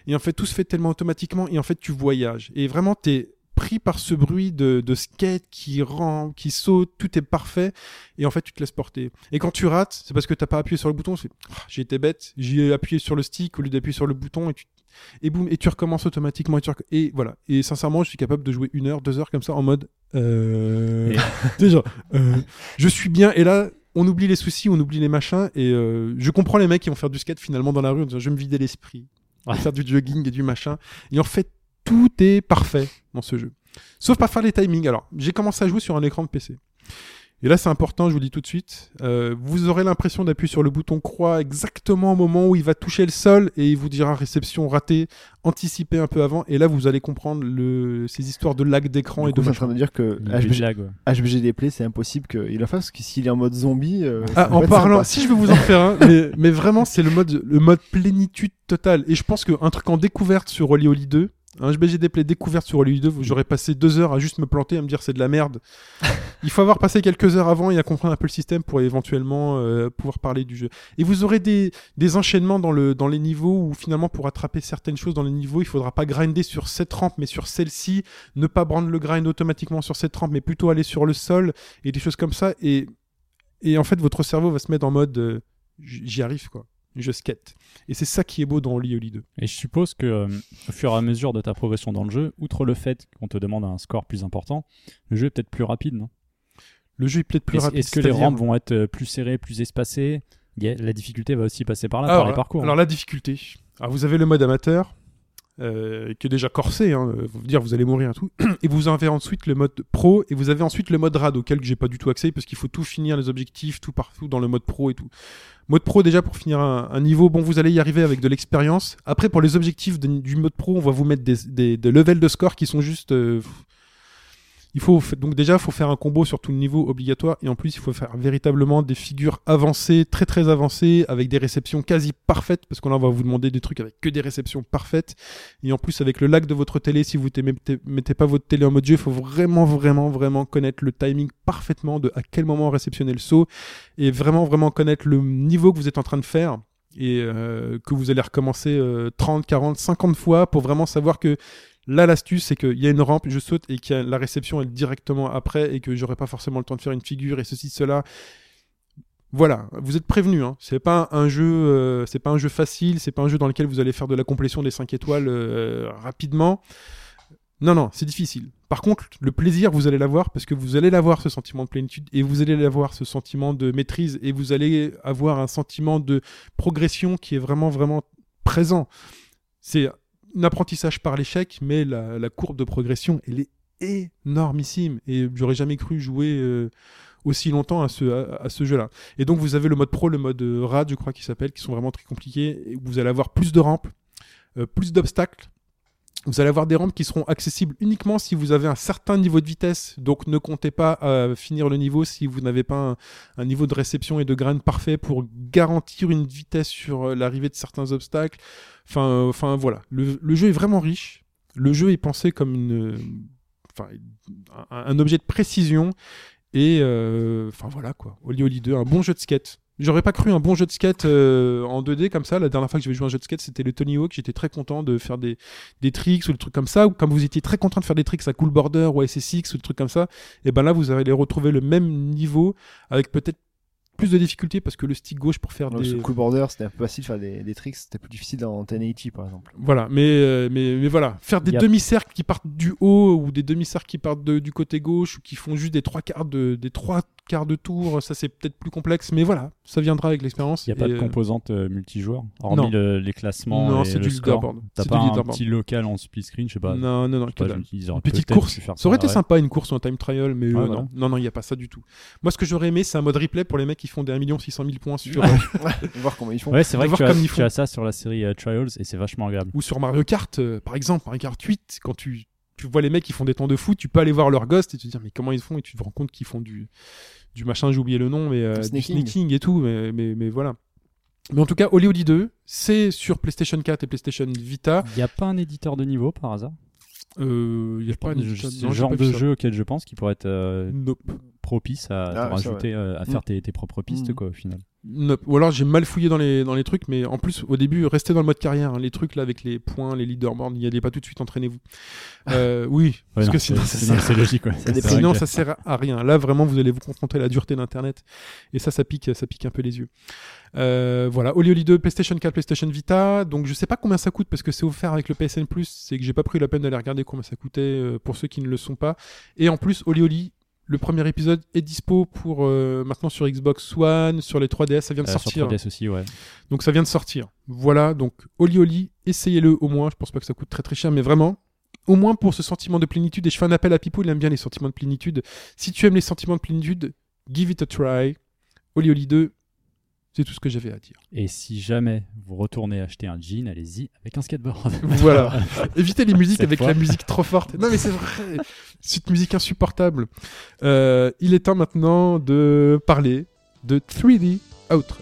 S2: et en fait tout se fait tellement automatiquement et en fait tu voyages et vraiment t'es pris par ce bruit de, de skate qui rampe, qui saute, tout est parfait et en fait tu te laisses porter. Et quand tu rates, c'est parce que t'as pas appuyé sur le bouton, c'est Ah, j'ai été bête, j'ai appuyé sur le stick au lieu d'appuyer sur le bouton et tu et boum et tu recommences automatiquement et, tu rec- et voilà. Et sincèrement, je suis capable de jouer une heure, deux heures comme ça en mode euh...
S3: Et-
S2: tu sais, genre, euh, je suis bien et là on oublie les soucis, on oublie les machins et euh, je comprends les mecs qui vont faire du skate finalement dans la rue en disant je vais me vider l'esprit, je vais
S3: Ouais.
S2: faire du jogging et du machin. Et en fait tout est parfait dans ce jeu. Sauf pas faire les timings. Alors, j'ai commencé à jouer sur un écran de PC. Et là, c'est important, je vous le dis tout de suite. Euh, vous aurez l'impression d'appuyer sur le bouton croix exactement au moment où il va toucher le sol et il vous dira réception ratée, anticipée un peu avant. Et là, vous allez comprendre le... ces histoires de lag d'écran et euh,
S4: Du coup,
S2: de
S4: je suis en
S2: machin.
S4: train de dire que
S3: Il y a du
S4: HBG,
S3: lag, ouais.
S4: HBG Dplay, c'est impossible qu'il le fasse, parce que s'il est en mode zombie. euh, ça
S2: Ah,
S4: va
S2: en
S4: pas être
S2: parlant,
S4: sympa.
S2: si je vais vous en faire un, mais, mais vraiment, c'est le mode, le mode plénitude totale. Et je pense qu'un truc en découverte sur Oli Oli 2, un HBG Play découverte sur Oli Oli 2, j'aurais passé deux heures à juste me planter, à me dire c'est de la merde. Il faut avoir passé quelques heures avant et à comprendre un peu le système pour éventuellement euh, pouvoir parler du jeu. Et vous aurez des, des enchaînements dans, le, dans les niveaux où finalement pour attraper certaines choses dans les niveaux, il faudra pas grinder sur cette rampe mais sur celle-ci, ne pas prendre le grind automatiquement sur cette rampe mais plutôt aller sur le sol et des choses comme ça. Et, et en fait, votre cerveau va se mettre en mode euh, j- j'y arrive quoi, je skate. Et c'est ça qui est beau dans Oli Oli 2.
S3: Et je suppose que, euh, au fur et à mesure de ta progression dans le jeu, outre le fait qu'on te demande un score plus important, le jeu est peut-être plus rapide, non
S2: Le jeu est peut-être plus
S3: Est-ce-
S2: rapide.
S3: Est-ce que les
S2: c'est-à-dire-
S3: rampes vont être euh, plus serrées, plus espacées Il y a- La difficulté va aussi passer par là, par
S2: alors,
S3: les parcours.
S2: Ah
S3: hein
S2: alors la difficulté. Alors vous avez le mode amateur, euh, qui est déjà corsé, hein, euh, vous dire vous allez mourir et tout. Et vous avez ensuite le mode pro, et vous avez ensuite le mode rad, auquel j'ai pas du tout accès, parce qu'il faut tout finir, les objectifs, tout partout dans le mode pro et tout. Mode pro, déjà pour finir un, un niveau, bon, vous allez y arriver avec de l'expérience. Après, pour les objectifs de- du mode pro, on va vous mettre des, des- des levels de score qui sont juste. euh, pff. il faut f- donc déjà faut faire un combo sur tout le niveau obligatoire et en plus il faut faire véritablement des figures avancées très très avancées avec des réceptions quasi parfaites parce qu'on là on va vous demander des trucs avec que des réceptions parfaites et en plus avec le lag de votre télé si vous ne mettez, mettez pas votre télé en mode jeu il faut vraiment vraiment vraiment connaître le timing parfaitement de à quel moment réceptionner le saut et vraiment vraiment connaître le niveau que vous êtes en train de faire et euh, que vous allez recommencer euh, 30, 40, 50 fois pour vraiment savoir que là l'astuce c'est qu'il y a une rampe, je saute et que la réception elle est directement après et que j'aurai pas forcément le temps de faire une figure et ceci cela. Voilà, vous êtes prévenus. Hein. C'est pas un jeu, euh, c'est pas un jeu facile, c'est pas un jeu dans lequel vous allez faire de la complétion des 5 étoiles euh, rapidement. Non, non, c'est difficile. Par contre, le plaisir, vous allez l'avoir parce que vous allez l'avoir ce sentiment de plénitude et vous allez l'avoir ce sentiment de maîtrise et vous allez avoir un sentiment de progression qui est vraiment, vraiment présent. C'est un apprentissage par l'échec, mais la, la courbe de progression, elle est énormissime et j'aurais jamais cru jouer euh, aussi longtemps à ce, à, à ce jeu-là. Et donc, vous avez le mode pro, le mode euh, rad, je crois qu'il s'appelle, qui sont vraiment très compliqués et où vous allez avoir plus de rampes, euh, plus d'obstacles. Vous allez avoir des rampes qui seront accessibles uniquement si vous avez un certain niveau de vitesse. Donc ne comptez pas à finir le niveau si vous n'avez pas un, un niveau de réception et de graine parfait pour garantir une vitesse sur euh, l'arrivée de certains obstacles. Enfin, euh, enfin voilà. Le, le jeu est vraiment riche. Le jeu est pensé comme une, euh, enfin, un, un objet de précision. Et euh, enfin voilà quoi. Oli Oli 2, un bon jeu de skate. J'aurais pas cru un bon jeu de skate euh, en 2D comme ça. La dernière fois que j'avais joué à un jeu de skate, c'était le Tony Hawk. J'étais très content de faire des, des tricks ou des trucs comme ça. Ou comme vous étiez très content de faire des tricks à Cool eh Border ou à SSX ou des trucs comme ça, et ben là vous allez retrouver le même niveau avec peut-être plus de difficultés parce que le stick gauche pour faire
S4: Donc,
S2: des.
S4: sous Cool Border, c'était un peu facile de faire des, des tricks, c'était plus difficile en 1080 par exemple.
S2: Voilà, mais, euh, mais, mais voilà, faire des
S3: Y a-
S2: demi-cercles qui partent du haut ou des demi-cercles qui partent de- du côté gauche ou qui font juste des trois quarts de, des trois quarts de tour, ça c'est peut-être plus complexe, mais voilà, ça viendra avec l'expérience.
S3: Il n'y a pas
S2: et,
S3: de
S2: euh,
S3: composante euh, multijoueur, hormis
S2: non.
S3: le- les classements.
S2: Non,
S3: et
S2: c'est
S3: le
S2: du
S3: score.
S2: leaderboard.
S3: T'as
S2: C'est
S3: pas
S2: du
S3: un
S2: leaderboard.
S3: petit local en split screen, je sais pas.
S2: Non, non, non,
S3: je
S2: que
S3: sais pas,
S2: dalle.
S3: ils auraient
S2: Une petite
S3: peut-être
S2: course.
S3: pu faire
S2: Ça aurait été
S3: ouais.
S2: sympa une course en time trial, mais euh,
S3: Ouais,
S2: non.
S3: voilà.
S2: non, non, il n'y a pas ça du tout. Moi, ce que j'aurais aimé, c'est un mode replay pour les mecs qui font des 1 600 000 points sur, euh,
S4: voir comment ils font.
S3: Ouais, c'est vrai
S2: hein, De
S3: que tu
S2: voir
S3: as,
S2: comme ils
S3: tu
S2: font.
S3: as ça sur la série euh, Trials et c'est vachement agréable.
S2: ou sur Mario Kart, euh, par exemple, Mario Kart 8, quand tu, tu vois les mecs qui font des temps de fou, tu peux aller voir leur ghost et te dire mais comment ils font et tu te rends compte qu'ils font du, du machin, j'ai oublié le nom, mais euh,
S4: Du
S2: du
S4: sneaking.
S2: sneaking et tout, mais, mais, mais voilà. Mais en tout cas, Oli Oli 2, c'est sur PlayStation 4 et PlayStation Vita.
S3: Il n'y a pas un éditeur de niveau par hasard
S2: Euh, Il y a pas une- non,
S3: C'est
S2: j'ai
S3: le genre
S2: pas vu
S3: de
S2: ça.
S3: jeu auquel je pense qui pourrait être euh,
S2: Nope.
S3: propice à, te
S4: Ah, ça,
S3: rajouter, euh, à faire tes, tes propres pistes,
S4: Mm.
S3: quoi, au final.
S2: Nope. Ou alors j'ai mal fouillé dans les, dans les trucs, mais en plus au début, restez dans le mode carrière. hein. Les trucs là avec les points, les leaderboards, n'y allez pas tout de suite, entraînez-vous. Euh, oui,
S3: Ouais,
S2: parce
S3: non,
S2: que
S3: c'est-
S2: sinon ça
S3: c'est-
S2: sert
S3: non, c'est logique. ouais. C'est
S4: dépend.
S3: vrai
S2: Sinon,
S3: que-
S2: ça sert à rien. Là, vraiment, vous allez vous confronter à la dureté d'Internet. Et ça, ça pique, ça pique un peu les yeux. Euh, voilà. Oli Oli 2, PlayStation 4, PlayStation Vita. Donc, je sais pas combien ça coûte parce que c'est offert avec le PSN Plus. C'est que j'ai pas pris la peine d'aller regarder combien ça coûtait euh, pour ceux qui ne le sont pas. Et en plus, Oli Oli, le premier épisode est dispo pour euh, maintenant sur Xbox One, sur les 3DS. Ça vient de
S3: euh,
S2: sortir.
S3: Sur 3DS aussi, ouais.
S2: Donc ça vient de sortir. Voilà, donc Oli Oli, essayez-le au moins. Je pense pas que ça coûte très très cher, mais vraiment, au moins pour ce sentiment de plénitude. Et je fais un appel à Pipo, il aime bien les sentiments de plénitude. Si tu aimes les sentiments de plénitude, give it a try. Oli Oli 2, c'est tout ce que j'avais à dire.
S3: Et si jamais vous retournez acheter un jean, allez-y avec un skateboard.
S2: Voilà. Évitez les musiques
S3: Cette
S2: avec
S3: fois.
S2: la musique trop forte. Non mais c'est vrai, cette musique insupportable. Euh, il est temps maintenant de parler de 3D Outrun.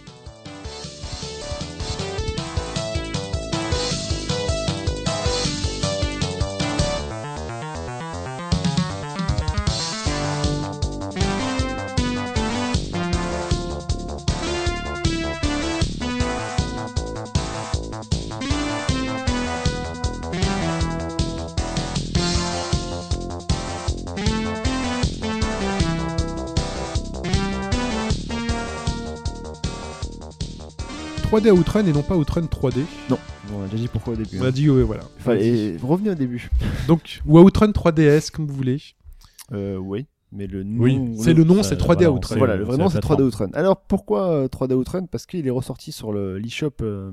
S2: Outrun. 3D Outrun et non pas Outrun 3D.
S4: Bon, on a déjà dit pourquoi au début. hein.
S2: On a dit ouais voilà.
S4: Enfin, et revenez au début.
S2: Donc ou Outrun 3DS comme vous voulez.
S4: Euh, oui, mais le nom.
S3: Oui,
S2: C'est le nom,
S3: Ça,
S2: c'est 3D
S3: voilà, on
S2: Outrun.
S3: sait. euh,
S4: Voilà,
S3: C'est-
S4: le
S3: c'est
S4: vrai
S3: la
S4: nom c'est 3D
S3: plateforme.
S4: Outrun. Alors pourquoi euh, 3D Outrun Parce qu'il est ressorti sur le- l'eShop euh,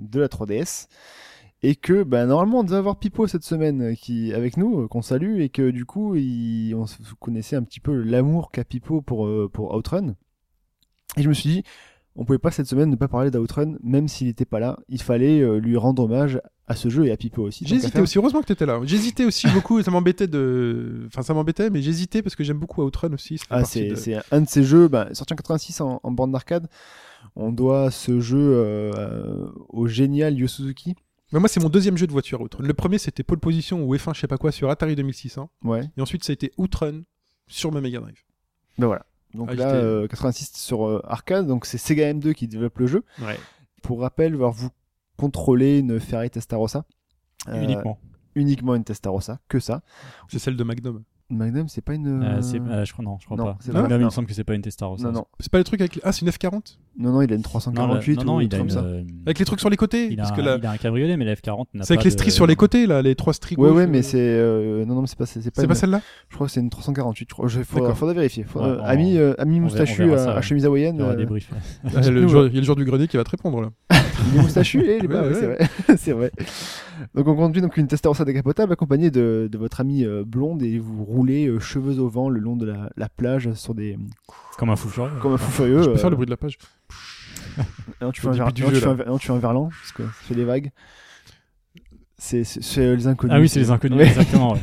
S4: de la 3DS et que bah, normalement on devait avoir Pipo cette semaine euh, qui avec nous euh, qu'on salue et que du coup il- on se- vous connaissez un petit peu l'amour qu'a Pipo pour euh, pour Outrun. Et je me suis dit on pouvait pas cette semaine ne pas parler d'Outrun même s'il n'était pas là. Il fallait euh, lui rendre hommage à ce jeu et à Pipo aussi. tant qu'à
S2: J'hésitais
S4: faire.
S2: aussi, heureusement que t'étais là. J'hésitais aussi beaucoup, ça m'embêtait de. Enfin, ça m'embêtait, mais j'hésitais parce que j'aime beaucoup Outrun aussi. ça fait
S4: Ah,
S2: partie
S4: c'est
S2: de-
S4: c'est un de ces jeux, bah, sorti en 86 en, en bande d'arcade. On doit ce jeu euh, au génial Yu Suzuki.
S2: Mais moi, c'est mon deuxième jeu de voiture Outrun. Le premier, c'était Pole Position ou F1, je sais pas quoi, sur Atari 2600.
S4: Ouais,
S2: Et ensuite, ça a été Outrun sur ma Mega Drive.
S4: ben voilà. Donc
S2: Ah,
S4: là,
S2: j'étais-
S4: euh, 86 sur euh, arcade, donc c'est Sega M2 qui développe le jeu.
S2: Ouais.
S4: Pour rappel, alors, vous contrôlez une Ferrari Testarossa. Euh,
S3: Uniquement.
S4: uniquement une Testarossa, que ça.
S2: C'est celle de Magnum.
S4: Magnum, c'est pas une.
S3: Euh,
S4: euh,
S3: c'est- euh, je crois non, je crois
S4: non,
S3: pas.
S4: c'est
S3: Non,
S4: pas-
S3: mais il
S4: non.
S3: me semble que c'est pas une Testarossa.
S4: Non, non,
S2: C'est pas le truc avec. Ah, c'est une F40
S4: non, non, il a une
S3: Non, la-
S4: 348
S3: non, non,
S4: ou un
S3: il, a
S4: truc comme
S3: une,
S4: ça.
S3: euh,
S2: Avec les trucs sur les côtés
S3: il, a
S2: Parce
S3: un,
S2: que là.
S3: il a un cabriolet, mais la F40 n'a
S2: C'est avec
S3: pas
S2: les
S3: de-
S2: stries sur les côtés, là, les trois stries.
S4: Ouais,
S2: gauche,
S4: ouais,
S2: euh,
S4: mais c'est. euh, Non, non, mais c'est pas, c'est c'est pas
S2: C'est
S4: une-
S2: pas celle-là
S4: Je crois que c'est une 348. Je crois. Je- Faudra,
S2: D'accord.
S4: faudra vérifier. Faudra-
S3: Ouais, on-
S4: ami, euh, ami
S3: on verra- on
S4: moustachu
S3: verra
S4: à-
S3: ça,
S4: à,
S3: ouais.
S4: chemise hawaïenne.
S3: Il y aura
S4: euh,
S3: des briefs.
S2: Ah, le jour- Il y a le jour du grenier qui va te répondre, là.
S4: il est moustachu et il est pas eh,
S2: Ouais,
S4: ouais, c'est vrai. c'est vrai. Donc on conduit donc une Testarossa décapotable accompagnée de, de votre amie euh, blonde et vous roulez euh, cheveux au vent le long de la, la plage sur des
S3: C'est Comme un fou furieux.
S4: comme un fou furieux.
S2: Je peux faire
S4: euh,
S2: le bruit de la page.
S4: non, tu fais
S2: au
S4: un ver-
S2: début du
S4: non, tu
S2: jeu,
S4: fais un
S2: là.
S4: ver- non, tu fais un verlan parce que ça fait des vagues. C'est c'est- c'est, euh, les inconnus.
S3: Ah oui, c'est les inconnus,
S4: Ouais.
S3: exactement. ouais.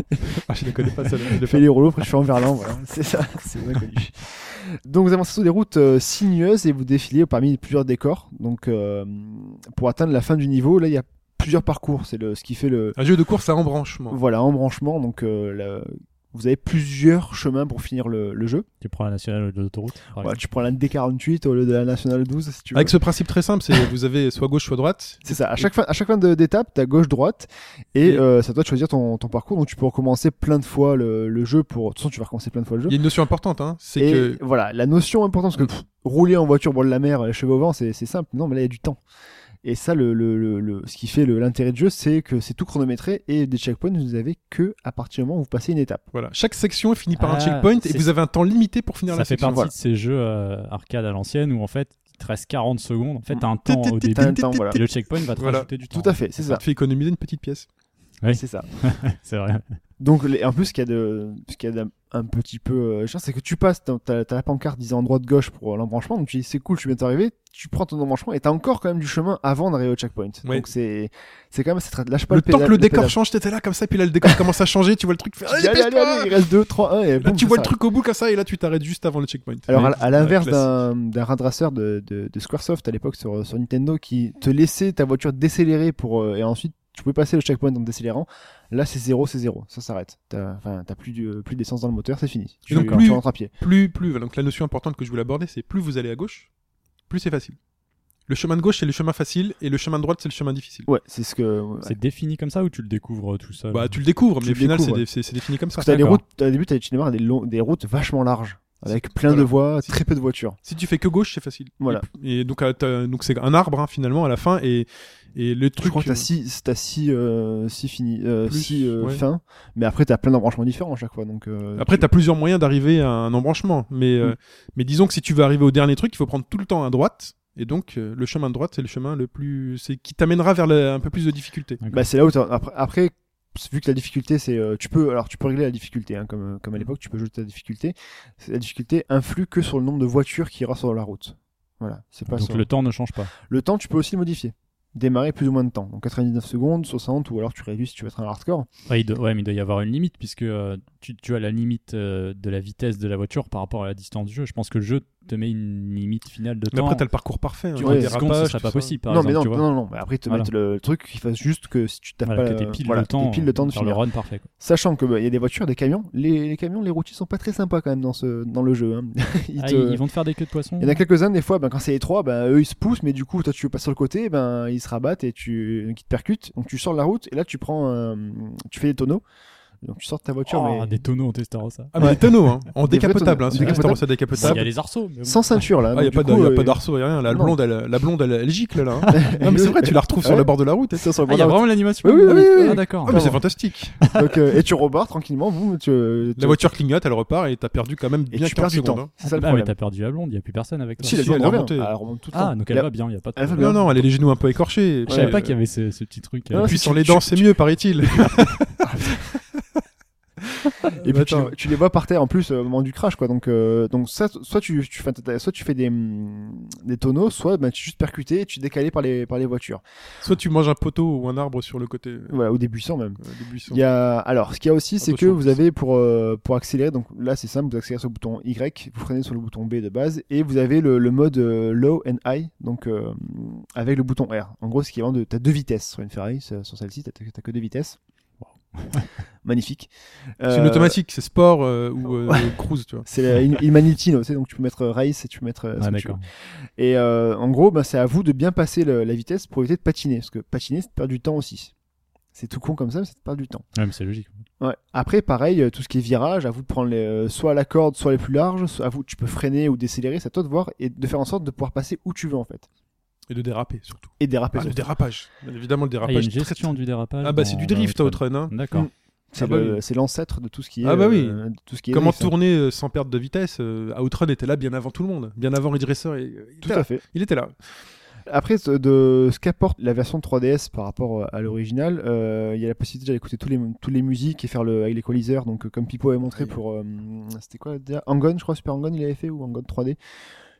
S2: Ah, je ne connais pas celle-là. je l'ai
S4: Je fais les rouleaux, après je fais en verlan, voilà. C'est ça, c'est bien connu. Donc vous avancez sur des routes euh, sinueuses et vous défilez parmi plusieurs décors. Donc euh, pour atteindre la fin du niveau, là il y a plusieurs parcours. C'est le, ce qui fait le,
S2: Un jeu de course à embranchement.
S4: voilà, embranchement. Donc euh, la- vous avez plusieurs chemins pour finir le, le jeu.
S3: Tu prends la nationale de l'autoroute. par
S4: Voilà,
S3: exemple.
S4: tu prends la D48 au lieu de la nationale 12 si tu veux.
S2: Avec ce principe très simple, c'est vous avez soit gauche, soit droite.
S4: C'est ça. À chaque fin, à chaque fin de- d'étape, t'as gauche, droite, et
S2: Et-
S4: euh, c'est à toi de choisir ton, ton parcours. Donc tu peux recommencer plein de fois le, le jeu. Pour de toute façon, tu vas recommencer plein de fois le jeu.
S2: Il y a une notion importante, hein, c'est
S4: Et
S2: que
S4: voilà, la notion importante, parce que pff, rouler en voiture au bord de la mer, les cheveux au vent, c'est c'est simple. Non, mais là, il y a du temps. Et ça, le, le, le- le- ce qui fait le- l'intérêt du jeu, c'est que c'est tout chronométré et des checkpoints, vous avez que à partir du moment où vous passez une étape.
S2: voilà, chaque section est finie par un
S3: Ah,
S2: checkpoint et
S3: c'est-
S2: vous avez un temps limité pour finir
S3: Ça
S2: la
S3: fait
S2: section.
S3: partie de ces jeux euh, arcade à l'ancienne où en fait, il te reste 40 secondes. En fait, t'as un
S2: Tit,
S3: temps
S2: tit,
S3: au
S2: tit,
S3: début.
S4: T'as un temps, voilà.
S3: Et le checkpoint va te
S2: Voilà.
S3: rajouter du temps.
S4: Tout à fait, c'est
S2: Ça
S4: ça.
S2: te fait économiser une petite pièce.
S3: fait.
S4: C'est ça.
S3: C'est vrai.
S4: Donc, les- en plus, ce qu'il y a de, ce qu'il y a d'un- un petit peu, euh, chiant, c'est que tu passes, t'as- t'as t'as la pancarte disant droite-gauche pour euh, l'embranchement, donc tu dis c'est cool, tu viens d'arriver, tu prends ton embranchement et t'as encore quand même du chemin avant d'arriver au checkpoint.
S2: Oui.
S4: Donc, c'est, c'est quand même, c'est très- lâche pas
S2: Le,
S4: le,
S2: temps
S4: pédale-
S2: que le décor
S4: pédale.
S2: change, t'étais là comme ça, puis là le décor commence à changer, tu vois le truc, tu fais,
S4: Tu dis, allez,
S2: allez,
S4: allez,
S2: dépêche-toi
S4: allez, il reste 2, 3, 1 et
S2: Là,
S4: boum,
S2: tu
S4: c'est
S2: vois
S4: ça.
S2: le truc au bout comme ça, et là, tu t'arrêtes juste avant le checkpoint.
S4: Alors, à,
S2: Mais-
S4: à l'inverse
S2: classique.
S4: d'un d'un radraceur de, de, de Squaresoft à l'époque sur, sur Nintendo qui te laissait ta voiture décélérer pour, euh, et ensuite tu pouvais passer le checkpoint en décélérant, là c'est zéro, c'est zéro, ça s'arrête. T'as enfin, t'as plus, du- plus d'essence dans le moteur, c'est fini. Tu,
S2: Et donc,
S4: tu
S2: plus-
S4: rentres à pied.
S2: Plus, plus, voilà, donc la notion importante que je voulais aborder, c'est plus vous allez à gauche, plus c'est facile. Le chemin de gauche, c'est le chemin facile, et le chemin de droite, c'est le chemin difficile.
S4: Ouais, c'est ce que. ouais.
S3: C'est défini comme ça ou tu le découvres euh, tout seul
S2: Bah, tu le découvres,
S4: Tu
S2: mais au
S4: le
S2: final, c'est
S4: découvres,
S2: dé- c'est c'est défini comme ça.
S4: Parce que t'as des
S3: D'accord.
S4: routes, au début t'as des cinémas, des, longs- des routes vachement larges, avec plein
S2: voilà.
S4: de voies,
S2: Si-
S4: très peu de voitures.
S2: Si tu fais que gauche, c'est facile.
S4: Voilà.
S2: Et, et donc, euh, t'as- donc c'est un arbre, hein, finalement, à la fin, et, et le truc.
S4: Je crois que
S2: euh,
S4: t'as 6 t'as six, euh, six fini, euh,
S2: Plus,
S4: six, euh,
S2: ouais.
S4: fins, mais après t'as plein d'embranchements différents à chaque fois. Donc, euh, Mm.
S2: Après, tu as plusieurs moyens d'arriver à un embranchement. Mais, euh, mais disons que si tu veux arriver au dernier truc, il faut prendre tout le temps à droite. Et donc, euh, le chemin de droite, c'est le chemin le plus. C'est qui t'amènera vers la- un peu plus de difficulté.
S4: Bah, c'est là où t'as- après, après vu que la difficulté c'est euh, tu peux alors tu peux régler la difficulté hein, comme euh,
S3: Mm.
S4: comme à l'époque tu peux jouer ta difficulté C'est- la difficulté influe que sur le nombre de voitures qui ira sur la route voilà c'est pas
S3: Donc
S4: sur-
S3: le
S4: le...
S3: temps ne change pas.
S4: temps tu peux aussi le modifier démarrer plus ou moins de temps donc 99 secondes 60 ou alors tu réduis si tu veux être un hardcore
S3: Ouais, il doit, ouais, mais il doit y avoir une limite puisque euh, tu, tu as la limite euh, de la vitesse de la voiture par rapport à la distance du jeu. Je pense que le jeu te met une limite finale de
S2: Mais
S3: temps.
S2: après, t'as le parcours parfait. hein,
S3: tu
S4: le
S3: vois,
S4: ouais,
S2: les
S3: 10 secondes, ce
S2: dérapages,
S3: serait
S2: tout
S3: pas
S2: ça.
S3: possible. Par
S4: non
S3: exemple,
S4: mais
S3: tu
S4: non,
S3: vois.
S4: non non mais après ils te
S3: Voilà.
S4: mettent le truc qui fasse juste que si tu tapes
S3: Voilà,
S4: pas
S3: que
S4: la-
S3: t'aies pile
S4: voilà,
S3: le temps.
S4: t'aies pile le temps de
S3: faire le
S4: finir
S3: run parfait. quoi.
S4: sachant que bah, il y a des voitures des camions les, les camions les routiers sont pas très sympas quand même dans ce dans le jeu hein. Ils
S3: Ah,
S4: te-
S3: ils, ils vont te faire des queues de poisson.
S4: Il y en a quelques-uns, des fois, ben, quand c'est étroit, ben, eux ils se poussent, mais du coup, toi tu veux passer sur le côté, ben, ils se rabattent et tu... donc, ils te percutent. Donc tu sors de la route et là tu prends. un- Tu fais des tonneaux. Donc tu sors de ta voiture,
S3: Oh,
S4: mais.
S3: Des tonneaux en Testarossa.
S2: Ah, mais des tonneaux, hein, en
S4: Des vrais
S2: décapotable.
S4: tonneaux.
S2: Hein, celui qui
S4: Décapotable.
S2: restaure ça
S3: Il y a
S2: décapotable.
S3: les arceaux. mais bon.
S4: Sans ceinture là.
S2: Ah, il n'y a
S4: donc,
S2: pas
S4: du
S2: de-
S4: coup,
S2: y a
S4: euh,
S2: pas d'arceau, y a rien. La
S4: Non.
S2: blonde, elle, la blonde, elle, elle gicle là. hein. non, mais c'est vrai, tu la retrouves sur
S4: Ouais.
S2: le bord de la route.
S4: C'est sur le
S3: Ah,
S4: bord
S3: il y a
S4: de la
S3: vraiment l'animation.
S4: Oui, oui, oui, oui,
S3: Ah,
S4: oui.
S3: d'accord.
S2: Ah, mais c'est fantastique.
S4: route. Donc, euh, et tu rebarres tranquillement, boum, tu, euh, tu-
S2: La voiture clignote, elle repart et t'as perdu quand même
S4: et
S2: bien
S4: tu perds
S2: 15
S4: du
S2: secondes.
S4: temps.
S2: hein.
S4: C'est ça le
S3: Ah, mais
S4: problème.
S3: t'as perdu la blonde, il n'y a plus personne avec toi.
S4: Si, la
S2: Si,
S4: blonde
S2: elle est
S4: revient.
S2: remontée.
S4: Elle remonte tout le temps.
S3: Ah, donc elle
S4: La-
S3: va bien, il n'y a pas de
S4: Elle va
S3: problème.
S4: bien.
S2: Non, non, elle a les genoux un peu écorchés.
S3: Je
S4: Ouais,
S3: savais pas
S4: euh,
S3: qu'il y avait ce, ce petit truc. euh.
S4: Non,
S2: Puis
S4: si
S2: sans
S4: tu-
S2: les
S4: tu-
S2: dents, c'est mieux, paraît-il.
S4: Et puis tu,
S2: Attends.
S4: tu les vois par terre en plus euh, au moment du crash quoi. Donc euh, donc ça, soit tu, tu fais t'as- soit tu fais des hum, des tonneaux, soit ben, tu es juste percuté et tu es décalé par les par les voitures.
S2: Soit tu manges un poteau ou un arbre sur le côté euh,
S4: Voilà, ou des buissons même.
S2: des buissons.
S4: Il y a alors ce qu'il y a aussi c'est que
S2: Attention,
S4: vous avez pour euh, pour accélérer donc là c'est simple vous accélérez sur le bouton Y, vous freinez sur le bouton B de base et vous avez le, le mode euh, low and high donc euh, avec le bouton R. En gros ce qui est vraiment de t'as deux vitesses sur une Ferrari sur sur celle-ci t'as t'as que deux vitesses. Magnifique.
S2: C'est
S4: Euh,
S2: une automatique, c'est sport euh, ou euh, cruise, tu vois.
S4: C'est la In- Inmanity, tu sais, donc tu peux mettre euh, race et tu peux mettre euh, ce
S3: Ah,
S4: que tu
S3: d'accord.
S4: veux. Et euh, en gros, ben, c'est à vous de bien passer le- la vitesse pour éviter de patiner, parce que patiner, c'est de perdre du temps aussi. C'est tout con comme ça, mais c'est de perdre du temps.
S3: Ouais, mais c'est logique.
S4: Ouais. Après, pareil, euh, tout ce qui est virage, à vous de prendre les, euh, soit la corde, soit les plus larges, soit à vous, tu peux freiner ou décélérer, c'est à toi de voir et de faire en sorte de pouvoir passer où tu veux en fait.
S2: Et de déraper, surtout.
S4: Et déraper.
S2: Ah, le
S4: surtout.
S2: dérapage. Bien évidemment, le
S3: Ah, il y a
S2: dérapage.
S3: une
S2: très-
S3: gestion du dérapage.
S2: Ah, bah,
S3: dans-
S2: c'est du
S3: dans Mm.
S2: drift,
S3: Outrun.
S2: Outrun. Hein.
S3: D'accord.
S4: C'est
S2: Ah bah
S4: le-
S2: oui.
S4: c'est l'ancêtre de tout ce qui est.
S2: Ah bah oui.
S4: euh, tout ce qui est
S2: Comment
S4: drift, hein.
S2: tourner euh, sans perte de vitesse euh, Outrun était là bien avant tout le monde, bien avant Ridge Racer. Et, il, était
S4: Tout
S2: là.
S4: à fait.
S2: il était là.
S4: Après, ce- de ce qu'apporte la version 3DS par rapport à l'original, euh, il y a la possibilité d'écouter tous les, toutes les musiques et faire le, avec l'équaliseur. Donc, euh, comme Pipo avait montré pour. euh, C'était quoi déjà Angon, je crois, Super Angon, il avait fait ou Angon 3D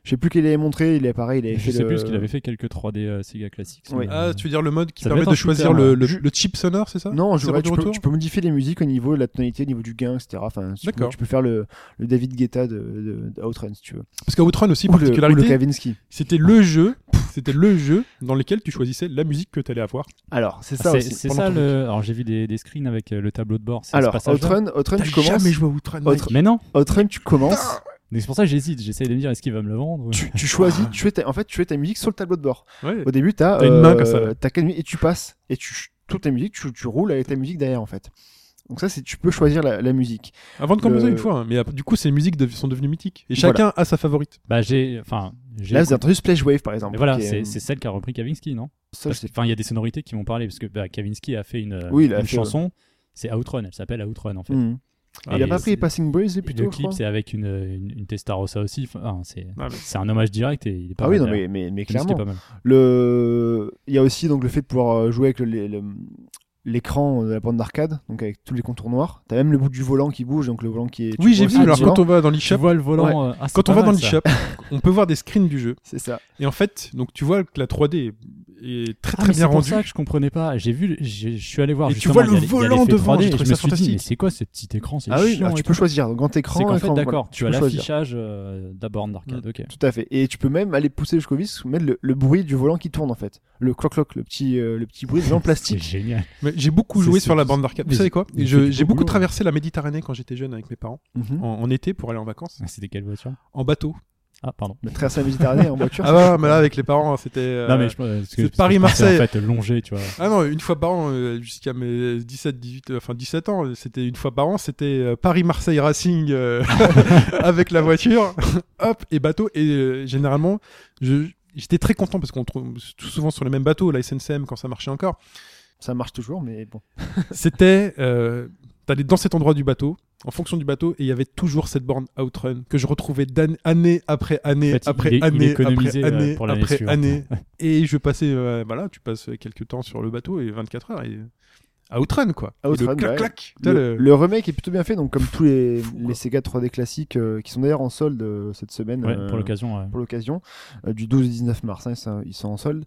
S4: Je sais plus qu'il avait montré, il avait pareil, il avait
S3: Je
S4: fait.
S3: sais
S4: le-
S3: plus parce qu'il avait fait quelques 3D euh, Sega classiques.
S4: Oui.
S3: ça.
S2: Ah, tu veux dire le mode qui
S3: Euh, Ça
S2: permet
S3: devait être
S2: de
S3: un
S2: choisir
S3: shooter,
S2: le,
S3: ouais.
S2: le-
S4: Ju-
S2: le chip sonore, c'est ça
S4: Non, je
S2: C'est
S4: vois,
S2: du
S4: tu, peux,
S2: retour
S4: tu peux modifier les musiques au niveau de la tonalité, au niveau du gain, etc. Enfin, si tu, peux,
S2: D'accord.
S4: tu peux faire le, le David Guetta de, de, d'Outrun, si tu veux.
S2: Parce qu'Outrun aussi,
S4: Ou le, ou le
S2: particularité,
S4: Kavinsky.
S2: c'était le jeu C'était le jeu dans lequel tu choisissais la musique que t'allais avoir.
S4: Alors, c'est
S3: Ah,
S4: ça
S3: c'est
S4: aussi.
S3: c'est
S2: pendant
S3: ça
S2: ton
S3: le. Alors j'ai vu des, des screens avec euh, le tableau de bord. c'est ce
S4: Alors,
S3: passage-là.
S4: Outrun, Outrun,
S2: T'as
S4: tu commences.
S2: jamais joué à Outrun, mec.
S4: Autre-
S3: Mais non.
S4: Outrun, tu commences.
S3: Donc c'est pour ça que j'hésite. J'essaie de me dire est-ce qu'il va me le vendre.
S4: Tu, tu choisis, tu fais ta- en fait, tu fais ta musique sur le tableau de bord.
S2: Ouais.
S4: Au début, t'as euh,
S2: T'as une main comme ça, là.
S4: t'as quatre minutes et tu passes et tu toute ta musique, tu, tu roules avec ta musique derrière en fait. Donc ça, c'est tu peux choisir la, la musique.
S2: Avant de commencer
S4: Le-
S2: une fois, hein. mais après, du coup, ces musiques dev- sont devenues mythiques. Et chacun a sa favorite.
S3: Bah j'ai. Enfin. j'ai
S4: Là,
S3: écouté-
S4: c'est entendu Splashwave par exemple.
S3: Mais voilà,
S4: qui est-
S3: c'est c'est celle qui a repris Kavinsky, non
S4: ça, je
S3: Parce que-
S4: sais
S3: Enfin, il y a des sonorités qui m'ont parlé parce que bah, Kavinsky a fait une, euh,
S4: Oui, il a
S3: une
S4: fait,
S3: chanson. C'est Outrun. Elle s'appelle Outrun en fait.
S4: pas. Mhm.
S2: Ah,
S4: Il a
S3: Et
S4: pas
S3: c'est-
S4: pris Passing Breeze
S3: et
S4: plutôt.
S3: le
S4: je
S3: clip,
S4: crois
S3: c'est avec une, une, une Testarossa aussi. Enfin, c'est
S2: Ah, mais-
S3: c'est un hommage direct et il est pas
S4: Ah oui,
S3: mal,
S4: non,
S3: d'ailleurs.
S4: mais, mais, mais
S3: La musique
S4: clairement.
S3: est pas mal.
S4: Le... Il y a aussi donc, le fait de pouvoir euh, jouer avec le- le- le- l'écran de la bande d'arcade, donc avec tous les contours noirs. T'as même le bout du volant qui bouge, donc le volant qui est. tu
S2: Oui, j'ai
S4: vois
S2: vu.
S4: sur le
S2: Alors,
S4: volant.
S2: quand on va dans
S3: Tu
S2: l'eShop,
S3: vois le volant. euh, ah, c'est
S2: quand on
S3: pas
S2: va dans
S3: mal, ça.
S2: l'eShop, on peut voir des screens du jeu.
S4: C'est ça.
S2: Et en fait, donc tu vois que la 3D est très très
S3: Ah, mais
S2: bien
S3: c'est pour
S2: rendue.
S3: ça que je comprenais pas. J'ai vu, le- j'ai- je suis allé voir.
S2: Et tu
S3: justement,
S2: vois le
S3: il y a les- il y a
S2: volant
S3: l'effet
S2: devant,
S3: 3D,
S2: j'ai
S3: et
S2: trouvé
S3: je me
S2: ça
S3: suis dit,
S2: fantastique.
S3: mais c'est quoi ce petit écran C'est
S4: Ah oui,
S3: chiant.
S4: alors
S3: et
S4: tu
S3: tout.
S4: peux choisir. Donc, grand écran,
S3: C'est qu'en fait,
S4: écran,
S3: d'accord,
S4: voilà,
S3: tu as
S4: peux choisir.
S3: l'affichage euh, d'abord d'arcade. Ok.
S4: Tout à fait. Et tu peux même aller pousser jusqu'au vis, mettre le, le bruit du volant qui tourne en fait. Le cloc-cloc, le petit, euh, le petit bruit de volant
S3: C'est
S4: plastique.
S3: génial.
S2: Mais J'ai beaucoup
S3: C'est-
S2: joué
S3: c'est-
S2: sur la bande d'arcade. Vous
S3: mais
S2: savez quoi
S3: il fait
S2: Je-
S3: du
S2: J'ai
S3: beau
S2: beaucoup
S3: boulot. hein. Mmh.
S2: traversé la Méditerranée quand j'étais jeune avec mes parents,
S4: Mhm.
S2: en, en été pour aller en vacances,
S3: Ah, C'était quelle voiture
S2: en bateau.
S3: Ah, pardon.
S4: Mais traverser la Méditerranée en voiture.
S2: Ah
S4: c'est
S2: ouais,
S4: chaud,
S2: mais là avec les parents, c'était. euh,
S3: non mais je pense
S2: c'est
S3: parce que parce que je pensais,
S2: Paris-Marseille.
S3: En fait, longer, tu vois.
S2: Ah non, une fois par an, euh, jusqu'à mes 17, 18, euh, enfin 17 ans, euh, c'était une fois par an, c'était euh, Paris-Marseille Racing euh, avec la voiture, hop, et bateau. Et euh, généralement, je- j'étais très content parce qu'on trouve tout souvent sur les mêmes bateaux, la SNCM quand ça marchait encore.
S4: quoi. Ça marche toujours, mais bon.
S2: C'était, euh, t'allais dans cet endroit du bateau, en fonction du bateau, et il y avait toujours cette borne Outrun que je retrouvais d'an- année après année
S3: En fait,
S2: après
S3: il est- il
S2: année
S3: économisait,
S2: après année
S3: euh, pour l'année
S2: après
S3: suivante.
S2: année. Et je passais, euh, voilà, tu passes quelques temps sur le bateau et 24 heures et Outrun quoi. Et
S4: Outrun,
S2: le clac
S4: ouais.
S2: clac. T'as
S4: Le,
S2: le-
S4: le remake est plutôt bien fait, donc comme tous les,
S2: Fou, quoi.
S4: les Sega 3D classiques euh, qui sont d'ailleurs en solde euh, cette semaine.
S3: Ouais,
S4: euh,
S3: pour l'occasion. ouais.
S4: pour l'occasion, euh, du 12 au 19 mars, hein, ça, ils sont en solde.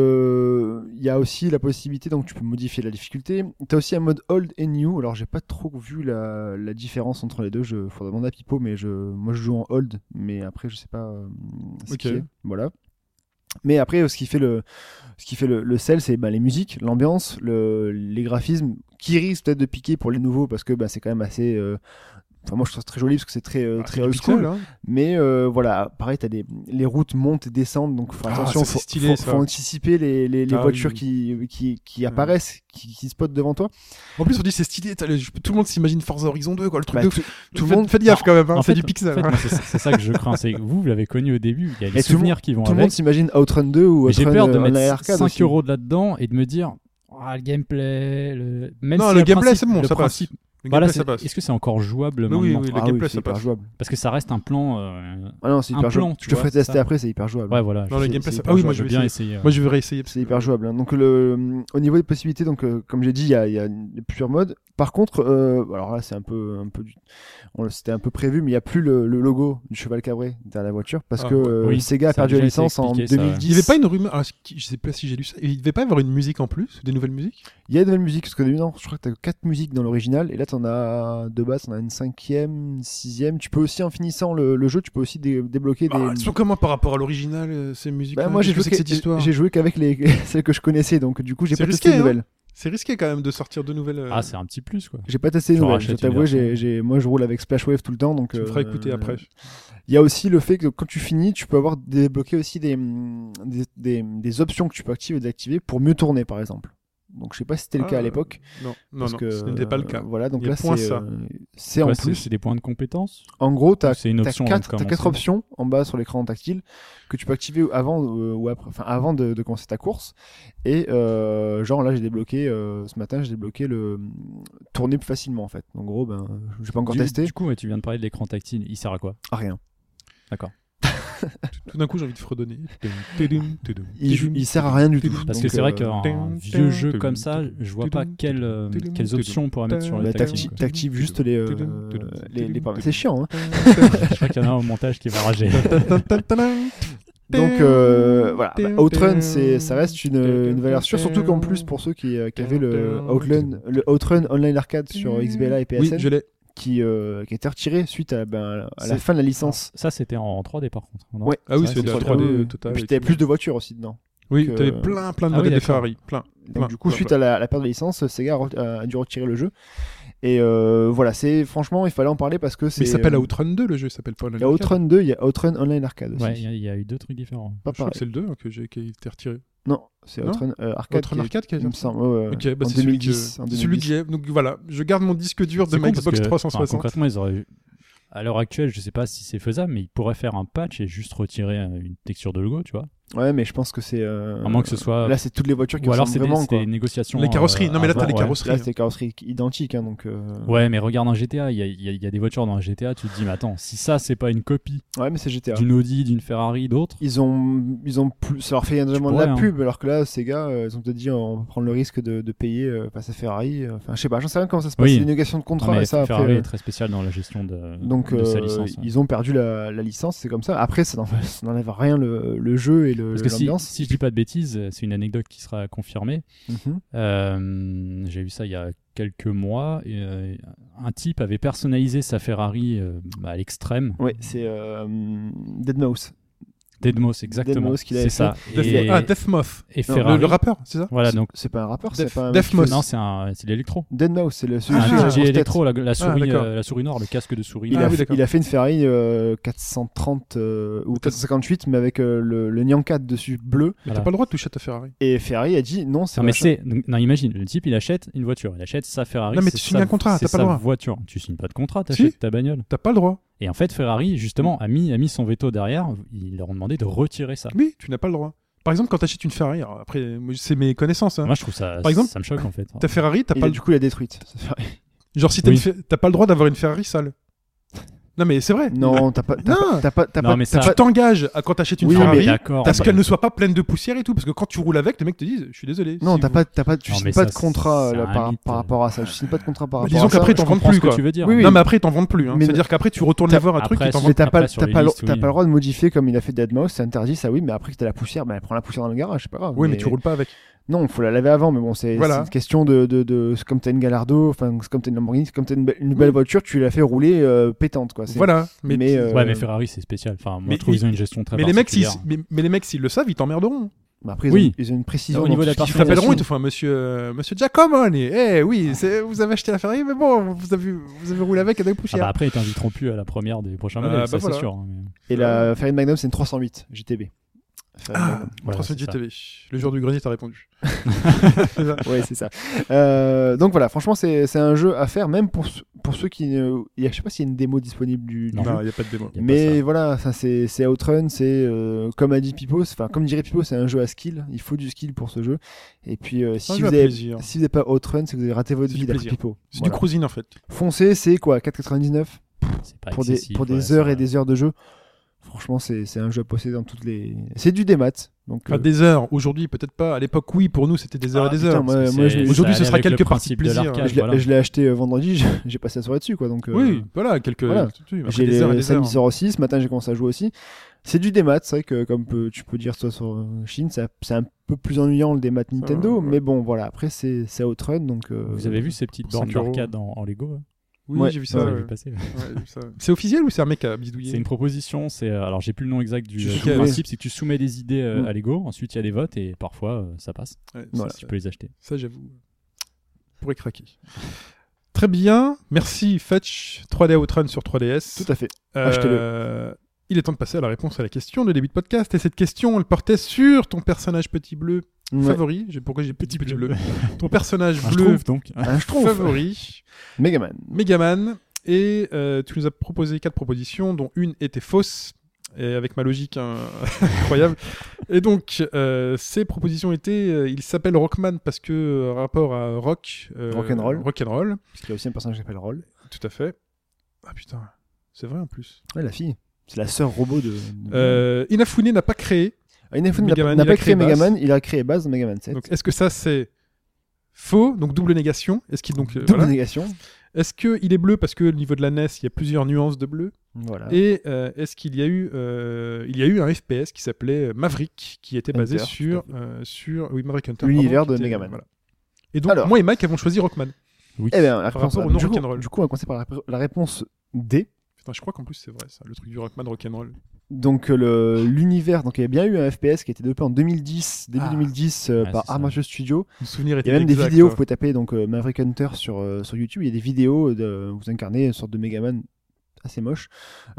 S4: Le... Il y a aussi la possibilité, donc tu peux modifier la difficulté. Tu as aussi un mode old et new, alors j'ai pas trop vu la, la différence entre les deux, je faudrait demander à Pipo, mais je... moi je joue en old, mais après je sais pas euh, ce
S2: Ok.
S4: qu'il y a. Voilà. Mais après, euh, ce qui fait le, ce qui fait le, le sel, c'est bah, les musiques, l'ambiance, le, les graphismes, qui risquent peut-être de piquer pour les nouveaux, parce que bah, c'est quand même assez... euh, Enfin, moi je trouve ça très joli parce que c'est très, euh,
S2: Ah, c'est
S4: très
S2: du
S4: old
S2: pixel,
S4: school.
S2: hein.
S4: Mais euh, voilà, pareil, t'as des les routes montent et descendent, donc faut
S2: Ah,
S4: attention,
S2: ça, c'est
S4: faut,
S2: stylé,
S4: faut-
S2: ça.
S4: faut anticiper les, les, les
S2: Ah,
S4: voitures
S2: oui.
S4: qui, qui, qui apparaissent, qui, qui spotent devant toi.
S2: En plus on dit c'est stylé, t'as le- tout le monde s'imagine Forza Horizon 2 quoi, le truc
S4: Bah,
S2: de
S4: tout-
S2: Tout le monde fait gaffe quand même, hein,
S3: En
S2: c'est
S3: fait-
S2: du
S3: en
S2: pixel.
S3: fait,
S2: hein.
S3: moi, c'est c'est ça que je crains. C'est que vous, vous l'avez connu au début. Il y a les
S4: Et tout le
S3: souvenirs qui vont
S4: tout le
S3: avec.
S4: monde s'imagine Outrun 2 ou
S3: Mais
S4: Outrun
S3: J'ai peur de
S4: euh, en
S3: mettre
S4: arcade
S3: 5
S4: aussi.
S3: euros de là-dedans et de me dire ah le gameplay. Le... Même
S2: Non,
S3: si
S2: le
S3: la
S2: gameplay
S3: principe-
S2: c'est bon,
S3: le
S2: ça passe.
S3: principe-
S2: Le
S3: Voilà,
S2: gameplay
S3: c'est-
S2: ça passe.
S3: Est-ce que c'est encore jouable
S2: Oui, oui,
S3: maintenant
S2: oui, le
S4: Ah oui,
S2: gameplay
S4: c'est
S2: ça
S4: hyper
S2: passe.
S4: jouable.
S3: Parce que ça reste un plan. euh,
S4: Ah non, c'est
S3: Un
S4: hyper
S3: plan,
S4: jouable.
S3: tu
S4: Je te
S3: vois,
S4: ferai
S3: c'est
S4: tester
S3: ça.
S4: après, c'est hyper jouable.
S3: Ouais, voilà.
S2: Ah Non, le
S4: c'est-
S2: gameplay
S4: c'est
S2: ça
S4: hyper
S2: Ah oui,
S4: jouable.
S2: moi
S3: je
S2: je vais
S3: veux bien
S2: essayer.
S3: essayer. ouais.
S2: Moi je vais réessayer. parce
S4: C'est
S2: que-
S4: hyper jouable. hein. Donc, le, au niveau des possibilités, donc, euh, comme j'ai dit, il y a, il y a plusieurs modes. Par contre, euh, alors là, c'est un peu, un peu, du- on le- c'était un peu prévu, mais il n'y a plus le, le logo du cheval cabré derrière la voiture parce
S2: Ah,
S4: que euh,
S3: oui,
S4: Sega a
S3: ça a
S4: perdu la
S3: déjà été
S4: licence en
S3: expliqué, ça, ouais.
S4: 2010.
S2: Il n'y avait pas une rumeur, ah, je sais pas si j'ai lu ça, il devait pas y avoir une musique en plus, des nouvelles musiques
S4: Il y a de nouvelles musiques, parce que non, je crois que t'as quatre musiques dans l'original, et là t'en as de base, t'en as une cinquième, une sixième. Tu peux aussi, en finissant le, le jeu, tu peux aussi dé- débloquer des.
S2: Ah, elles sont comment par rapport à l'original, euh, ces musiques
S4: Bah, moi j'ai
S2: vu
S4: joué,
S2: que c'est que
S4: qu'à-
S2: cette histoire.
S4: j'ai joué qu'avec les celles que je connaissais, donc du coup j'ai
S2: C'est
S4: pas testé
S2: risqué,
S4: les
S2: hein.
S4: nouvelles.
S2: C'est risqué quand même de sortir de nouvelles. euh,
S3: Ah, c'est un petit plus quoi.
S4: J'ai pas testé les
S3: J'en
S4: nouvelles. Je
S3: rachète
S4: dois
S3: une
S4: t'avouer,
S3: version.
S4: j'ai- j'ai- moi je roule avec Splashwave tout le temps, donc.
S2: tu me feras
S4: euh,
S2: écouter après.
S4: Il y a aussi le fait que quand tu finis, tu peux avoir débloqué aussi des, hum, des, des, des options que tu peux activer ou désactiver pour mieux tourner, par exemple. Donc je sais pas si c'était le cas
S2: Ah,
S4: à l'époque.
S2: Non, non,
S4: parce
S2: non,
S4: que,
S2: ce n'était pas le
S4: euh,
S2: cas.
S4: Voilà, donc
S2: Il y a
S4: là
S2: point
S4: c'est
S2: ça.
S4: euh, c'est en
S3: Quoi, c'est-
S4: plus.
S3: C'est des points de compétence.
S4: En gros, t'as
S3: C'est une
S4: T'as
S3: option. hein, avant de
S4: quatre, t'as
S3: commencer.
S4: quatre options en bas sur l'écran tactile que tu peux activer avant euh, ou après, enfin avant de, de commencer ta course. Et euh, genre là, j'ai débloqué euh, ce matin, j'ai débloqué le mm, tourner plus facilement en fait. En gros, ben, j'ai pas encore
S3: Du,
S4: testé.
S3: du coup, ouais, tu viens de parler de l'écran tactile. Il sert à quoi
S4: Ah, rien.
S2: Tout d'un coup, j'ai envie de fredonner.
S4: Il, joue- il sert à rien du tout.
S3: Parce
S4: Donc,
S3: que c'est vrai
S4: euh,
S3: qu'un
S2: tum,
S3: vieux
S2: tum,
S3: jeu
S2: tum,
S3: comme ça,
S2: tum,
S3: je vois
S2: tum,
S3: pas
S2: tum,
S3: quelles, euh,
S2: tum,
S3: quelles
S2: tum,
S3: options on pourrait mettre sur
S2: tum,
S3: le
S4: bah,
S2: tactile,
S4: t'actives
S3: tactile.
S4: t'actives
S2: quoi.
S4: juste les, euh,
S2: Tudum, tudum,
S4: les, les
S2: tudum,
S4: paramètres. C'est chiant. Hein
S3: Je crois qu'il y en a un au montage qui va rager.
S4: Donc euh, voilà, bah, Outrun, c'est, ça reste une, une valeur sûre, surtout qu'en plus pour ceux qui, euh, qui avaient le Outrun, le Outrun Online Arcade sur XBLA et PSN.
S2: Oui, je l'ai.
S4: qui, euh, qui a été retiré suite à, ben, à la
S3: C'est-
S4: fin de la licence.
S3: Ça, c'était en, en 3D par contre. non
S4: Ouais.
S2: Ah oui,
S3: C'est
S2: c'est
S3: vrai,
S2: de la
S4: c'est
S2: 3D
S4: sur le-
S2: totale.
S4: Et puis
S2: et
S4: t'avais
S2: tout.
S4: plus de voitures aussi dedans.
S2: Oui,
S4: que-
S2: t'avais plein, plein de
S3: Ah
S2: modèles
S3: oui,
S2: de
S3: d'accord.
S2: Ferrari. Plein.
S4: Donc, du coup,
S2: Plein,
S4: suite à la, à la perte de licence, Sega a re- euh, a, dû retirer le jeu. Et euh, voilà, c'est franchement, il fallait en parler parce que c'est.
S2: Mais il s'appelle
S4: euh,
S2: Outrun 2, le jeu, il s'appelle pas
S4: Il y a Outrun 2, il y a Outrun Online Arcade aussi.
S3: Ouais, il y a- il y, a eu deux trucs différents.
S4: Pas
S2: Je
S4: pareil.
S2: crois que c'est le 2 hein, que j'ai, qui a été retiré.
S4: Non, c'est
S2: Non
S4: Outrun euh, Arcade.
S2: Outrun
S4: qui est-
S2: Arcade qui a été
S4: Il me semble. ouais, ouais, ouais.
S2: Ok, bah
S4: en
S2: c'est celui que-
S4: 2010, en
S2: celui
S4: 2010.
S2: qui est. Donc voilà, je garde mon disque dur de
S3: C'est
S2: ma
S3: con parce
S2: Xbox
S3: que, enfin,
S2: 360.
S3: concrètement, ils auraient. À l'heure actuelle, je sais pas si c'est faisable, mais ils pourraient faire un patch et juste retirer euh, une texture de logo, tu vois.
S4: Ouais, mais je pense que c'est. euh,
S3: À moins que ce soit.
S4: Là, c'est toutes les voitures qui
S3: ou alors c'est des,
S4: ressemblent vraiment.
S3: c'est
S4: quoi.
S3: des négociations.
S2: les carrosseries.
S3: euh,
S2: non, mais là, t'as
S3: avant,
S2: les
S3: ouais.
S2: carrosseries. hein.
S4: Là, c'est des carrosseries identiques, hein, donc. euh,
S3: Ouais, mais regarde un GTA, il y a, il y a- il y a des voitures dans un GTA, tu te dis, mais attends, si ça, c'est pas une copie
S4: Ouais, mais c'est GTA.
S3: d'une Audi, d'une Ferrari, d'autres.
S4: Ils ont, ils ont plus, ça leur fait énormément de
S3: pourrais,
S4: la
S3: hein.
S4: pub, alors que là, ces gars, euh, ils ont peut-être dit, euh, on va prendre le risque de, de payer, euh, passer Ferrari. euh, Enfin, je sais pas, j'en sais rien comment ça se passe.
S3: Oui.
S4: C'est une négation de
S3: Non,
S4: contrat
S3: mais
S4: et ça.
S3: Ferrari
S4: après, euh,
S3: est très spécial dans la gestion de,
S4: donc,
S3: de sa
S4: euh,
S3: licence. hein. ouais.
S4: ils ont perdu la, la licence, c'est comme ça. Après, ça n'en- ça n'enlève rien le, le jeu et le-
S3: Parce que si,
S4: l'ambiance.
S3: si je dis pas de bêtises, euh, c'est une anecdote qui sera confirmée.
S4: Mhm.
S3: Euh, J'ai vu ça il y a quelques mois. et, euh, un type avait personnalisé sa Ferrari euh, à l'extrême.
S4: Ouais, c'est euh, Deadmau5.
S3: Deadmos, exactement.
S4: Deadmos qu'il avait
S3: C'est ça.
S2: Death-
S3: Et,
S2: Ah, Death Moth.
S3: et
S4: Non,
S2: Le,
S3: Ferrari.
S2: le rappeur, c'est ça
S3: Voilà, donc.
S4: C'est pas un rappeur,
S2: Def-
S4: c'est pas un.
S2: Def Moss.
S3: Non, c'est un- c'est de l'électro.
S4: Deadmau, c'est le celui
S3: Ah,
S4: qui
S3: le
S4: a la grosse
S3: DJ
S4: tête. Ah,
S3: électro, la, la souris,
S2: d'accord.
S3: euh, la souris noire, le casque de souris.
S4: Il,
S2: Ah
S4: a,
S3: noire.
S2: oui, d'accord.
S4: il a fait une Ferrari euh, 430 euh, ou 458, mais avec euh, le, le Nyan 4 dessus bleu.
S2: Mais
S3: Voilà.
S2: t'as pas le droit de toucher à ta Ferrari.
S4: Et Ferrari a dit non, c'est
S3: Non, mais
S4: machin.
S3: c'est. donc, Non, imagine, le type, il achète une voiture, il achète sa Ferrari.
S2: Non, mais
S3: c'est
S2: tu signes
S3: sa-
S2: un contrat,
S3: c'est
S2: t'as pas le
S3: sa
S2: droit.
S3: voiture. Tu signes pas de contrat, t'achètes
S2: Si. Mm.
S3: ta bagnole.
S2: T'as pas le droit.
S3: Et en fait, Ferrari, justement, a mis, a mis son veto derrière. Ils leur ont demandé de retirer ça.
S2: Oui, tu n'as pas le droit. Par exemple, quand t'achètes une Ferrari, alors après, moi, c'est mes connaissances. Hein.
S3: Moi, je trouve ça.
S2: Par exemple,
S3: ça me choque en fait.
S2: Ta Ferrari, t'as
S4: Et
S2: pas, le...
S4: du coup, il a détruite. sa Ferrari.
S2: Genre, si t'as
S3: Oui.
S2: une Fe- t'as pas le droit d'avoir une Ferrari sale. Non, mais c'est vrai.
S4: Non, t'as pas. T'as
S2: Non.
S4: pas. T'as pas. T'as
S3: Non,
S4: pas-
S3: mais
S4: t'as
S3: ça-
S2: Tu
S4: pas-
S2: t'engages à quand t'achètes une
S4: Oui, mais
S3: Ah, mais
S2: Ferrari,
S3: d'accord.
S2: parce
S3: mais-
S2: qu'elle ne soit pas pleine de poussière et tout. Parce que quand tu roules avec, les mecs te disent Je suis désolé.
S4: Non,
S2: si
S4: t'as
S2: vous-
S4: pas, t'as pas, tu
S3: Non,
S4: signes
S3: mais
S4: pas
S3: ça,
S4: de contrat
S3: c'est
S4: là,
S3: un
S4: par,
S3: mythe. hein.
S4: par rapport à ça. Tu signes pas de contrat par
S2: Bah,
S4: rapport
S2: disons
S4: à ça.
S2: qu'après, t'en
S3: Je
S2: vends
S3: comprends
S2: plus,
S3: ce que
S2: quoi.
S3: tu veux dire.
S4: Oui, oui.
S2: Non, mais après, ils t'en vendent plus. hein.
S4: Mais-
S2: C'est-à-dire qu'après, tu retournes les
S4: T'as-
S2: voir un truc
S3: Après,
S2: et t'en
S3: sur-
S2: vendent
S4: Mais t'as
S3: Après,
S4: pas,
S3: sur
S4: t'as
S3: les
S4: pas, le-
S3: listes,
S4: t'as
S3: oui.
S4: pas le droit de modifier comme il a fait Deadmau5, c'est interdit ça oui, mais après que t'as la poussière, bah, prends la poussière dans le garage, c'est pas grave.
S2: Oui, mais tu roules pas avec.
S4: Non, faut la laver avant, mais bon, c'est
S2: Voilà.
S4: c'est une question de, de, de c'est comme t'as une Galardo, enfin c'est comme t'as une Lamborghini, c'est comme t'as une, be- une belle voiture, tu la fais rouler euh, pétante quoi. C'est-
S2: Voilà. Mais,
S4: mais, euh,
S3: Ouais, mais Ferrari, c'est spécial. Enfin, moi,
S2: mais
S3: je trouve
S2: ils-
S3: qu'ils ont une gestion très
S2: mais les mecs, s'ils-
S3: particulière.
S2: mais, mais les mecs, s'ils le savent, ils t'emmerderont.
S4: mais après ils,
S3: Oui.
S4: ont, ils ont une précision.
S3: Au
S4: dans
S3: niveau de la
S4: tout ce
S2: Ils
S4: qu'ils
S2: t'appelleront,
S4: font.
S2: ils te font un monsieur, euh, monsieur Giacomone. Eh oui, c'est- vous avez acheté la Ferrari, mais bon, vous avez, vous avez roulé avec avec
S3: Ah
S2: poussière.
S3: bah après, ils t'inviteront plus à la première des prochains
S2: Ah,
S3: modèles,
S2: bah
S3: ça
S2: voilà.
S3: c'est sûr. hein, mais-
S4: Et la
S2: Euh.
S4: Ferrari Magnum, c'est une 308 GTB.
S2: Ah.
S4: Ferrari Magnum.
S3: Voilà,
S2: 308
S3: c'est ça.
S2: GTV. Le jour du grenier, t'as répondu.
S4: ouais, c'est ça. Euh, donc voilà, franchement, c'est c'est un jeu à faire, même pour, ce- pour ceux qui ne. il y a- Je sais pas s'il y a une démo disponible du, du
S3: Non.
S4: jeu.
S2: Non, il n'y a pas de démo.
S3: Y a pas
S4: Mais
S3: ça.
S4: voilà, ça c'est c'est Outrun, c'est euh, comme a dit Pipo, c'est- enfin comme dirait Pipo, c'est un jeu à skill. Il faut du skill pour ce jeu. Et puis euh,
S2: C'est un
S4: si,
S2: jeu à
S4: vous avez,
S2: plaisir.
S4: si vous n'êtes pas Outrun, c'est que vous avez raté votre
S2: C'est du
S4: vie d'après
S2: plaisir.
S4: Pipo.
S2: C'est
S4: Voilà.
S2: du cruising en fait.
S4: Foncez, c'est quoi 4,99
S3: C'est pas
S4: pour des
S3: excessif,
S4: pour
S3: ouais,
S4: des
S3: ça-
S4: heures et des heures de jeu. Franchement, c'est c'est un jeu à posséder dans toutes les. C'est du démat, donc.
S2: À
S4: euh,
S2: des heures. Aujourd'hui, peut-être pas. À l'époque, oui, pour nous, c'était des heures
S3: Ah,
S2: et des
S4: putain,
S2: heures.
S4: Euh, moi,
S3: Parce que
S4: moi,
S3: c'est-
S4: je-
S3: ça
S2: aujourd'hui, ce
S3: allait
S2: sera
S3: avec le
S2: quelques parties de
S3: principe
S2: plaisir.
S3: l'arcade,
S4: je l'ai
S3: voilà.
S4: je l'ai acheté euh, vendredi, j'ai passé la soirée dessus quoi. Donc euh,
S2: Oui, voilà, quelques.
S4: Voilà.
S2: Oui, après,
S4: J'ai
S2: des heures et
S4: les
S2: des heures. hein.
S4: samedi aussi, ce matin j'ai commencé à jouer aussi. C'est du démat, c'est vrai que comme peu- tu peux dire toi sur euh, Chine, ça- c'est un peu plus ennuyant le démat Nintendo,
S2: ouais.
S4: mais bon voilà, après c'est c'est Outrun donc. euh,
S3: Vous avez vu ces petites
S2: Pour
S3: bornes
S2: 5 euros.
S3: d'arcade en, en Lego hein
S2: Oui,
S4: Ouais.
S2: j'ai vu
S3: Ouais,
S2: ça. euh,
S3: j'ai
S2: ouais.
S3: vu passer.
S2: Ouais, j'ai vu ça. C'est officiel ou c'est un mec à bidouiller
S3: C'est une proposition, c'est euh, alors j'ai plus le nom exact du,
S2: Tu
S3: du
S2: soumets.
S3: principe, c'est que tu soumets des idées euh,
S4: Mm.
S3: à Lego, ensuite il y a des votes et parfois euh, ça passe,
S2: Ouais, ça,
S4: Voilà.
S2: c'est-
S3: tu peux les acheter.
S2: Ça, j'avoue. Je pourrais craquer. Très bien. Merci, Fetch. 3D Outrun sur 3DS.
S4: Tout à fait. Achetez-le.
S2: Euh, Il est temps de passer à la réponse à la question de début de podcast. Et cette question, elle portait sur ton personnage petit bleu
S4: Ouais.
S2: favori. J'ai- Pourquoi j'ai petit, petit bleu, Ton personnage bleu
S3: Un
S2: Ah.
S3: Schtroumpf, Ah, donc.
S4: Un schtroumpf,
S2: favori,
S4: Megaman.
S2: Megaman. Et euh, tu nous as proposé quatre propositions, dont une était fausse. Et avec ma logique hein, incroyable. Et donc, euh, ces propositions étaient euh, il s'appelle Rockman parce que euh, rapport à rock. euh,
S4: Rock'n'roll.
S2: Rock'n'roll,
S4: Parce qu'il y a aussi un personnage qui s'appelle Roll.
S2: tout à fait. Ah putain, c'est vrai en plus.
S4: Ouais, la fille. C'est la sœur robot de.
S2: Euh, Inafune n'a pas créé
S4: Ah, Inafune n'a
S2: Megaman,
S4: pas-
S2: il
S4: n'a
S2: a
S4: pas créé
S2: créé Bass.
S4: Megaman, il a créé Base dans Megaman 7.
S2: Donc, est-ce que ça c'est faux Donc double négation. Est-ce qu'il donc euh,
S4: Double
S2: voilà.
S4: négation.
S2: Est-ce que il est bleu parce que au niveau de la NES il y a plusieurs nuances de bleu
S4: Voilà.
S2: Et euh, est-ce qu'il y a eu euh, il y a eu un FPS qui s'appelait euh, Maverick qui était basé
S4: Hunter,
S2: sur euh, sur oui Maverick Hunter.
S4: L'univers
S2: pardon, qui
S4: de
S2: était-
S4: Megaman.
S2: voilà. Et donc
S4: Alors.
S2: moi et Mike avons choisi Rockman.
S3: Oui.
S4: Eh bien, la
S2: Par
S4: réponse
S2: rapport au nom
S4: du, coup,
S2: rock'n'roll.
S4: du coup, on va commencer par la, la réponse D.
S2: Putain, je crois qu'en plus c'est vrai ça, le truc du Rockman Rock'n'Roll.
S4: Donc euh, le- l'univers, donc il y a bien eu un FPS qui a été développé en 2010, début
S2: Ah.
S4: 2010 euh,
S3: Ouais,
S4: par
S3: c'est ça.
S4: Armature Studio.
S2: Mon souvenir
S4: Il y
S2: était
S4: a même des
S2: exact,
S4: vidéos,
S2: ouais.
S4: vous pouvez taper donc euh, Maverick Hunter sur euh, sur YouTube. Il y a des vidéos de vous incarnez une sorte de Megaman assez moche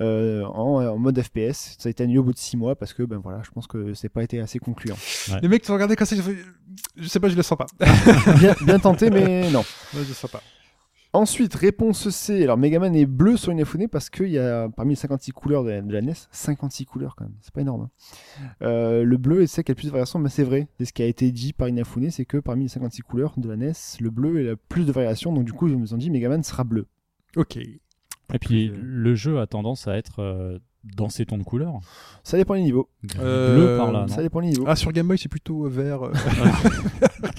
S4: euh, en, en mode FPS. Ça a été annulé au bout de 6 mois parce que ben voilà, je pense que c'est pas été assez concluant.
S2: Les mecs qui ont regardé comme ça, ils ont fait, je sais pas, je le sens pas.
S4: bien, bien tenté, mais non.
S2: Ouais, je le sens pas.
S4: Ensuite, réponse C. Alors, Megaman est bleu sur une Inafune E parce qu'il y a, parmi les 56 couleurs de la, de la NES, 56 couleurs quand même, c'est pas énorme. hein. Euh, le bleu est celle qui a le plus de variations, mais c'est vrai. C'est ce qui a été dit par Inafune, E, c'est que parmi les 56 couleurs de la NES, le bleu est la plus de variations, donc du coup, ils nous ont dit Megaman sera bleu.
S2: Ok.
S3: Et
S4: Plus,
S3: puis
S4: euh,
S3: le jeu a tendance à être euh, dans ses tons de couleur.
S4: Ça dépend des niveaux.
S2: Euh,
S3: Bleu par là. non
S4: ça dépend des niveaux.
S2: Ah, sur Game Boy, c'est plutôt euh, vert. euh.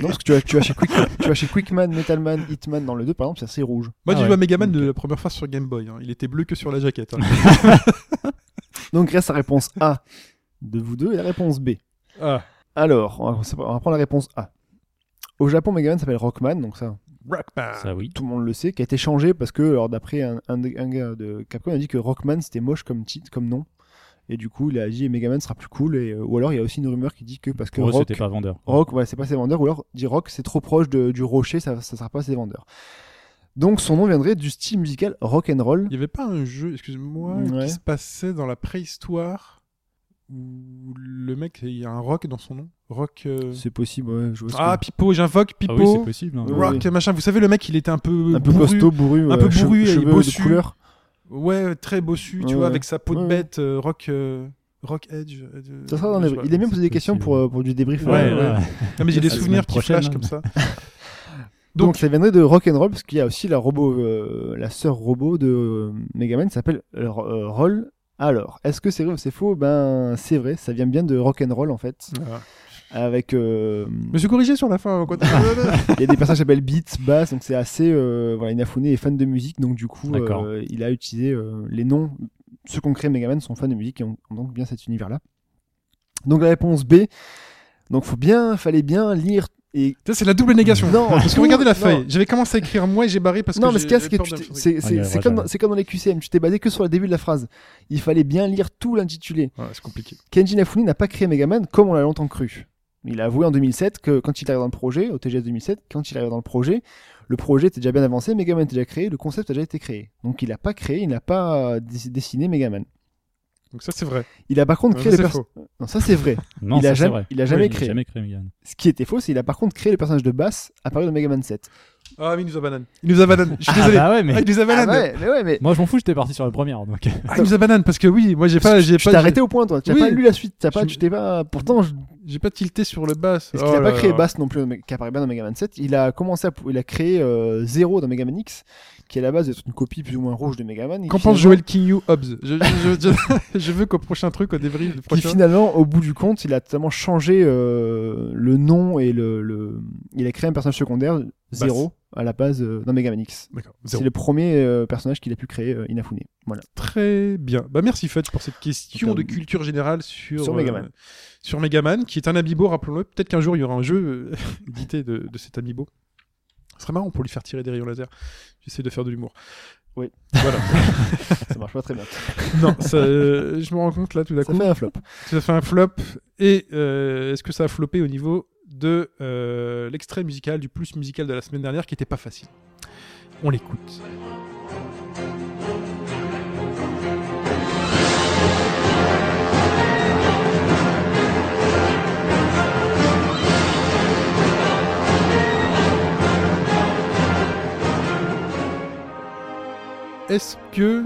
S4: Non, parce que tu vas, tu vas chez Quick, tu vas chez Quickman, Metalman, Hitman dans le 2, par exemple, c'est assez rouge.
S2: Moi,
S3: Ah
S2: j'ai
S3: ouais.
S2: joué à Megaman de
S3: Ok.
S2: la première phase sur Game Boy. hein. Il était bleu que sur la jaquette. hein.
S4: Donc, reste la réponse A de vous deux et la réponse B.
S2: ah.
S4: Alors, on va, on va prendre la réponse A. Au Japon, Megaman s'appelle Rockman, donc ça,
S2: Rockman.
S3: Ça oui.
S4: tout le monde le sait, qui a été changé parce que, alors d'après un, un des- un gars de Capcom, il a dit que Rockman c'était moche comme titre, comme nom. Et du coup, il a dit Megaman sera plus cool. Et, euh, ou alors, il y a aussi une rumeur qui dit que parce que
S3: Pour eux,
S4: Rock,
S3: c'était pas vendeur.
S4: Rock, ouais, c'est pas ses vendeurs, ou alors dit Rock, c'est trop proche de- du rocher, ça, ça sera pas ses vendeurs. Donc, son nom viendrait du style musical rock and roll.
S2: Il y avait pas un jeu, excuse-moi,
S4: Ouais.
S2: qui se passait dans la préhistoire où le mec, il y a un rock dans son nom. Rock. euh,
S4: C'est possible, ouais, je vois ce
S2: Ah,
S4: que-
S2: Pipo, j'invoque
S3: Ah oui,
S2: Pipo.
S3: c'est possible. hein.
S4: Ouais.
S2: rock, machin. Vous savez, le mec, il était un peu.
S4: un peu
S2: bourru.
S4: costaud, bourru,
S2: un peu
S4: euh, che-
S2: bourru et
S4: cheveux
S2: bossu.
S4: de couleur.
S2: Ouais, très bossu, tu
S4: Ouais,
S2: vois,
S4: ouais.
S2: avec sa peau de
S4: Ouais, ouais.
S2: bête, euh, rock. euh, Rock Edge. euh,
S4: Ça sera dans
S2: je
S4: les...
S2: sais pas.
S4: Il aime bien poser des
S3: c'est
S4: questions
S3: possible.
S4: pour, euh, pour du débrief.
S2: Ouais,
S4: euh,
S2: ouais.
S3: là.
S2: Non, mais j'ai des
S3: Ah, La
S2: souvenirs
S3: semaine
S2: qui flashent
S3: prochaine. hein.
S2: comme ça.
S4: Donc,
S2: Donc-
S4: ça viendrait de Rock'n'Roll, parce qu'il y a aussi la robot, euh, la sœur robot de euh, Megaman, qui s'appelle euh, Roll. Alors, est-ce que c'est vrai ou c'est faux Ben, c'est vrai, ça vient bien de Rock'n'Roll en fait.
S2: Ah.
S4: Avec, euh,
S2: Je me suis corrigé sur la fin. quoi.
S4: il y a des personnages qui s'appellent Beats, Bass, donc c'est assez, euh, voilà, Inafune est fan de musique, donc du coup, euh,
S3: D'accord.
S4: il a utilisé euh, les noms. Ceux qu'on crée Megaman sont fans de musique et ont, ont donc bien cet univers-là. Donc la réponse B. Donc faut bien, fallait bien lire et
S2: Ça, c'est la double négation.
S4: Non,
S2: parce que
S4: tout-
S2: regardez la
S4: non.
S2: feuille. J'avais commencé à écrire moi et j'ai barré parce que.
S4: non, mais ce
S2: j'ai-
S4: qu'il y a, c'est que
S2: j'avais
S4: tu
S2: peur
S4: t'es-
S2: d'un truc.
S4: c'est-
S3: On y
S4: c'est- c'est
S3: arrivera
S4: comme, dans-
S3: jamais.
S4: c'est comme dans les QCM, tu t'es basé que sur le début de la phrase. Il fallait bien lire tout l'intitulé.
S2: Ouais, c'est compliqué.
S4: Kenji Inafune n'a pas créé Megaman comme on l'a longtemps cru. Il a avoué en 2007 que quand il arrive dans le projet, au TGS 2007, quand il arrive dans le projet, le projet était déjà bien avancé, Megaman était déjà créé, le concept a déjà été créé. Donc il n'a pas créé, il n'a pas dess- dessiné Megaman.
S2: Donc, ça, c'est vrai.
S4: Il a par contre
S2: Ouais,
S4: créé
S2: ça,
S4: le
S2: c'est
S4: perso-
S2: faux.
S4: Non, ça c'est vrai.
S3: Non,
S4: Il a
S3: ça, c'est
S4: jamais-
S3: vrai.
S4: il a jamais
S3: Oui,
S4: créé.
S3: jamais créé Megan.
S4: Ce qui était faux, c'est qu'il a par contre créé le personnage de Bass apparu dans Megaman 7.
S2: Ah, mais il nous a banane. Il nous a banane. Je suis
S3: Ah
S2: désolé.
S3: bah ouais, mais
S2: Ah, il nous a
S4: Ah
S2: banane.
S4: ouais, mais ouais, mais
S3: moi je m'en fous, j'étais parti sur la première. Donc
S2: Ah, il nous a banane parce que oui, moi, j'ai pas. J'ai
S4: tu t'es
S2: pas,
S4: arrêté au point, toi. Tu n'as
S2: Oui.
S4: pas lu la suite, t'as pas,
S2: Je-
S4: tu t'es pas. Pourtant, je-
S2: j'ai pas tilté sur le bass.
S4: Parce qu'il
S2: Oh
S4: n'a pas
S2: là
S4: créé
S2: là.
S4: Bass non plus, dans Meg- qui apparaît bien dans Megaman 7. Il a commencé à, il a créé euh, Zero dans Megaman X, qui est à la base d'être une copie plus ou moins rouge de Megaman. et
S2: Qu'en
S4: qui
S2: pense
S4: finalement-
S2: Joël Kinyu Hobbs je, je, je- je veux qu'au prochain truc, au débrief, le
S4: Qui
S2: prochain.
S4: finalement, au bout du compte, il a tellement changé euh, le nom et le, le- il a créé un personnage secondaire Zero à la base euh, dans Megaman X.
S2: D'accord.
S4: C'est
S2: Zéro.
S4: le premier euh, personnage qu'il a pu créer euh, Inafune. Voilà.
S2: Très bien. Bah merci Fudge pour cette question
S4: Donc,
S2: de
S4: euh,
S2: culture générale sur euh,
S4: sur Megaman.
S2: sur Megaman, qui est un amiibo, rappelons-le. Peut-être qu'un jour il y aura un jeu euh, édité de, de cet amiibo. Ce serait marrant pour lui faire tirer des rayons laser. J'essaie de faire de l'humour.
S4: Oui.
S2: Voilà.
S4: Ça marche pas très bien.
S2: non, ça, euh, je me rends compte là tout d'un
S4: Ça
S2: coup.
S4: fait un flop.
S2: Ça fait un flop. Et euh, est-ce que ça a floppé au niveau de euh, l'extrait musical, du plus musical de la semaine dernière, qui était pas facile On l'écoute. Est-ce que...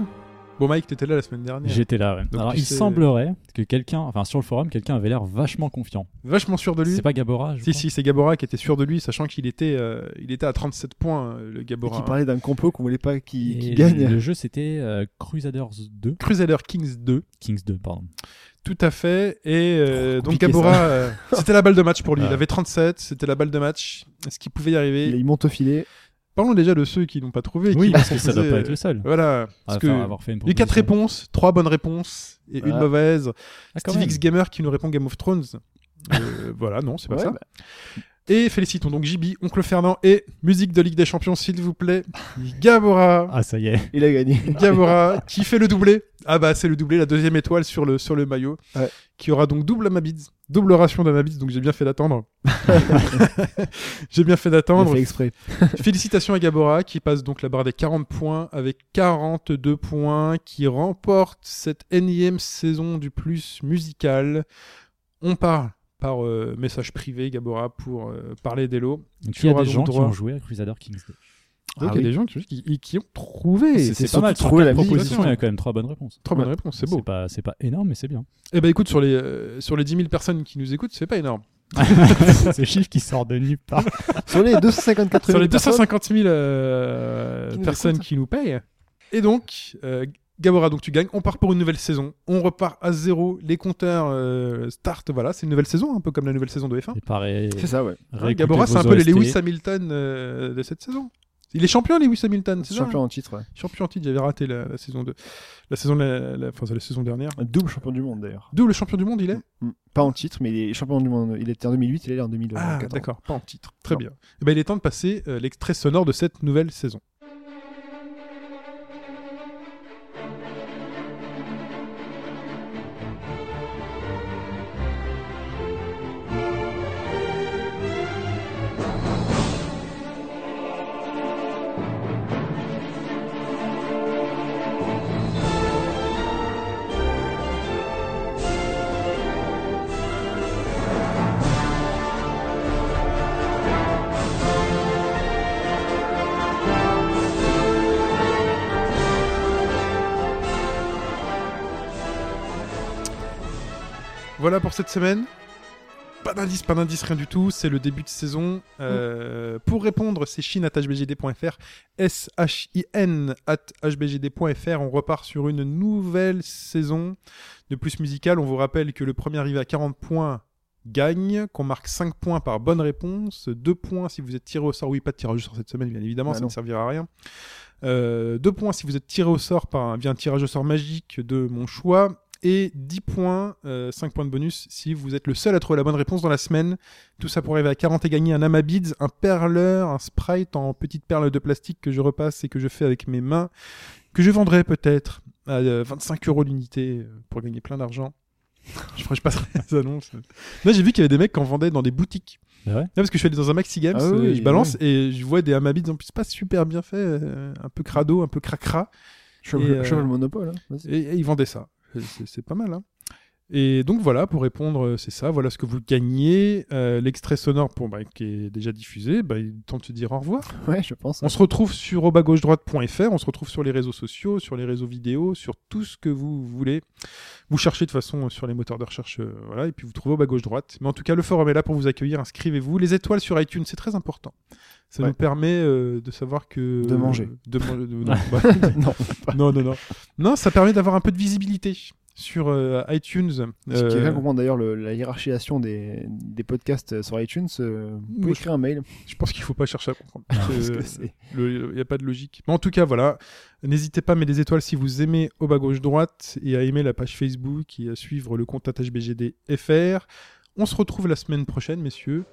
S2: Bon Mike, t'étais là la semaine dernière.
S3: j'étais là. ouais.
S2: Donc,
S3: Alors
S2: tu
S3: il
S2: sais-
S3: semblerait que quelqu'un, enfin sur le forum, quelqu'un avait l'air vachement confiant.
S2: Vachement sûr de lui.
S3: C'est pas Gabora je
S2: Si,
S3: crois
S2: si, c'est Gabora qui était sûr de lui, sachant qu'il était, euh, il était à 37 points, euh, le
S4: Et
S2: Gabora.
S4: qui parlait d'un complot qu'on voulait pas qu'il qu'il
S3: Et
S4: gagne.
S3: Le jeu c'était euh, Crusaders 2,
S2: Crusader Kings 2,
S3: Kings 2 pardon.
S2: tout à fait. Et euh,
S4: Oh,
S2: donc
S4: compliqué,
S2: Gabora, euh, c'était la balle de match pour lui.
S3: Ouais.
S2: Il avait 37, c'était la balle de match. Est-ce qu'il pouvait y arriver
S4: Il monte au filet.
S2: Parlons déjà de ceux qui n'ont pas trouvé. et
S3: Oui,
S2: qui
S3: parce
S2: s'en
S3: que ça doit
S2: faisaient,
S3: pas être
S2: euh,
S3: le seul.
S2: Voilà, parce
S3: à
S2: que
S3: faire- avoir fait une
S2: il y a eu quatre
S3: proposition.
S2: réponses, trois bonnes réponses et une
S4: Ah.
S2: mauvaise.
S3: Ah, quand
S2: Steve
S3: même.
S2: X Gamer qui nous répond Game of Thrones. Euh, voilà, non, c'est pas
S4: Ouais,
S2: ça.
S4: bah,
S2: Et félicitons donc Jibi, Oncle Fernand et musique de Ligue des Champions, s'il vous plaît. Gabora,
S3: Ah, ça y est.
S4: Il a gagné.
S2: Gabora, qui fait le doublé. Ah bah c'est le doublé, la deuxième étoile sur le, sur le maillot,
S4: Ouais.
S2: qui aura donc double Amabids, double ration d'Amabids, donc j'ai bien fait d'attendre. j'ai bien fait
S4: Il a
S2: d'attendre.
S4: fait exprès.
S2: Félicitations à Gabora qui passe donc la barre des 40 points avec 42 points, qui remporte cette énième saison du plus musical. On parle par euh, message privé, Gabora, pour euh, parler des lots.
S3: Donc,
S2: Tu
S3: il y a
S2: auras
S3: des
S2: donc
S3: gens
S2: droit.
S3: qui ont joué à Crusader Kings Day.
S2: Donc,
S4: Ah
S2: il y a
S4: oui.
S2: des gens qui, qui- qui ont trouvé.
S4: C'est-
S3: C'est pas
S4: surtout
S3: mal. sur
S4: trouver la
S3: quatre
S4: musique.
S3: propositions, il y a quand même trois bonnes réponses.
S2: Trop bonne réponse, c'est beau.
S3: C'est pas, c'est pas énorme, mais c'est bien.
S2: Eh ben écoute, sur les, euh, sur les 10 000 personnes qui nous écoutent, c'est pas énorme.
S3: Ce chiffre qui sort de nulle part.
S4: Sur les 254
S2: Sur les
S4: 250
S2: 250 000 euh,
S4: Qui nous
S2: personnes
S4: écoutent.
S2: qui nous payent. Et donc, euh, Gabora, donc tu gagnes. On part pour une nouvelle saison. On repart à zéro. Les compteurs euh, start. Voilà, c'est une nouvelle saison, un peu comme la nouvelle saison de F1.
S3: C'est pareil.
S4: C'est ça, ouais.
S3: Réécoutez
S2: Gabora, c'est
S3: vos
S2: un peu les
S3: OST.
S2: Lewis hein. Hamilton euh, de cette saison. Il est champion, Lewis Hamilton, c'est ça hein.
S4: Champion en titre, ouais.
S2: Champion en titre, j'avais raté la, la saison de la saison de la, la- enfin, c'est la saison dernière.
S4: Double champion du monde d'ailleurs.
S2: D'où le champion du monde, il est
S4: Mm. Pas en titre, mais il est champion du monde. Il était en 2008, il est en 2014.
S2: Ah, d'accord, pas en titre. Très
S4: Non.
S2: bien. Eh ben, il est temps de passer euh, l'extrait sonore de cette nouvelle saison. Voilà pour cette semaine. Pas d'indice, pas d'indice, rien du tout. C'est le début de saison. Euh, Pour répondre, c'est shin.hbgd.fr. S-H-I-N at hbgd.fr. On repart sur une nouvelle saison de plus musicale. On vous rappelle que le premier arrivé à 40 points gagne, qu'on marque 5 points par bonne réponse, 2 points si vous êtes tiré au sort, oui pas de tirage au sort cette semaine bien évidemment,
S4: Bah
S2: ça
S4: non.
S2: ne servira à rien. Euh, 2 points si vous êtes tiré au sort par un, via un tirage au sort magique de mon choix, et 10 points, 5 points de bonus si vous êtes le seul à trouver la bonne réponse dans la semaine. Tout ça pour arriver à 40 et gagner un Amabids, un perleur, un sprite en petite perle de plastique que je repasse et que je fais avec mes mains, que je vendrai peut-être à euh, 25 euros l'unité euh, pour gagner plein d'argent. Je crois que je passerai les annonces. Là, j'ai vu qu'il y avait des mecs qui en vendaient dans des boutiques.
S3: Ah ouais
S2: Là, parce que je suis allé dans un Maxi Games,
S4: Ah
S2: euh,
S4: oui,
S2: je balance et je vois des Amabids en plus pas super bien faits, euh, un peu crado, un peu cracra.
S4: Cheval,
S2: Et, euh,
S4: cheval monopole. hein. Vas-y.
S2: Et, et ils vendaient ça. C'est- C'est c'est pas mal. Hein. Et donc voilà, pour répondre, euh, c'est ça. Voilà ce que vous gagnez. Euh, L'extrait sonore pour, bah, qui est déjà diffusé, bah, il est temps de se dire au revoir.
S4: Ouais, je pense. hein.
S2: On se retrouve sur au bas gauche droite.fr, on se retrouve sur les réseaux sociaux, sur les réseaux vidéo, sur tout ce que vous voulez. Vous cherchez de toute façon euh, sur les moteurs de recherche, euh, voilà, et puis vous trouvez au bas gauche droite. Mais en tout cas, le forum est là pour vous accueillir, inscrivez-vous. Les étoiles sur iTunes, c'est très important. Ça
S4: Ouais.
S2: nous permet euh, de savoir que...
S4: De manger.
S2: De man- de- non, bah,
S4: non.
S2: non, non, non. Non, ça permet d'avoir un peu de visibilité sur euh, iTunes.
S4: Si
S2: Euh,
S4: quelqu'un comprend d'ailleurs le- la hiérarchisation des, des podcasts sur iTunes, euh, vous
S2: Oui.
S4: pouvez écrire un mail.
S2: je pense qu'il faut pas chercher à comprendre.
S4: Parce
S2: Euh,
S4: que c'est-
S2: Il n'y a pas de logique. Mais en tout cas, voilà. N'hésitez pas à mettre des étoiles si vous aimez au bas gauche droite et à aimer la page Facebook et à suivre le compte HBGDFR. On se retrouve la semaine prochaine, messieurs.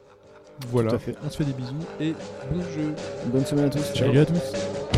S2: Voilà.
S4: Tout à fait.
S2: On se fait des bisous et bon jeu.
S4: Bonne semaine à tous. Ciao.
S3: Salut à tous.
S4: Ciao.